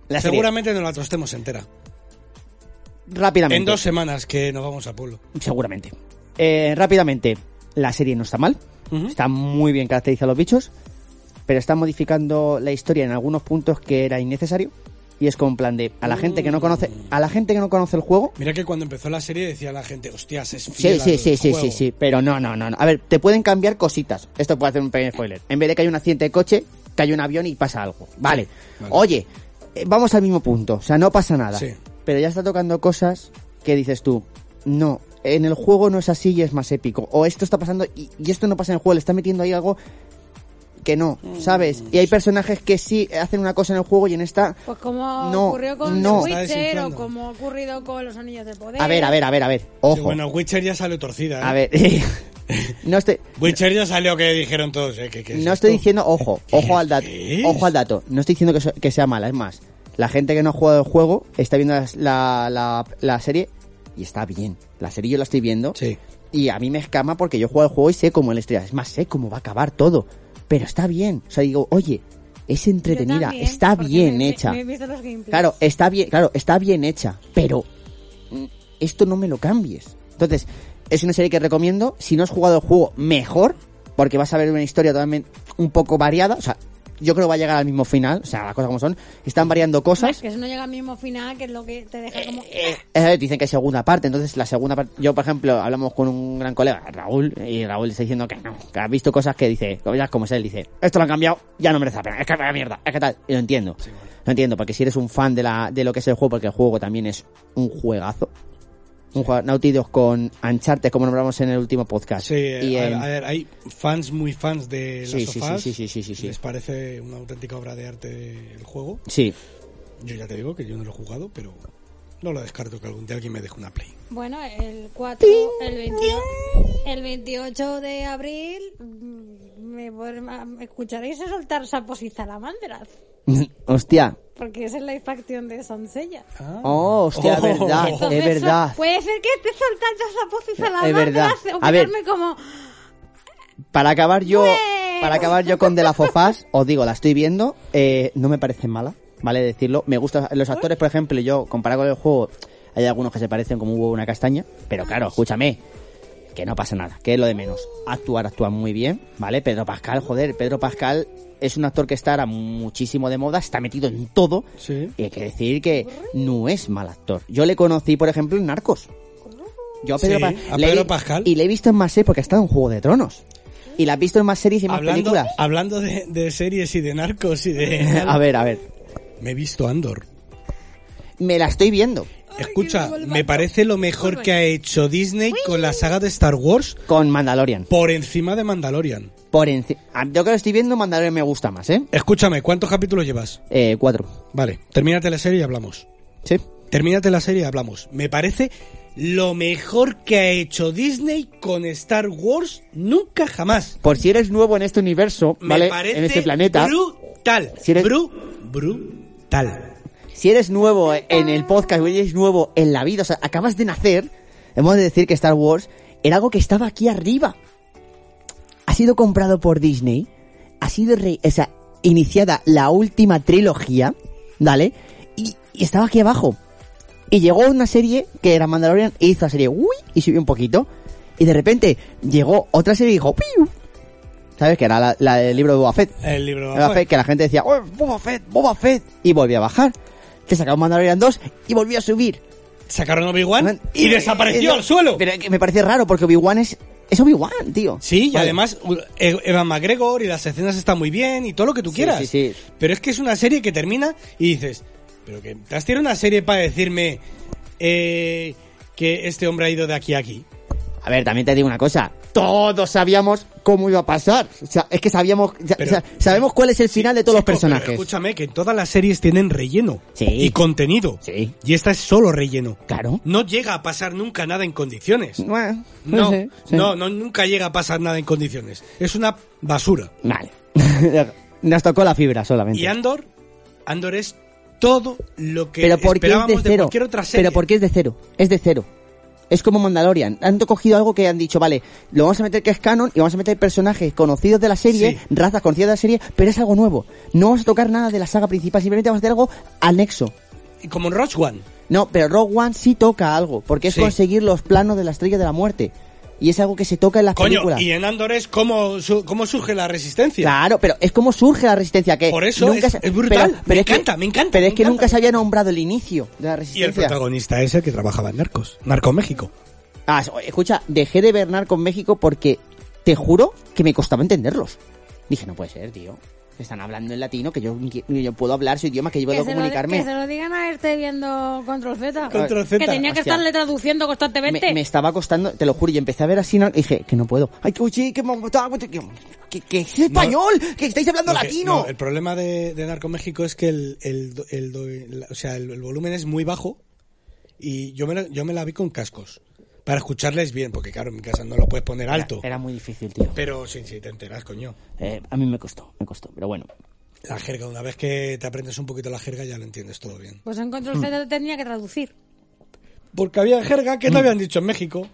A: La serie.
N: Seguramente nos la tostemos entera.
A: Rápidamente.
N: En dos semanas que nos vamos a pueblo.
A: Seguramente. Eh, rápidamente. La serie no está mal. Está muy bien caracterizada los bichos. Pero está modificando la historia en algunos puntos que era innecesario. Y es con plan de a la gente que no conoce, a la gente que no conoce el juego,
N: Mira que cuando empezó la serie decía la gente, hostias, es
A: Sí,
N: fiel
A: sí,
N: al
A: sí, sí,
N: juego".
A: sí, sí, pero no, no, no, no. A ver, te pueden cambiar cositas. Esto puede hacer un pequeño spoiler. En vez de que haya un accidente de coche, cae un avión y pasa algo. Vale. Oye, eh, vamos al mismo punto. O sea, no pasa nada.
N: Sí.
A: Pero ya está tocando cosas que dices tú, no, en el juego no es así y es más épico. O esto está pasando y, y esto no pasa en el juego. Le está metiendo ahí algo que no, ¿sabes? Y hay personajes que sí hacen una cosa en el juego y en esta...
O: Pues como
A: No,
O: ocurrió con
A: no.
O: The
A: Está
O: Witcher o
A: desinflando.
O: como ha ocurrido con los Anillos de Poder.
A: A ver, a ver, a ver, a ver.
N: Sí,
A: Ojo.
N: bueno, Witcher ya salió torcida. ¿eh?
A: A ver. no estoy...
N: Witcher ya salió que dijeron todos, ¿eh? que- que es
A: No
N: esto?
A: estoy diciendo, ojo, ojo al dato, ojo al dato. No estoy diciendo que, so- que sea mala, es más. La gente que no ha jugado el juego está viendo las- la, la- la serie y está bien. La serie yo la estoy viendo. Y a mí me escama porque yo juego al juego y sé cómo es la historia. Es más, sé cómo va a acabar todo. Pero está bien. O sea, digo, oye, es entretenida,
O: también,
A: está
O: porque
A: bien
O: me- me-
A: hecha.
O: me he visto los gameplays.
A: claro, eh, está bien, claro, está bien hecha. Pero mm, esto no me lo cambies. Entonces, es una serie que recomiendo. Si no has jugado el juego, mejor, porque vas a ver una historia totalmente un poco variada. O sea, yo creo que va a llegar al mismo final, o sea, las cosas como son. Están variando cosas.
O: que eso no llega al mismo final, que es lo que te deja como...
A: Eh, dicen que hay segunda parte, entonces la segunda parte, yo por ejemplo, hablamos con un gran colega, Raúl, y Raúl está diciendo que no, que ha visto cosas que dice, ya como es él, dice, esto lo han cambiado, ya no merece la pena, es que vaya mierda, es que tal, y lo entiendo, lo entiendo, porque si eres un fan de, la, de lo que es el juego, porque el juego también es un juegazo, un juego Naughty Dog con Uncharted, como nombramos en el último podcast.
N: Sí, eh,
A: Y
N: a, ver,
A: en-
N: a ver, hay fans muy fans de las
A: Sí, sí, sí, sí, sí, sí, sí.
N: Les parece una auténtica obra de arte el juego.
A: Sí.
N: Yo ya te digo que yo no lo he jugugado, pero no lo descarto que algún día alguien me deje una play.
O: Bueno, el 4, el 28, el 28 de abril mm, me, vuel- me escucharéis a soltar sapos y salamandras,
A: Hostia.
O: porque esa es la facción de Soncella.
A: Oh, hostia, es verdad, es
O: Entonces,
A: verdad.
O: Puede ser que esté soltando sapos y
A: Es verdad.
O: salamandras o
A: A ver.
O: quedarme como...
A: Para acabar yo, para acabar yo con De La Fofás, os digo, la estoy viendo, eh, no me parece mala, vale decirlo. Me gustan los actores, por ejemplo, yo comparado con el juego, hay algunos que se parecen como un huevo y una castaña, pero claro, escúchame, que no pasa nada, que es lo de menos. Actuar, actúa muy bien, ¿vale? Pedro Pascal, joder, Pedro Pascal es un actor que está ahora muchísimo de moda, está metido en todo, y hay que decir que no es mal actor. Yo le conocí, por ejemplo, en Narcos. Yo a Pedro,
N: Sí,
A: Pa-
N: a
A: le-
N: Pedro Pascal.
A: Y le he visto en más series porque ha estado en Juego de Tronos. Y la has visto en más series y más
N: Hablando,
A: películas.
N: hablando de, de series y de narcos y de...
A: A ver, a ver.
N: Me he visto Andor.
A: Me la estoy viendo.
N: Escucha, me parece lo
O: Pues
N: mejor que ha hecho Disney con la saga de Star Wars.
A: Con Mandalorian.
N: Por encima de Mandalorian.
A: Por encima. Yo que lo estoy viendo, Mandalorian me gusta más, ¿eh?
N: Escúchame, ¿cuántos capítulos llevas?
A: Eh, cuatro.
N: Vale, termínate la serie y hablamos.
A: Sí.
N: Termínate la serie y hablamos. Me parece lo mejor que ha hecho Disney con Star Wars nunca jamás.
A: Por si eres nuevo en este universo,
N: Me
A: ¿vale?
N: parece
A: En este planeta.
N: brutal.
A: Si eres-
N: Bru- brutal.
A: Si eres nuevo en el podcast o eres nuevo en la vida, o sea, acabas de nacer, hemos de decir que Star Wars era algo que estaba aquí arriba. Ha sido comprado por Disney, ha sido re- o sea, iniciada la última trilogía, ¿vale? Y, y estaba aquí abajo. Y llegó una serie que era Mandalorian e hizo la serie, uy, y subió un poquito. Y de repente llegó otra serie y dijo, piu. ¿Sabes? Que era la, la del libro de Boba Fett.
N: El libro de
A: Boba Fett, que la gente decía, ¡Oh, Boba Fett, Boba Fett! Y volvió a bajar. Te sacaron Mandalorian 2 y volvió a subir.
N: Sacaron Obi-Wan Ah, y desapareció al
A: suelo. eh, Pero que me parece raro porque Obi-Wan es, es Obi-Wan, tío.
N: Sí, y
A: Vale.
N: además u- E- Evan McGregor y las escenas están muy bien y todo lo que tú quieras.
A: sí, sí.
N: Pero es que es una serie que termina y dices, pero que te has tirado una serie para decirme eh, que este hombre ha ido de aquí a aquí.
A: A ver, también te digo una cosa. Todos sabíamos cómo iba a pasar. O sea, es que sabíamos, o sea,
N: Pero-
A: o sea, sabemos cuál es el final de todos los
N: Chico, pero
A: personajes.
N: escúchame, que todas las series tienen relleno y contenido. Y esta es solo relleno.
A: Claro.
N: No llega a pasar nunca nada en condiciones.
A: Bueno,
N: no,
A: sí, sí.
N: no, no, nunca llega a pasar nada en condiciones. Es una basura.
A: Vale. Nos tocó la fibra solamente.
N: Y Andor, Andor es todo lo que
A: pero porque es de
N: esperábamos de
A: cero.
N: cualquier otra serie.
A: pero porque es de cero. Es de cero. Es como Mandalorian. Han cogido algo que han dicho, vale, lo vamos a meter que es canon y vamos a meter personajes conocidos de la serie, razas conocidas de la serie, pero es algo nuevo. No vamos a tocar nada de la saga principal, simplemente vamos a hacer algo anexo.
N: Y Como en Rogue One.
A: No, pero Rogue One sí toca algo, porque es
N: Sí.
A: conseguir los planos de la estrella de la muerte. Y es algo que se toca en las
N: Coño,
A: películas.
N: y en Andor es cómo, su- cómo surge la resistencia.
A: Claro, pero es como surge la resistencia que
N: Por eso
A: nunca
N: es-
A: se-
N: es brutal. Me
A: es que-
N: encanta, me encanta,
A: Pero
N: me
A: es que
N: encanta.
A: nunca se había nombrado el inicio de la
N: Y el
A: resistencia.
N: protagonista es el que trabajaba en Narcos. Narco México.
A: Ah, so- escucha, dejé de ver con México porque te juro que me costaba entenderlos. Dije, no puede ser, tío. Están hablando en latino, que yo, que yo puedo hablar su idioma, que yo puedo
O: que se lo-
A: comunicarme.
O: que se lo digan a este viendo Control Z.
A: Control Z,
O: Que tenía que
A: hostia.
O: estarle traduciendo
A: me,
O: constantemente.
A: me estaba costando, te lo juro, y empecé a ver así, ¿no? y dije, que no puedo. Ay, que oye, que, me- que, que es español, que estáis hablando
N: Lo que-
A: latino.
N: no, el problema de, de Narco México es que el, el do- el do- la- o sea, el, el volumen es muy bajo y yo me, la, yo me la vi con cascos para escucharles bien, porque claro, en mi casa no lo puedes poner
A: Era-
N: alto.
A: Era, muy difícil, tío.
N: Pero sí, sí, te enteras, coño.
A: Eh, a mí me costó, me costó, pero bueno.
N: La jerga, una vez que te aprendes un poquito la jerga ya lo entiendes todo bien.
O: Pues en
A: Mm.
O: Control Z tenía que traducir.
N: Porque había jerga
A: Mm.
N: que no habían dicho en México.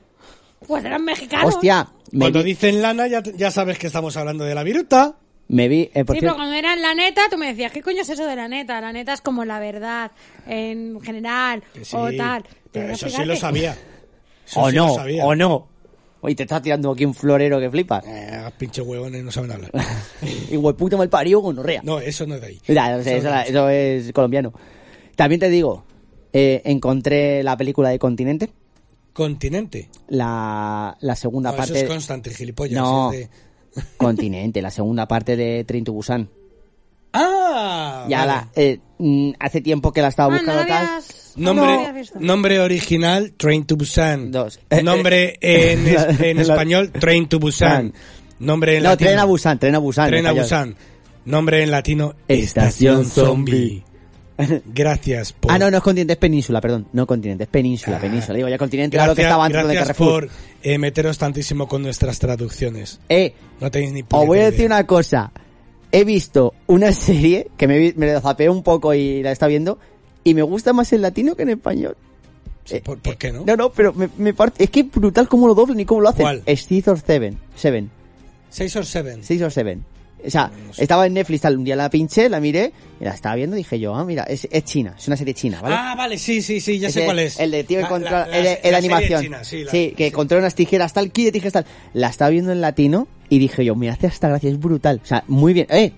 O: Pues eran mexicanos.
A: Hostia, me
N: Cuando
A: vi,
N: dicen lana ya, ya sabes que estamos hablando de la viruta.
A: me vi, eh, por
O: sí, pero
A: cierto-
O: cuando era en la neta, tú me decías, ¿qué coño es eso de la neta? La neta es como la verdad, en general,
N: Que sí,
O: o tal.
N: pero
O: Tenía
N: eso
O: que
N: sí lo
O: explicarte.
N: sabía. Eso
A: o
N: sí lo
A: no,
N: sabía.
A: o no. Oye, te está tirando aquí un florero que flipas.
N: Eh, pinche huevones no saben hablar.
A: y hueputa mal parió con orrea.
N: No, eso no es de ahí.
A: Mira, o sea, eso, la- eso es colombiano. También te digo, eh, encontré la película de Continente.
N: Continente.
A: La, la segunda
N: No,
A: parte.
N: Ah, Eso es Constantine, gilipollas.
A: No.
N: es de-
A: Continente, la segunda parte de Train to Busan.
N: ¡Ah!
A: Ya
N: vale.
A: la, eh, mm, hace tiempo que la estaba
O: Ah, no
A: buscando
O: lo
A: tal.
O: habías... no lo habías
N: Nombre,
O: visto.
N: nombre original, Train to Busan.
A: Dos.
N: Nombre en, es- en español, Train to Busan. Nombre en
A: No,
N: latino,
A: Tren a Busan, Tren a Busan.
N: Tren a
A: español.
N: Busan. Nombre en latino,
A: Estación
N: Zombie. Gracias por...
A: Ah, no, no es continente, es península, perdón. No continente, es península, península. Digo, ya continente era lo que estaba antes de
N: Ah. gracias
A: Carrefour.
N: por eh, meteros tantísimo con nuestras traducciones.
A: Eh,
N: No tenéis ni
A: os
N: puñetera
A: voy a
N: idea.
A: decir una cosa. He visto una serie que me, vi- me la zapeé un poco y la está viendo y me gusta más en latino que en español. Eh,
N: Sí, ¿Por, por qué no?
A: No, no, pero me, me parte- es que es brutal cómo lo doblan y cómo lo hacen.
N: ¿Cuál?
A: Six or Seven. Seven.
N: Six or Seven.
A: Six or Seven. O sea, estaba en Netflix tal, un día la pinché, la miré, y la estaba viendo y dije yo, ah, mira, es, es china, es una serie china, ¿vale?
N: Ah, vale, sí, sí, sí, ya
A: Ese-
N: sé cuál es.
A: El de tío que
N: La-
A: controla.
N: la-
A: el de-
N: la-
A: el de
N: la serie
A: animación.
N: china, sí, la-
A: que controla unas tijeras tal, kit de tijeras tal. La estaba viendo en latino y dije yo, me hace hasta gracia, es brutal. O sea, muy bien. ¡Eh!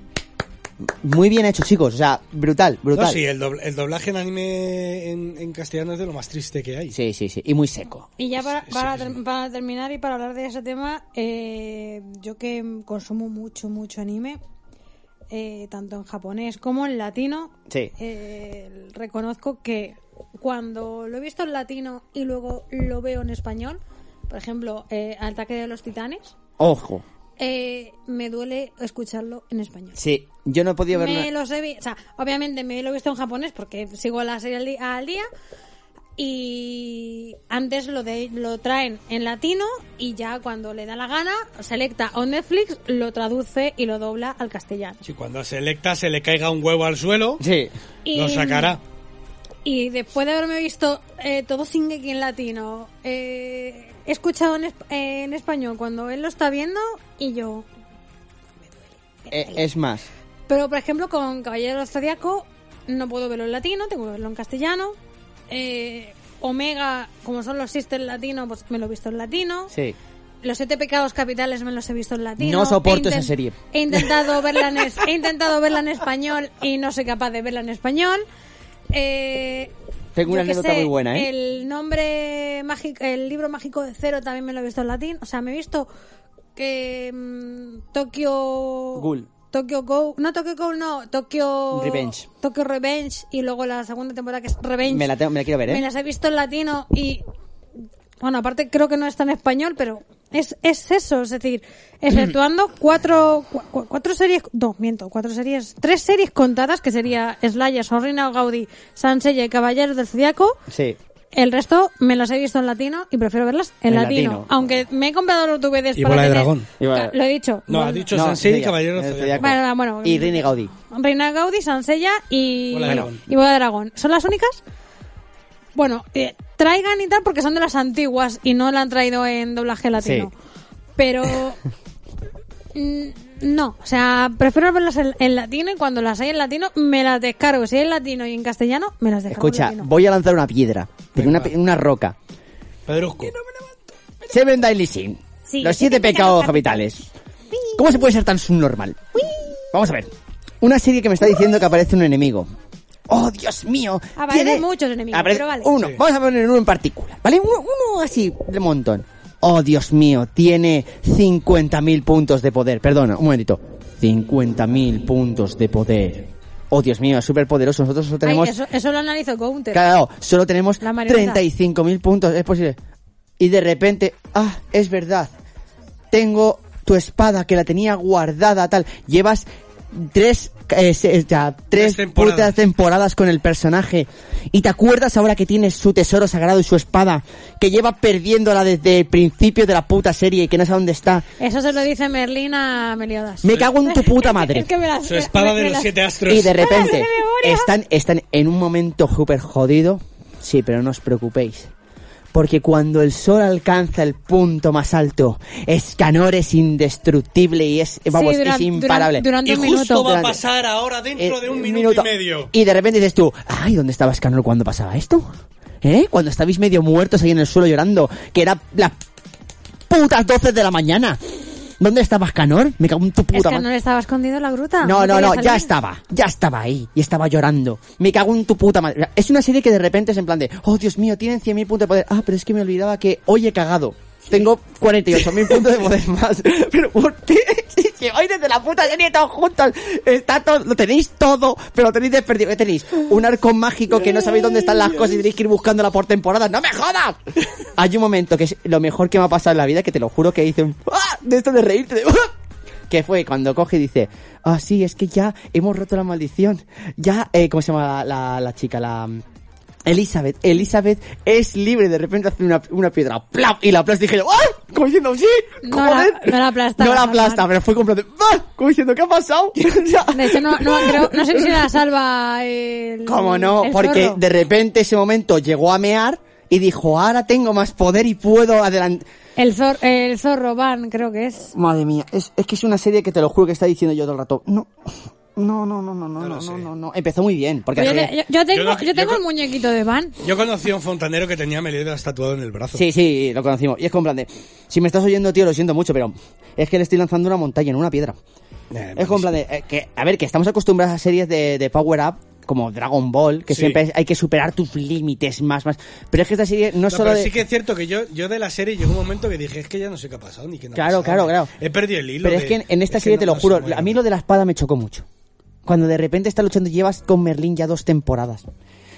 A: Muy bien hecho, chicos. O sea, brutal, brutal.
N: No, sí, el, dobl- el doblaje en anime en, en castellano es de lo más triste que hay.
A: sí, sí, sí. Y muy seco.
O: Y ya para, para, ter- para terminar y para hablar de ese tema, eh, yo que consumo mucho, mucho anime, eh, tanto en japonés como en latino,
A: Sí.
O: eh, reconozco que cuando lo he visto en latino y luego lo veo en español, por ejemplo, eh, Ataque de los Titanes,
A: Ojo.
O: eh, me duele escucharlo en español.
A: Sí, yo no he podido ver
O: Me
A: una-
O: los he vi- o sea, obviamente me lo he visto en japonés porque sigo la serie al, di- al día. Y antes lo, de, lo traen en latino y ya cuando le da la gana, selecta on Netflix, lo traduce y lo dobla al castellano.
N: Si cuando a Selecta se le caiga un huevo al suelo,
O: Y-
N: lo sacará.
O: Y después de haberme visto eh, todo Shingeki en latino, eh, he escuchado en, esp- eh, en español cuando él lo está viendo y yo...
A: Eh, es más.
O: Pero, por ejemplo, con Caballero Zodíaco no puedo verlo en latino, tengo que verlo en castellano. Eh, Omega, como son los sisters latinos, pues me lo he visto en latino.
A: Sí.
O: Los siete pecados capitales me los he visto en latino.
A: No soporto
O: He inten-
A: esa serie.
O: He intentado, verla en es- he intentado verla en español y no soy capaz de verla en español. Eh,
A: Tengo
O: yo
A: una
O: qué
A: anécdota
O: sé,
A: muy buena, ¿eh?
O: El nombre mágico, el libro mágico de cero también me lo he visto en latín. O sea, me he visto que mm, Tokio
A: Ghoul.
O: Tokyo Go, no Tokyo Go, no, Tokyo
A: Revenge.
O: Tokyo Revenge y luego la segunda temporada que es Revenge.
A: Me la, tengo- me la quiero ver, ¿eh?
O: Me las he visto en latino y bueno, aparte creo que no está en español, pero es, es eso, es decir, exceptuando cuatro, cu- cu- cuatro series, no, miento, cuatro series, tres series contadas, que sería Slayer, Sorrina Gaudí, Sansella y Caballeros del Zodiaco,
A: Sí.
O: el resto me las he visto en latino y prefiero verlas en,
A: En
O: latino,
A: latino.
O: Aunque me he comprado los DVDs
N: Y
O: para
N: Bola de
O: tener-
N: Dragón.
A: Y Bola-
O: Lo he dicho.
N: No, ha
O: Bola-
N: dicho
A: No,
N: Sansei y
A: Zodiaco,
N: Caballero
A: el
N: Zodiaco.
A: Zodiaco.
O: Bueno, bueno.
A: Y Rini Gaudí.
O: Reina Gaudí, Sansella y
N: Bola de
O: bueno,
N: Dragón.
O: y Bola de Dragón. ¿Son las únicas? Bueno, eh, traigan y tal porque son de las antiguas y no la han traído en doblaje latino. Pero mm, no, o sea, prefiero verlas en, en latino y cuando las hay en latino me las descargo. Si hay en latino y en castellano, me las descargo. en
A: Escucha,
O: latino.
A: voy a lanzar una piedra. Pero una, pe- una roca.
N: Pedrusco.
A: Seven Deadly Sin.
O: Sí,
A: Los siete pecados capitales. ¿Cómo se puede ser tan subnormal? Vamos a ver. Una serie que me está diciendo que aparece un enemigo. ¡Oh, Dios mío!
O: Aparecen
A: Tiene-
O: Ah, muchos enemigos,
A: aparece
O: pero vale.
A: Uno.
O: Sí.
A: Vamos a poner uno en particular, ¿vale? Uno, uno así, de montón. ¡Oh, Dios mío! Tiene 50.000 puntos de poder. Perdona, un momentito. 50.000 puntos de poder. ¡Oh, Dios mío! Es súper poderoso. Nosotros solo
O: Ay,
A: tenemos...
O: eso, eso lo analizo Counter.
A: Claro, solo tenemos
O: La marioneta.
A: 35.000 puntos, es posible. Y de repente, ah, es verdad. Tengo tu espada que la tenía guardada, tal. Llevas tres, eh, se- o sea, tres
N: Tres temporadas.
A: putas temporadas con el personaje. Y te acuerdas ahora que tienes su tesoro sagrado y su espada, que lleva perdiéndola desde el principio de la puta serie y que no sabe dónde está.
O: Eso se lo dice Merlín a Meliodas.
A: Me cago en tu puta madre.
O: Es que me las-
N: Su espada
O: me-
N: de
O: me
N: los
O: las-
N: siete astros.
A: Y de repente
O: memoria.
A: están, están en un momento súper jodido. Sí, pero no os preocupéis. Porque cuando el sol alcanza el punto más alto, Escanor es indestructible y es, vamos,
O: duran-
A: es imparable.
O: duran- durante
N: Y
O: un
N: justo
O: minuto.
N: va a
A: Durante-
N: pasar ahora dentro
A: Eh,
N: de un
A: un
N: minuto,
A: minuto.
N: y medio.
A: Y de repente dices tú, ay, ¿dónde estaba Escanor cuando pasaba esto? ¿Eh? Cuando estabais medio muertos ahí en el suelo llorando, que era la putas 12 de la mañana. ¿Dónde estabas, Canor? Me cago en tu
P: Es
A: puta
P: que
A: madre.
P: no le estaba escondido en la gruta.
A: No, no,
P: quería
A: no, ya
P: salir.
A: estaba, ya estaba ahí y estaba llorando. Me cago en tu puta madre. O sea, Es una serie que de repente es en plan de, oh Dios mío, tienen 100.000 puntos de poder. Ah, pero es que me olvidaba que hoy he cagado. Tengo 48.000 puntos de poder más. Pero ¿por qué? Si Lleváis desde la puta serie todos juntos. Está todo, lo tenéis todo, pero lo tenéis desperdido. ¿Qué tenéis? Un arco mágico que no sabéis dónde están las cosas y tenéis que ir buscándola por temporadas. ¡No me jodas! Hay un momento que es lo mejor que me ha pasado en la vida, que te lo juro que hice un... ¡Ah! De esto de reírte. de, ¡Ah! que fue cuando coge y dice, ah, sí, es que ya hemos roto la maldición. Ya, eh, ¿cómo se llama la, la- la chica? La... mm, Elizabeth, Elizabeth es libre, de repente hace una, una piedra, ¡plap! Y la aplasta y dije yo, ¡ah! Como diciendo, ¡sí!
O: No la,
A: ¡Joder!
O: no la aplasta.
A: No la aplasta, pero fue completamente, ¡ah! Como diciendo, ¿qué ha pasado? O sea,
O: De hecho, no, no, creo- no sé si la salva el.
A: ¿Cómo no?
O: el
A: Porque
O: zorro.
A: de repente ese momento llegó a mear y dijo, ahora tengo más poder y puedo adelantar.
O: El, zor- el zorro van, creo que es.
A: Madre mía, es, es que es una serie que te lo juro que está diciendo yo todo el rato. No, no, no, no, no, no, no, no, no, no. Empezó muy bien, porque
O: Yo,
A: así-
O: te- yo- yo tengo,
N: Yo no-
O: yo
N: yo
O: tengo
N: no-
O: el muñequito de van.
N: Yo conocí a un fontanero que tenía Meliodas estatuado en el brazo.
A: Sí, sí, lo conocimos. Y es con plan de, si me estás oyendo, tío, lo siento mucho, pero es que le estoy lanzando una montaña en una piedra. es con plan de, eh, que, a ver, que estamos acostumbrados a series de, de Power Up como Dragon Ball, que
N: Sí.
A: siempre es- hay que superar tus límites más, más. Pero es que esta serie no,
N: No,
A: es solo
N: pero
A: de...
N: sí que es cierto que yo, yo de la serie llegó un momento que dije, es que ya no sé qué ha pasado ni qué no ha
A: Claro, claro,
N: pasado.
A: claro.
N: He perdido el hilo.
A: Pero es
N: de-
A: que en, en esta
N: es que
A: serie,
N: no
A: te lo
N: sé
A: juro,
N: muy
A: a mí lo de la espada me chocó mucho. Cuando de repente está luchando, llevas con Merlín ya dos temporadas.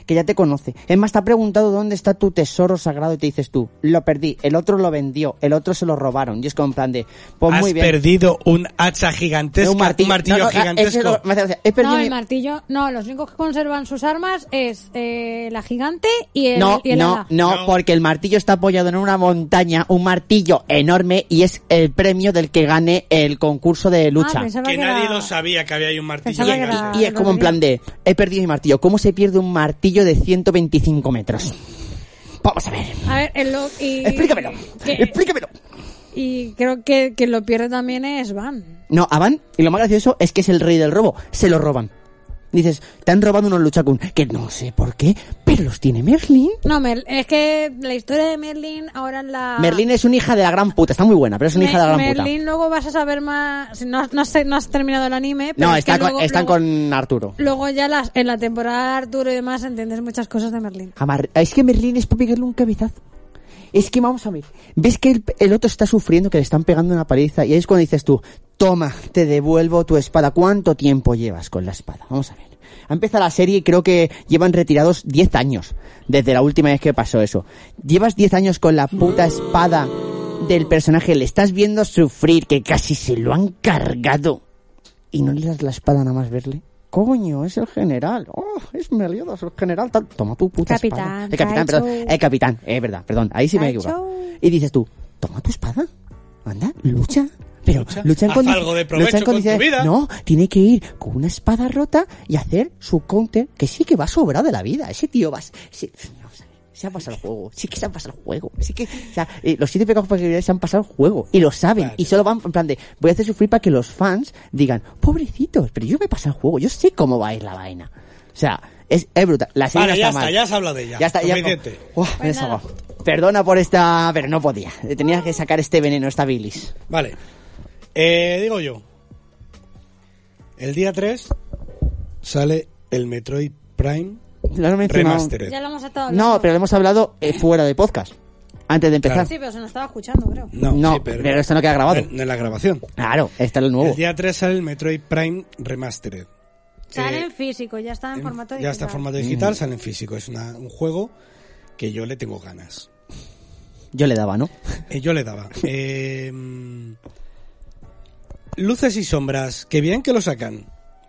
A: Que ya te conoce. Es más, te ha preguntado dónde está tu tesoro sagrado y te dices tú, lo perdí, el otro lo vendió, el otro se lo robaron. Y es como en plan de, pues
N: Has
A: muy bien.
N: perdido un hacha gigantesca, un martillo,
A: No, no, ah, ese es
N: gigantesco.
A: lo- me hace gracia. He perdido
O: No,
A: mi-
O: el martillo. No, los únicos que conservan sus armas es eh, la gigante y el,
A: no,
O: y el
A: no,
O: ala.
A: no, porque el martillo está apoyado en una montaña, un martillo enorme y es el premio del que gane el concurso de lucha.
O: Ah, pensaba
N: Que
O: que era-
N: nadie lo sabía que había ahí un martillo.
O: Pensaba que
N: gigante.
O: era-
A: Y es como en plan de, he perdido mi martillo. ¿Cómo se pierde un martillo de 125 metros? Vamos a ver.
O: A ver, el lo- y,
A: Explícamelo.
O: que-
A: Explícamelo.
O: Y creo que quien lo pierde también es Van.
A: No, Avan, y lo más gracioso es que es el rey del robo. Se lo roban. Dices, te han robado unos luchacun, que no sé por qué, pero los tiene Merlin.
O: No, Mer- es que la historia de Merlin ahora en la...
A: Merlin es una hija de la gran puta, está muy buena, pero es una
O: Me-
A: hija de la gran puta.
O: Ah. Merlin luego vas a saber más... si No, no, sé, no has terminado el anime, pero
A: No,
O: es
A: está
O: que
A: con-
O: luego,
A: están
O: luego-
A: con Arturo.
O: Luego ya las, en la temporada de Arturo y demás entiendes muchas cosas de Merlin.
A: Amar- es que Merlín es para pegarle un cabezazo. Es que vamos a ver, ves que el, el otro está sufriendo, que le están pegando una paliza, y ahí es cuando dices tú, toma, te devuelvo tu espada. ¿Cuánto tiempo llevas con la espada? Vamos a ver. Ha empezado la serie y creo que llevan retirados 10 años desde la última vez que pasó eso. Llevas 10 años con la puta espada del personaje, le estás viendo sufrir, que casi se lo han cargado. Y no le das la espada nada más verle. Coño, es el general. Oh, es Meliodas, el general. tal. Toma tu puta
O: Capitán,
A: espada. El capitán,
O: Raichu.
A: perdón. El capitán, es verdad, perdón. Ahí sí me he equivocado. Y dices tú, toma tu espada. Anda, lucha. Pero lucha, en
N: Haz
A: condi-
N: algo de provecho
A: lucha en
N: con tu
A: condiciones-
N: vida.
A: No, Oh, tiene que ir con una espada rota y hacer su counter, que sí que va sobrado de la vida. Ese tío va... sí, vamos a ver, se ha pasado el juego, sí que se ha pasado el juego, sí que, o sea, eh, los siete pecados capitales se han pasado el juego y lo saben y solo van en plan de, voy a hacer sufrir para que los fans digan, pobrecitos, pero yo me he pasado el juego, yo sé cómo va a ir la vaina. O sea, es, es brutal. La serie
N: Vale,
A: no
N: ya
A: está
N: está,
A: mal.
N: ya has hablado de ella.
A: Ya está, ya.
N: Suficiente.
A: Uah, me he desahogado. Perdona por esta, pero no podía. Tenía que sacar este veneno, esta bilis.
N: Vale. Eh, digo yo. El día 3 sale el Metroid Prime
A: Lo hemos mencionado.
N: Remastered.
O: Ya lo hemos estado hablando.
A: No, pero lo hemos hablado eh, fuera de podcast. Antes de empezar.
O: Sí, pero se nos estaba escuchando, creo.
N: No,
A: No,
N: sí, pero,
A: pero esto no queda grabado.
N: En, en la grabación.
A: Claro, está lo nuevo.
N: El día 3 sale el Metroid Prime Remastered.
O: Están
N: Eh,
O: en físico, ya están en formato digital.
N: ya está en formato
A: Mm.
N: digital, sale en físico. Es una- un juego que yo le tengo ganas.
A: Yo le daba, ¿no?
N: Eh, yo le daba. Eh, luces y sombras. Qué bien que lo sacan.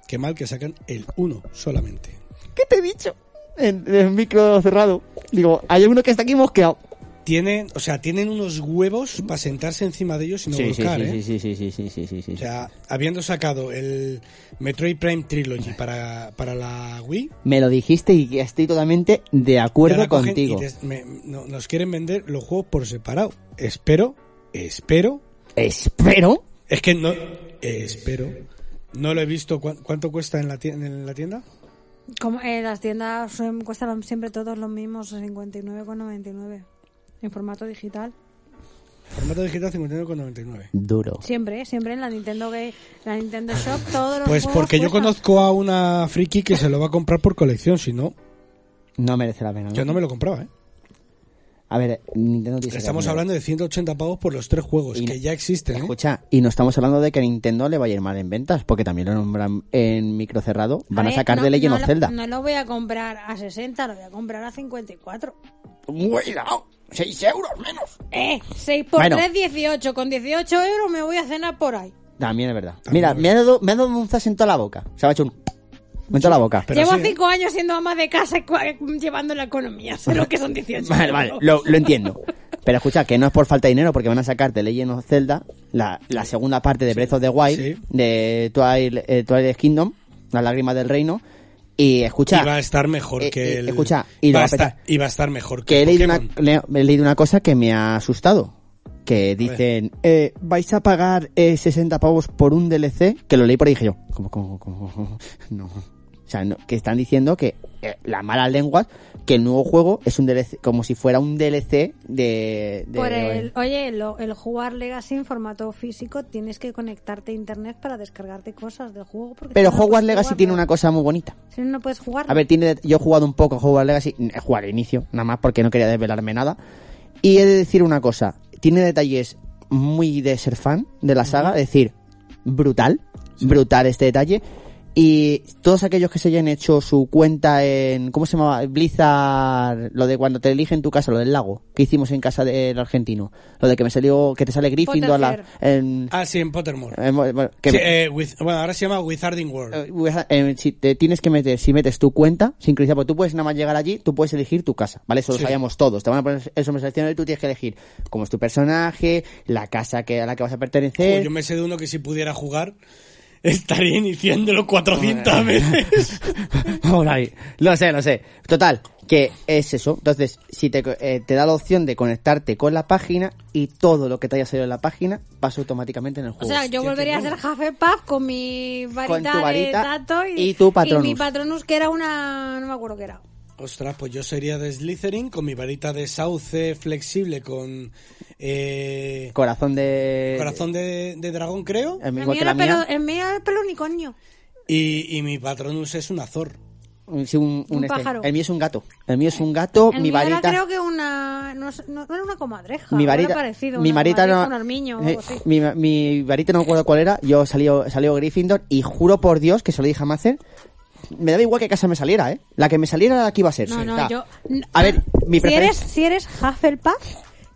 N: Qué mal que sacan el 1 solamente.
A: ¿Qué te he dicho? En el micro cerrado. Digo, hay uno que está aquí mosqueado.
N: Tienen, o sea, tienen unos huevos para sentarse encima de ellos y no volcar, ¿eh?
A: sí, sí, sí, sí, sí, sí, sí.
N: O sea, habiendo sacado el Metroid Prime Trilogy para, para la Wii,
A: Me lo dijiste y estoy totalmente de
N: y ahora
A: acuerdo
N: cogen y
A: contigo.
N: te- me- no- nos quieren vender los juegos por separado. Espero, espero.
A: ¿Espero?
N: Es que no. espero. No lo he visto. ¿Cuán- ¿Cuánto cuesta en la tienda? En la tienda?
O: Como, eh, las tiendas suelen- cuestan siempre todos los mismos 59,99 en formato digital.
N: Formato digital 59,99.
A: Duro.
O: Siempre, eh, siempre en la Nintendo Gay- la Nintendo Shop, todos los
N: Pues
O: juegos
N: porque yo
O: cuestan.
N: conozco a una friki que se lo va a comprar por colección, si no,
A: No merece la pena.
N: yo no me lo compraba, ¿eh?
A: A ver, Nintendo tiene
N: Estamos
A: que-
N: hablando de 180 pavos por los tres juegos que ya existen, ¿eh?
A: Escucha, y no estamos hablando de que a Nintendo le vaya a ir mal en ventas, porque también lo nombran en microcerrado. Van a,
O: ver,
A: sacar
O: no-
A: de Legend
O: no
A: of
O: lo-
A: Zelda.
O: No lo voy a comprar a 60, lo voy a comprar a 54.
A: ¡Cuidado! ¡6 euros menos!
O: Eh, 6 por
A: Bueno.
O: 3, 18. Con 18 euros me voy a cenar por ahí.
A: También es verdad. Mira, me ha, dado, me ha dado un zas en toda la boca. Se me ha hecho un... En toda la boca.
O: Llevo 5 años siendo ama de casa y cua- llevando la economía. Sé lo que son 18
A: Vale, vale,
O: euros.
A: lo, lo entiendo. Pero escucha, que no es por falta de dinero, porque van a sacar de Legend of Zelda la, la segunda parte de Breath of the Wild, de Twilight, eh, Twilight Kingdom, Las Lágrimas del Reino. Y escucha,
N: Y va a estar mejor
A: eh,
N: que
A: eh,
N: el...
A: escucha, y lo
N: va a
A: va a petar.
N: estar, y va a estar mejor
A: que
N: que,
A: he
N: el
A: leído, una,
N: Pokémon.
A: le- he leído una cosa que me ha asustado. Que dicen, eh, vais a pagar eh, 60 pavos por un DLC, que lo leí por ahí y dije yo, ¿cómo, cómo, cómo, cómo? No. O sea, no- que están diciendo que eh, las malas lenguas, que el nuevo juego es un DLC, como si fuera un DLC de... de-
O: Por el, oye, lo- el jugar Legacy en formato físico tienes que conectarte a internet para descargarte cosas del juego. Porque
A: Pero
O: si no, no
A: Hogwarts
O: puedes
A: Legacy
O: jugarlo.
A: tiene una cosa muy bonita.
O: Si no, no puedes jugar.
A: A ver, tiene, yo he jugado un poco a Hogwarts Legacy, he jugado al inicio, nada más porque no quería desvelarme nada. Y he de decir una cosa, tiene detalles muy de ser fan de la saga, es decir, brutal, brutal este detalle. Y todos aquellos que se hayan hecho su cuenta en, ¿cómo se llamaba? Blizzard, lo de cuando te eligen tu casa, lo del lago, que hicimos en casa del argentino, lo de que me salió, que te sale Gryffindor, la, en-
N: Ah, sí, en Pottermore.
A: en- bueno, que
N: Sí,
A: me-
N: eh, with- bueno, ahora se llama Wizarding World.
A: eh, si te tienes que meter, si metes tu cuenta, sincronizar, porque tú puedes nada más llegar allí, tú puedes elegir tu casa, ¿vale? Eso lo
N: Sí.
A: sabíamos todos. Te van a poner eso me selecciona y tú tienes que elegir cómo es tu personaje, la casa que, a la que vas a pertenecer.
N: Uy, yo me sé de uno que si pudiera jugar estaría iniciándolo 400 veces.
A: Vamos ahí. Lo sé, lo sé. Total, que es eso. Entonces, si te, co- eh, te da la opción de conectarte con la página y todo lo que te haya salido en la página pasa automáticamente en el
O: O
A: juego.
O: sea, yo volvería a ser Hufflepuff con mi varita,
A: tu varita
O: de dato y,
A: y tu Patronus.
O: Y mi Patronus, que era una... no me acuerdo qué era.
N: Ostras, pues yo sería de Slytherin con mi varita de sauce flexible con eh,
A: Corazón de...
N: corazón de, de dragón, creo.
A: El
O: El
A: mismo
O: mío,
A: que la
O: era
A: mía.
O: pelo, el mío era el pelo unicornio.
N: Y, y mi patronus es un azor.
A: Sí, un, un
O: Un
A: este.
O: pájaro.
A: El mío es un gato. El mío es un gato,
O: El
A: Oh, mi
O: mío
A: varita...
O: era creo que una... no, sé, no- no era una comadreja.
A: mi varita,
O: era parecido,
A: mi
O: una
A: varita
O: comadreja,
A: no,
O: un armiño o
A: eh,
O: algo así.
A: mi, mi varita no recuerdo cuál era, yo salió, salió Gryffindor y juro por Dios que se lo dije a Macer, me daba igual que casa me saliera, ¿eh? La que me saliera era la que iba a ser.
O: No,
A: O
O: no,
A: sea,
O: yo...
A: A ver, mi
O: si, eres,
A: preferencia...
O: si eres Hufflepuff,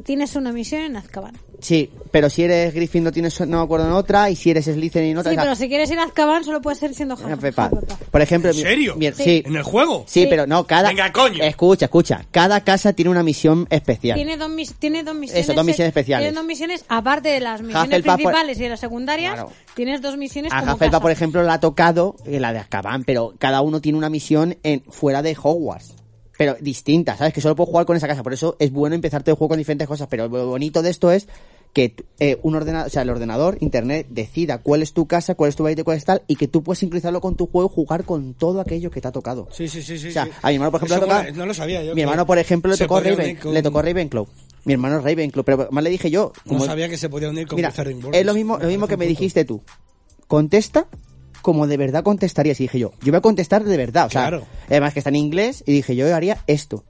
O: tienes una misión en Azkaban.
A: Sí, pero si eres Gryffindor tienes, no me acuerdo, en otra, y si eres Slytherin, otra...
O: sí,
A: o sea,
O: pero si quieres ir a Azkaban solo puedes ser siendo Huff-
A: una
O: Hufflepuff.
A: pepa. Por ejemplo...
N: ¿En
A: mi-
N: serio?
A: mi-
O: Sí.
A: sí.
N: ¿En el juego?
A: Sí,
O: Sí.
A: pero no, cada...
N: Venga, coño.
A: Escucha, escucha. Cada casa tiene una misión especial.
O: Tiene dos, mis- tiene dos misiones.
A: Eso, dos misiones especiales.
O: Tiene dos misiones, aparte de las misiones
A: Hufflepuff, por-
O: principales y de las secundarias,
A: Claro.
O: tienes dos misiones
A: A
O: como
A: Jafelpa,
O: casa.
A: por ejemplo, la ha tocado eh, la de Azkaban, pero cada uno tiene una misión en, fuera de Hogwarts. Pero distinta, ¿sabes? Que solo puedo jugar con esa casa. Por eso es bueno empezarte el juego con diferentes cosas. Pero lo bonito de esto es que eh, un ordena- o sea, el ordenador, internet, decida cuál es tu casa, cuál es tu baile, cuál es tal, y que tú puedes sincronizarlo con tu juego y jugar con todo aquello que te ha tocado.
N: Sí, sí, sí, sí.
A: O sea,
N: sí.
A: a mi hermano, por ejemplo,
N: Eso
A: le tocaba-
N: mola, no lo sabía yo.
A: Mi
N: que
A: hermano, por ejemplo, le
N: se
A: tocó,
N: podía
A: Raven-
N: unir con-
A: le tocó Ravenclaw. Mi hermano es Ravenclaw, pero más le dije yo...
N: No
A: como-
N: sabía que se podía unir con
A: Mira,
N: Wizarding World.
A: es lo mismo, lo mismo que me dijiste tú. Contesta como de verdad contestarías. Y dije yo, yo voy a contestar de verdad. O sea,
N: Claro.
A: además que está en inglés y dije yo haría esto.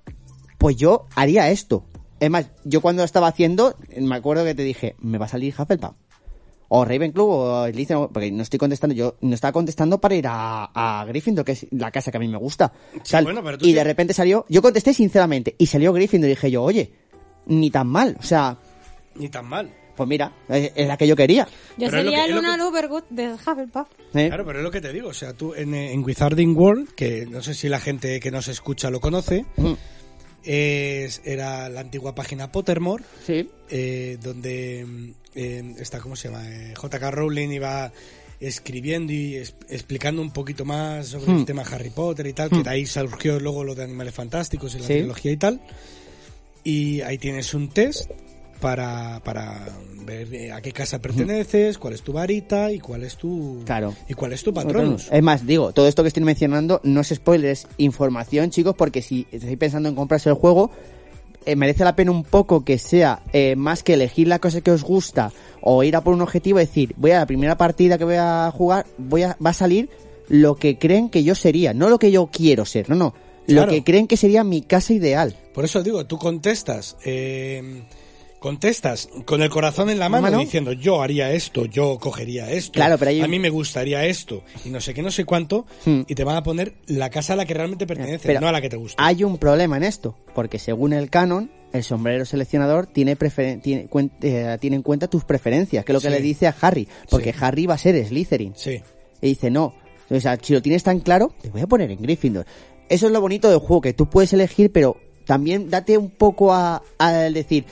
A: Pues yo haría esto. Es más, yo cuando lo estaba haciendo, me acuerdo que te dije, me va a salir Hufflepuff. O Ravenclaw o Slytherin, o- porque no estoy contestando, yo no estaba contestando para ir a, a Gryffindor, que es la casa que a mí me gusta. O sea,
N: bueno, pero tú
A: y
N: sí-
A: de repente salió, yo contesté sinceramente, y salió Gryffindor y dije yo, oye, ni tan mal, o sea,
N: Ni tan mal.
A: pues mira, es, es la que yo quería.
N: Pero
O: Yo
N: es lo
O: sería
N: que- es lo
O: Luna Lovergood de Hufflepuff.
A: ¿eh?
N: Claro, pero es lo que te digo. O sea, tú en, eh, en Wizarding World, que no sé si la gente que nos escucha lo conoce,
A: Mm.
N: es, era la antigua página Pottermore,
A: Sí.
N: eh, donde mm, eh, está, ¿cómo se llama? Eh, J.K. Rowling iba escribiendo y es- explicando un poquito más sobre
A: Mm.
N: el tema Harry Potter y tal, que de ahí surgió luego lo de Animales Fantásticos y la
A: Hmm. Sí.
N: trilogía y tal. Y ahí tienes un test para, para ver eh, a qué casa perteneces, cuál es tu varita y cuál es tu
A: Claro.
N: y cuál es tu patronus.
A: Es más, digo, todo esto que estoy mencionando no es spoiler, es información, chicos, porque si estáis pensando en comprarse el juego, eh, merece la pena un poco que sea eh, más que elegir la cosa que os gusta o ir a por un objetivo, es decir, voy a la primera partida que voy a jugar, voy a, va a salir lo que creen que yo sería, no lo que yo quiero ser, no, no,
N: Claro.
A: lo que creen que sería mi casa ideal.
N: Por eso digo, tú contestas, eh, contestas con el corazón en la mano,
A: Mano.
N: diciendo yo haría esto, yo cogería esto,
A: Claro, pero hay
N: a
A: un- Hmm.
N: mí me gustaría esto y no sé qué, no sé cuánto, y te van a poner la casa a la que realmente pertenece,
A: Pero
N: no a la que te gusta.
A: Hay un problema en esto, porque según el canon, el sombrero seleccionador tiene, preferen- tiene, cuen- eh, tiene en cuenta tus preferencias, que es lo que
N: Sí.
A: le dice a Harry, porque Harry va a ser Slytherin. Y dice, no, o sea, si lo tienes tan claro, te voy a poner en Gryffindor. Eso es lo bonito del juego, que tú puedes elegir, pero también date un poco a, a decir,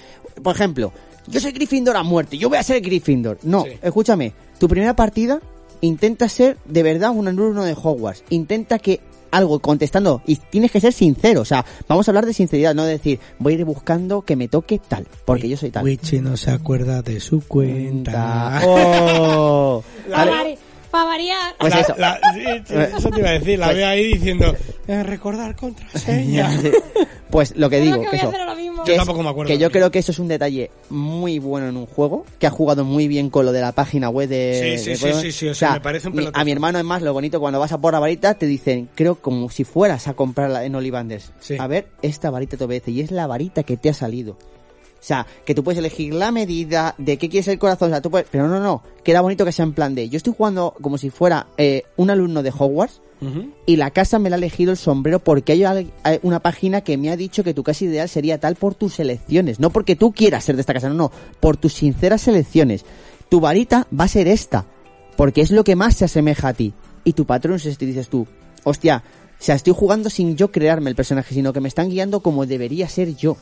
A: por ejemplo, yo soy Gryffindor a muerte, yo voy a ser Gryffindor. No, escúchame, tu primera partida intenta ser de verdad un alumno de Hogwarts, intenta que algo contestando y tienes que ser sincero, o sea, vamos a hablar de sinceridad, no de decir voy a ir buscando que me toque tal, porque yo soy tal.
N: Witchy no se acuerda de su cuenta.
A: Oh.
N: Ale-
O: Para variar.
A: Pues
N: La-
A: eso.
N: la- sí, eso te iba a decir, la
A: Pues-
N: veo ahí diciendo "Eh, recordar contraseña.
A: Pues lo que
N: Creo
A: digo,
N: que
A: que,
N: voy a
A: eso,
N: hacer ahora mismo.
A: que
N: Yo
A: es-
N: tampoco me acuerdo
A: que
N: ahora
A: yo creo que eso es un detalle muy bueno en un juego, que ha jugado muy bien con lo de la página web de...
N: Sí, sí,
A: de
N: sí,
A: Pokémon.
N: sí, sí, o sea, me parece un
A: mi-
N: pelotazo.
A: A mi hermano es más lo bonito, cuando vas a por la varita te dicen, creo como si fueras a comprarla en Olivanders. A ver, esta varita te obedece y es la varita que te ha salido. O sea, que tú puedes elegir la medida de qué quieres el corazón. O sea, tú puedes- Pero no, no. Queda bonito que sea en plan de. Yo estoy jugando como si fuera eh, un alumno de Hogwarts y la casa me la ha elegido el sombrero porque hay al- hay una página que me ha dicho que tu casa ideal sería tal por tus elecciones. No porque tú quieras ser de esta casa, no, no. Por tus sinceras elecciones. Tu varita va a ser esta. Porque es lo que más se asemeja a ti. Y tu patrón es este, y dices tú. Hostia, o sea, estoy jugando sin yo crearme el personaje, sino que me están guiando como debería ser yo.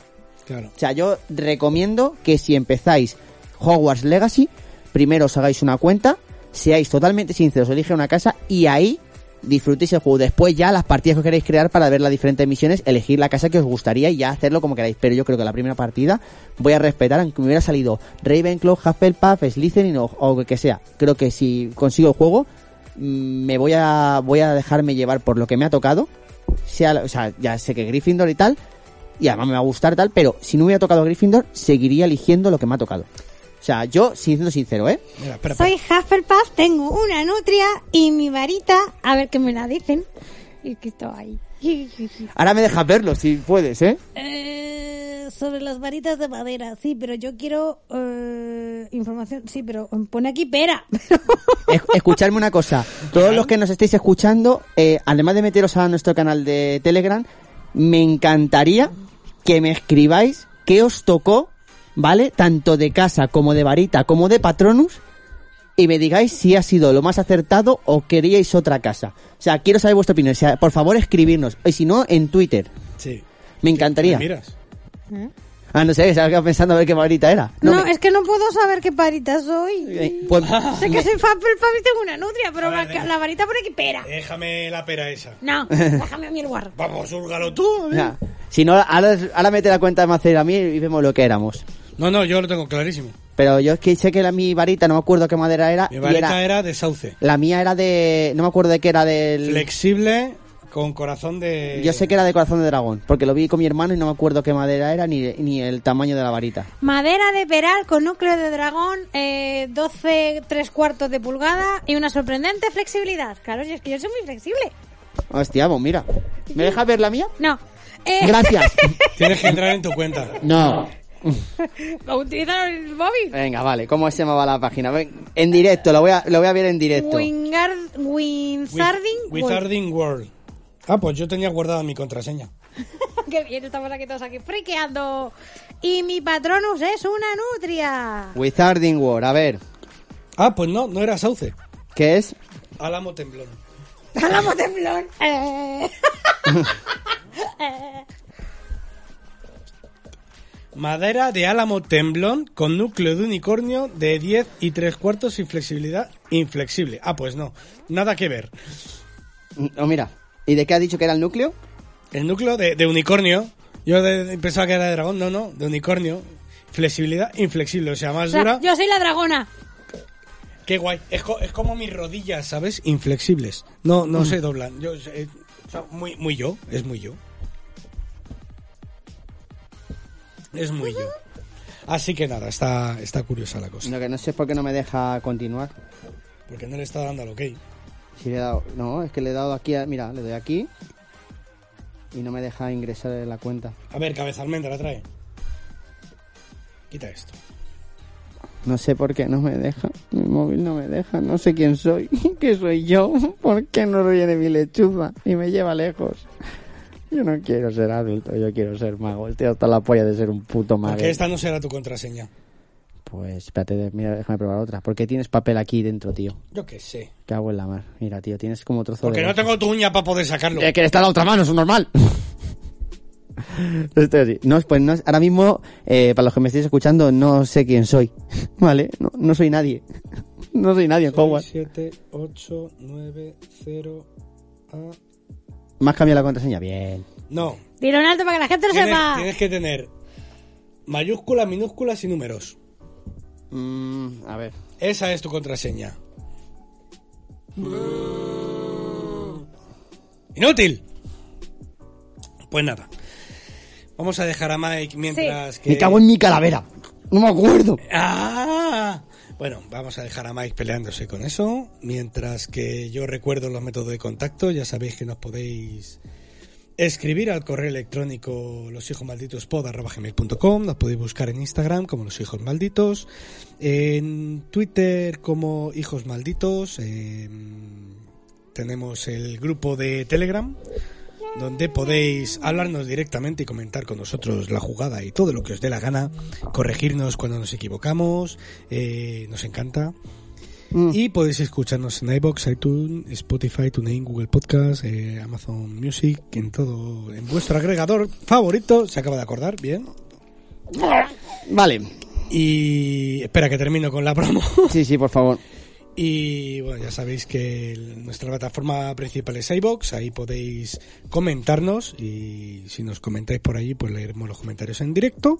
N: Claro.
A: O sea, yo recomiendo que si empezáis Hogwarts Legacy, primero os hagáis una cuenta, seáis totalmente sinceros, elige una casa y ahí disfrutéis el juego. Después ya las partidas que queréis crear para ver las diferentes misiones, elegir la casa que os gustaría y ya hacerlo como queráis. Pero yo creo que la primera partida voy a respetar, aunque me hubiera salido Ravenclaw, Hufflepuff, Slytherin o, o que sea. Creo que si consigo el juego, mm, me voy a, voy a dejarme llevar por lo que me ha tocado. Sea, o sea, ya sé que Gryffindor y tal, y además me va a gustar tal, pero si no hubiera tocado Gryffindor, seguiría eligiendo lo que me ha tocado. O sea, yo, siendo sincero, ¿eh?
N: Mira, espera,
P: Soy Hufflepuff, tengo una nutria y mi varita, a ver qué me la dicen. Y que estoy ahí.
A: Ahora me dejas verlo, si puedes, ¿eh?
P: Eh, sobre las varitas de madera, sí, pero yo quiero eh, información, sí, pero pone aquí pera.
A: Es- escuchadme una cosa. Todos los que nos estéis escuchando, eh, además de meteros a nuestro canal de Telegram, me encantaría que me escribáis qué os tocó, ¿vale? Tanto de casa como de varita como de patronus. Y me digáis si ha sido lo más acertado o queríais otra casa. O sea, quiero saber vuestra opinión. O sea, por favor, escribirnos. Y si no, en Twitter.
N: Sí.
A: Me encantaría.
N: ¿Me miras?
A: Ah, no sé, estaba pensando a ver qué varita era.
P: ¿Eh? No,
A: me-
P: es que no puedo saber qué varita soy.
A: eh, pues-
P: sé que
A: me-
P: soy Hufflepuff y tengo una nutria, pero
N: ver,
P: la,
N: venga.
P: la varita pone aquí pera.
N: Déjame la pera esa.
P: No, déjame a mí el guarro.
N: Vamos, húrgalo tú. a ver.
A: Ya. Si no, ahora, ahora mete la cuenta de Macer a mí y vemos lo que éramos.
N: No, no, yo lo tengo clarísimo.
A: Pero yo es que sé que la, mi varita, no me acuerdo qué madera era.
N: Mi
A: y
N: varita
A: era-
N: era de sauce.
A: La mía era de. No me acuerdo de qué era del.
N: Flexible con corazón de.
A: Yo sé que era de corazón de dragón, porque lo vi con mi hermano y no me acuerdo qué madera era ni, ni el tamaño de la varita.
P: Madera de peral con núcleo de dragón, eh, 12 tres cuartos de pulgada y una sorprendente flexibilidad. Claro, si es que yo soy muy flexible.
A: Hostia, pues mira. ¿Me dejas ver la mía?
P: No. Eh,
A: Gracias.
N: Tienes que entrar en tu cuenta.
A: No.
P: ¿Lo utilizan en el móvil?
A: Venga, vale. ¿Cómo se llamaba la página? Ven, en directo, lo voy a, lo voy a ver en directo.
P: Wingard, Winzarding.
N: With- Wizarding World. Ah, pues yo tenía guardada mi contraseña.
P: Qué bien, estamos aquí todos aquí friqueando. Y mi patronus es una nutria.
A: Wizarding World, a ver.
N: Ah, pues no, no era sauce.
A: ¿Qué es?
N: Álamo temblón.
P: Hablamos temblón. Eh. Eh.
N: Madera de álamo temblón con núcleo de unicornio de 10 y 3 cuartos y flexibilidad inflexible. Ah, pues no. Nada que ver.
A: No, oh, mira. ¿Y de qué ha dicho que era el núcleo?
N: El núcleo de, de unicornio. Yo de- de- pensaba que era de dragón. No, no. De unicornio. Flexibilidad inflexible. O sea,
P: O
N: más
P: sea,
N: dura.
P: yo soy la dragona.
N: Qué guay. Es, co- es como mis rodillas, ¿sabes? Inflexibles. No,
P: Mm.
N: no se doblan. Yo, eh, o sea, muy, muy yo. Es muy yo. Es muy yo. Así que nada, está, está curiosa la cosa.
A: Lo que no sé es por qué no me deja continuar.
N: Porque no le está dando al ok.
A: Si le he dado, no, es que le he dado aquí, a- mira, le doy aquí y no me deja ingresar en la cuenta.
N: A ver, cabeza almendra, la trae. Quita esto.
A: No sé por qué no me deja, mi móvil no me deja, no sé quién soy, qué soy yo, por qué no viene mi lechuza y me lleva lejos. Yo no quiero ser adulto, yo quiero ser mago. Estoy hasta la polla de ser un puto mago.
N: Porque esta no será tu contraseña.
A: Pues espérate, de- mira, déjame probar otra. ¿Por qué tienes papel aquí dentro, tío?
N: Yo qué sé.
A: Cago en la mar. Mira, tío, tienes como trozo
N: Porque
A: de...
N: no tengo tu uña para poder sacarlo.
A: Eh, que está la otra mano, es un normal. Estoy así. No, pues no, ahora mismo, eh, para los que me estéis escuchando, no sé quién soy. ¿Vale? No, no soy nadie. No soy nadie en Hogwarts.
N: 7, 8, 9, 0, A.
A: Más cambiado la contraseña. Bien.
N: ah. No.
P: Dilo en alto para que la gente lo
N: Tienes,
P: sepa.
N: tienes que tener mayúsculas, minúsculas y números. Mm,
A: a ver.
N: Esa es tu contraseña. ¡Inútil! Pues nada. Vamos a dejar a Mike mientras que.
A: Me cago en mi calavera. No me acuerdo.
N: ¡Ah! Bueno, vamos a dejar a Mike peleándose con eso. Mientras que yo recuerdo los métodos de contacto, ya sabéis que nos podéis escribir al correo electrónico loshijosmalditospod.com. Nos podéis buscar en Instagram como Los Hijos Malditos, en Twitter como Hijos Malditos. en- tenemos el grupo de Telegram donde podéis hablarnos directamente y comentar con nosotros la jugada y todo lo que os dé la gana, corregirnos cuando nos equivocamos, eh, nos encanta. Y podéis escucharnos en iBox, iTunes, Spotify, TuneIn, Google Podcast, eh, Amazon Music, en todo, en vuestro agregador favorito. Se acaba de acordar, bien.
A: Vale.
N: Y espera que termino con la promo.
A: Sí, sí, por favor.
N: Y bueno, ya sabéis que el- nuestra plataforma principal es iBox, ahí podéis comentarnos y si nos comentáis por allí, pues leeremos los comentarios en directo.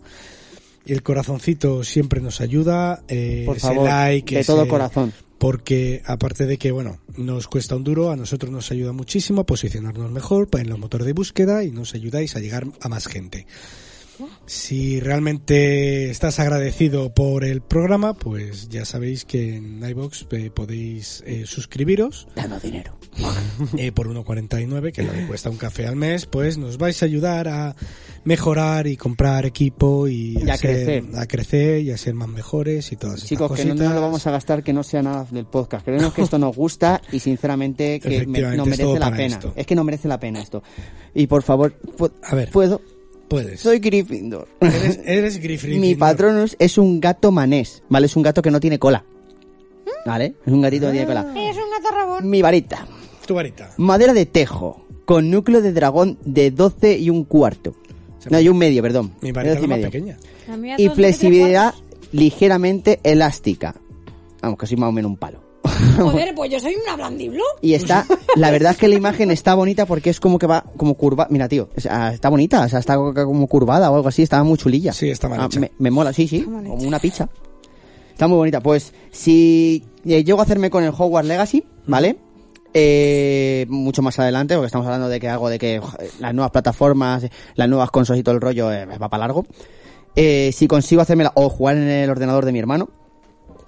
N: El corazoncito siempre nos ayuda, eh,
A: Por
N: ese
A: favor,
N: like,
A: de
N: ese-
A: todo corazón.
N: Porque aparte de que, bueno, nos cuesta un duro, a nosotros nos ayuda muchísimo a posicionarnos mejor en los motores de búsqueda y nos ayudáis a llegar a más gente. Si realmente estás agradecido por el programa, pues ya sabéis que en iBox eh, podéis eh, suscribiros. Eh,
A: Danos dinero.
N: por 1,49, que es lo que cuesta un café al mes, pues nos vais a ayudar a mejorar y comprar equipo y,
A: Y a
N: ser-
A: crecer.
N: a crecer y a ser más mejores y todas
A: Chicos,
N: estas
A: que no,
N: cositas.
A: no lo vamos a gastar que no sea nada del podcast. Creemos que esto nos gusta y sinceramente que me-
N: Efectivamente,
A: nos
N: es todo
A: merece la
N: para
A: pena.
N: esto.
A: Es que nos merece la pena esto. Y por favor, pu-
N: A ver.
A: ¿puedo?
N: Puedes.
A: Soy Gryffindor.
N: Eres, eres Griffin.
A: Mi patronus es un gato manés, ¿vale? Es un gato que no tiene cola. ¿Vale? Es un gatito que no tiene cola.
P: Es un gato
N: Ah.
P: rabón.
A: Mi varita.
N: Tu varita.
A: Madera de tejo, con núcleo de dragón de 12 y un cuarto. No, y un medio, perdón.
N: Mi varita es
A: 12
N: la
A: y
N: más
A: medio.
N: pequeña.
P: La mía
A: Y
P: son de tres
A: flexibilidad ligeramente elástica. Vamos, que soy más o menos un palo.
P: cuartos. Joder, pues yo soy una blandiblo.
A: Y está, la verdad es que la imagen está bonita porque es como que va como curva. Mira, tío, o sea, está bonita, o sea, está como curvada o algo así, estaba muy chulilla. Sí,
N: está mal hecha.
A: me, me mola, sí, sí, como una pizza. Está muy bonita. Pues si eh, llego a hacerme con el Hogwarts Legacy,
N: Mm.
A: ¿vale? Eh, mucho más adelante, porque estamos hablando de que algo de que oj, las nuevas plataformas, eh, las nuevas consolas y todo el rollo eh, va para largo. Eh, si consigo hacérmela o jugar en el ordenador de mi hermano,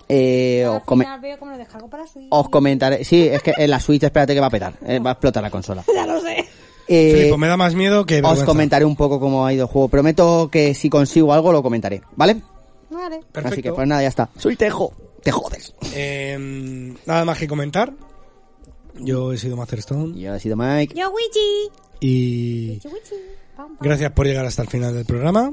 A: eh, o come-
P: Mira, veo cómo lo descargo para su
A: os comentaré. Sí, es que en la Switch, espérate que va a petar. eh, va a explotar la consola.
P: Ya lo sé.
A: Eh,
N: Filipo, me da más miedo que
A: os
N: vergüenza.
A: comentaré un poco cómo ha ido el juego. Prometo que si consigo algo lo comentaré, ¿vale?
P: Vale.
A: Así
N: Perfecto.
A: que pues nada, ya está. Soy Tejo. Te jodes.
N: Eh, nada más que comentar. Yo he sido Master Stone
A: Yo he sido Mike.
P: Yo, Wichi.
N: y
P: Wichi. Pam, pam.
N: gracias por llegar hasta el final del programa,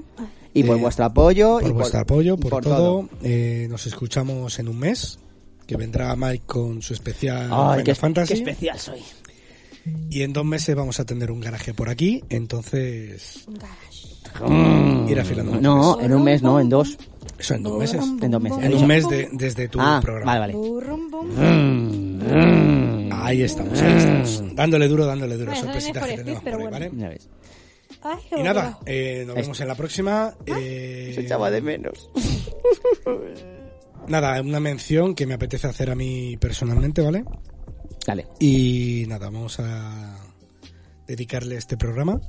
A: Y por
N: Eh,
A: vuestro apoyo. y
N: por vuestro apoyo, por,
A: por
N: todo. Eh, nos escuchamos en un mes, que vendrá Mike con su especial
A: Ay,
N: Ah, Final
A: qué,
N: Fantasy.
A: qué especial soy.
N: Y en dos meses vamos a tener un garaje por aquí, entonces ir afilando.
A: Mm, No, en un mes, no, en dos.
N: Eso en dos meses.
A: En dos meses.
N: En un mes de- desde tu
A: Ah,
N: programa.
A: Vale, vale.
N: Mm.
A: Mm.
N: Ahí estamos, ahí estamos. Dándole duro, dándole duro.
P: Bueno, eso
N: Sorpresitas
P: no
N: que
P: es por
N: tenemos
P: Steve, pero
N: por ahí, ¿vale?
A: Ya ves.
P: Ay, qué
N: Y
P: bueno.
N: nada, eh, nos vemos en la próxima.
P: Ah,
N: eh,
A: Se echaba de menos.
N: Nada, una mención que me apetece hacer a mí personalmente, ¿vale?
A: Dale.
N: Y nada, vamos a dedicarle este programa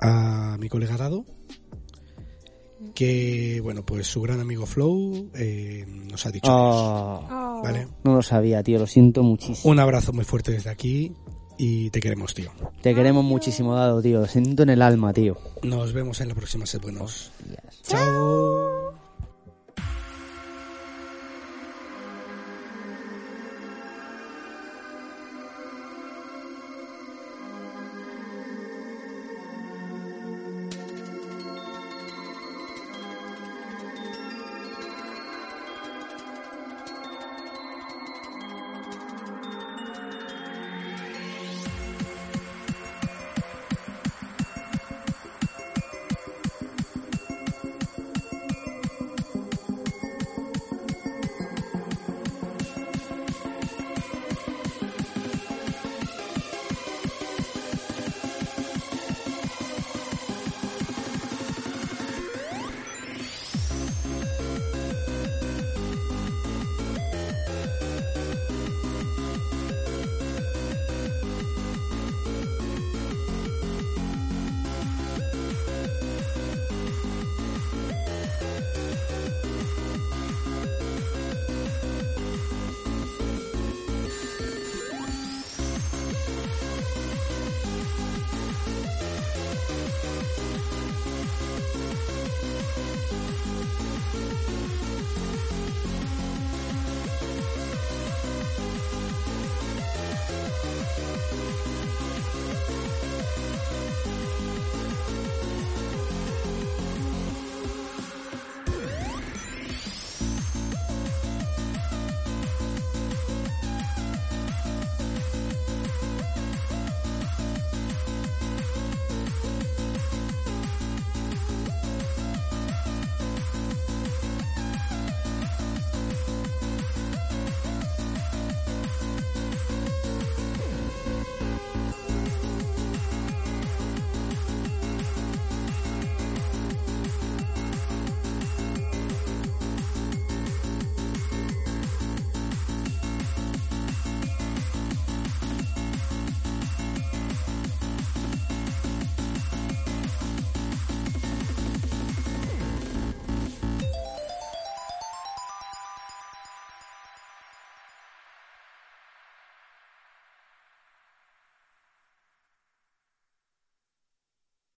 N: a mi colega Dado, que bueno, pues su gran amigo Flow eh, nos ha dicho.
A: Oh.
O: Ah.
N: adiós, ¿vale?
A: No lo sabía, tío, lo siento muchísimo.
N: Un abrazo muy fuerte desde aquí y te queremos, tío.
A: Te queremos muchísimo, Dado, tío. Lo siento en el alma, tío.
N: Nos vemos en la próxima sed buenos. Chao.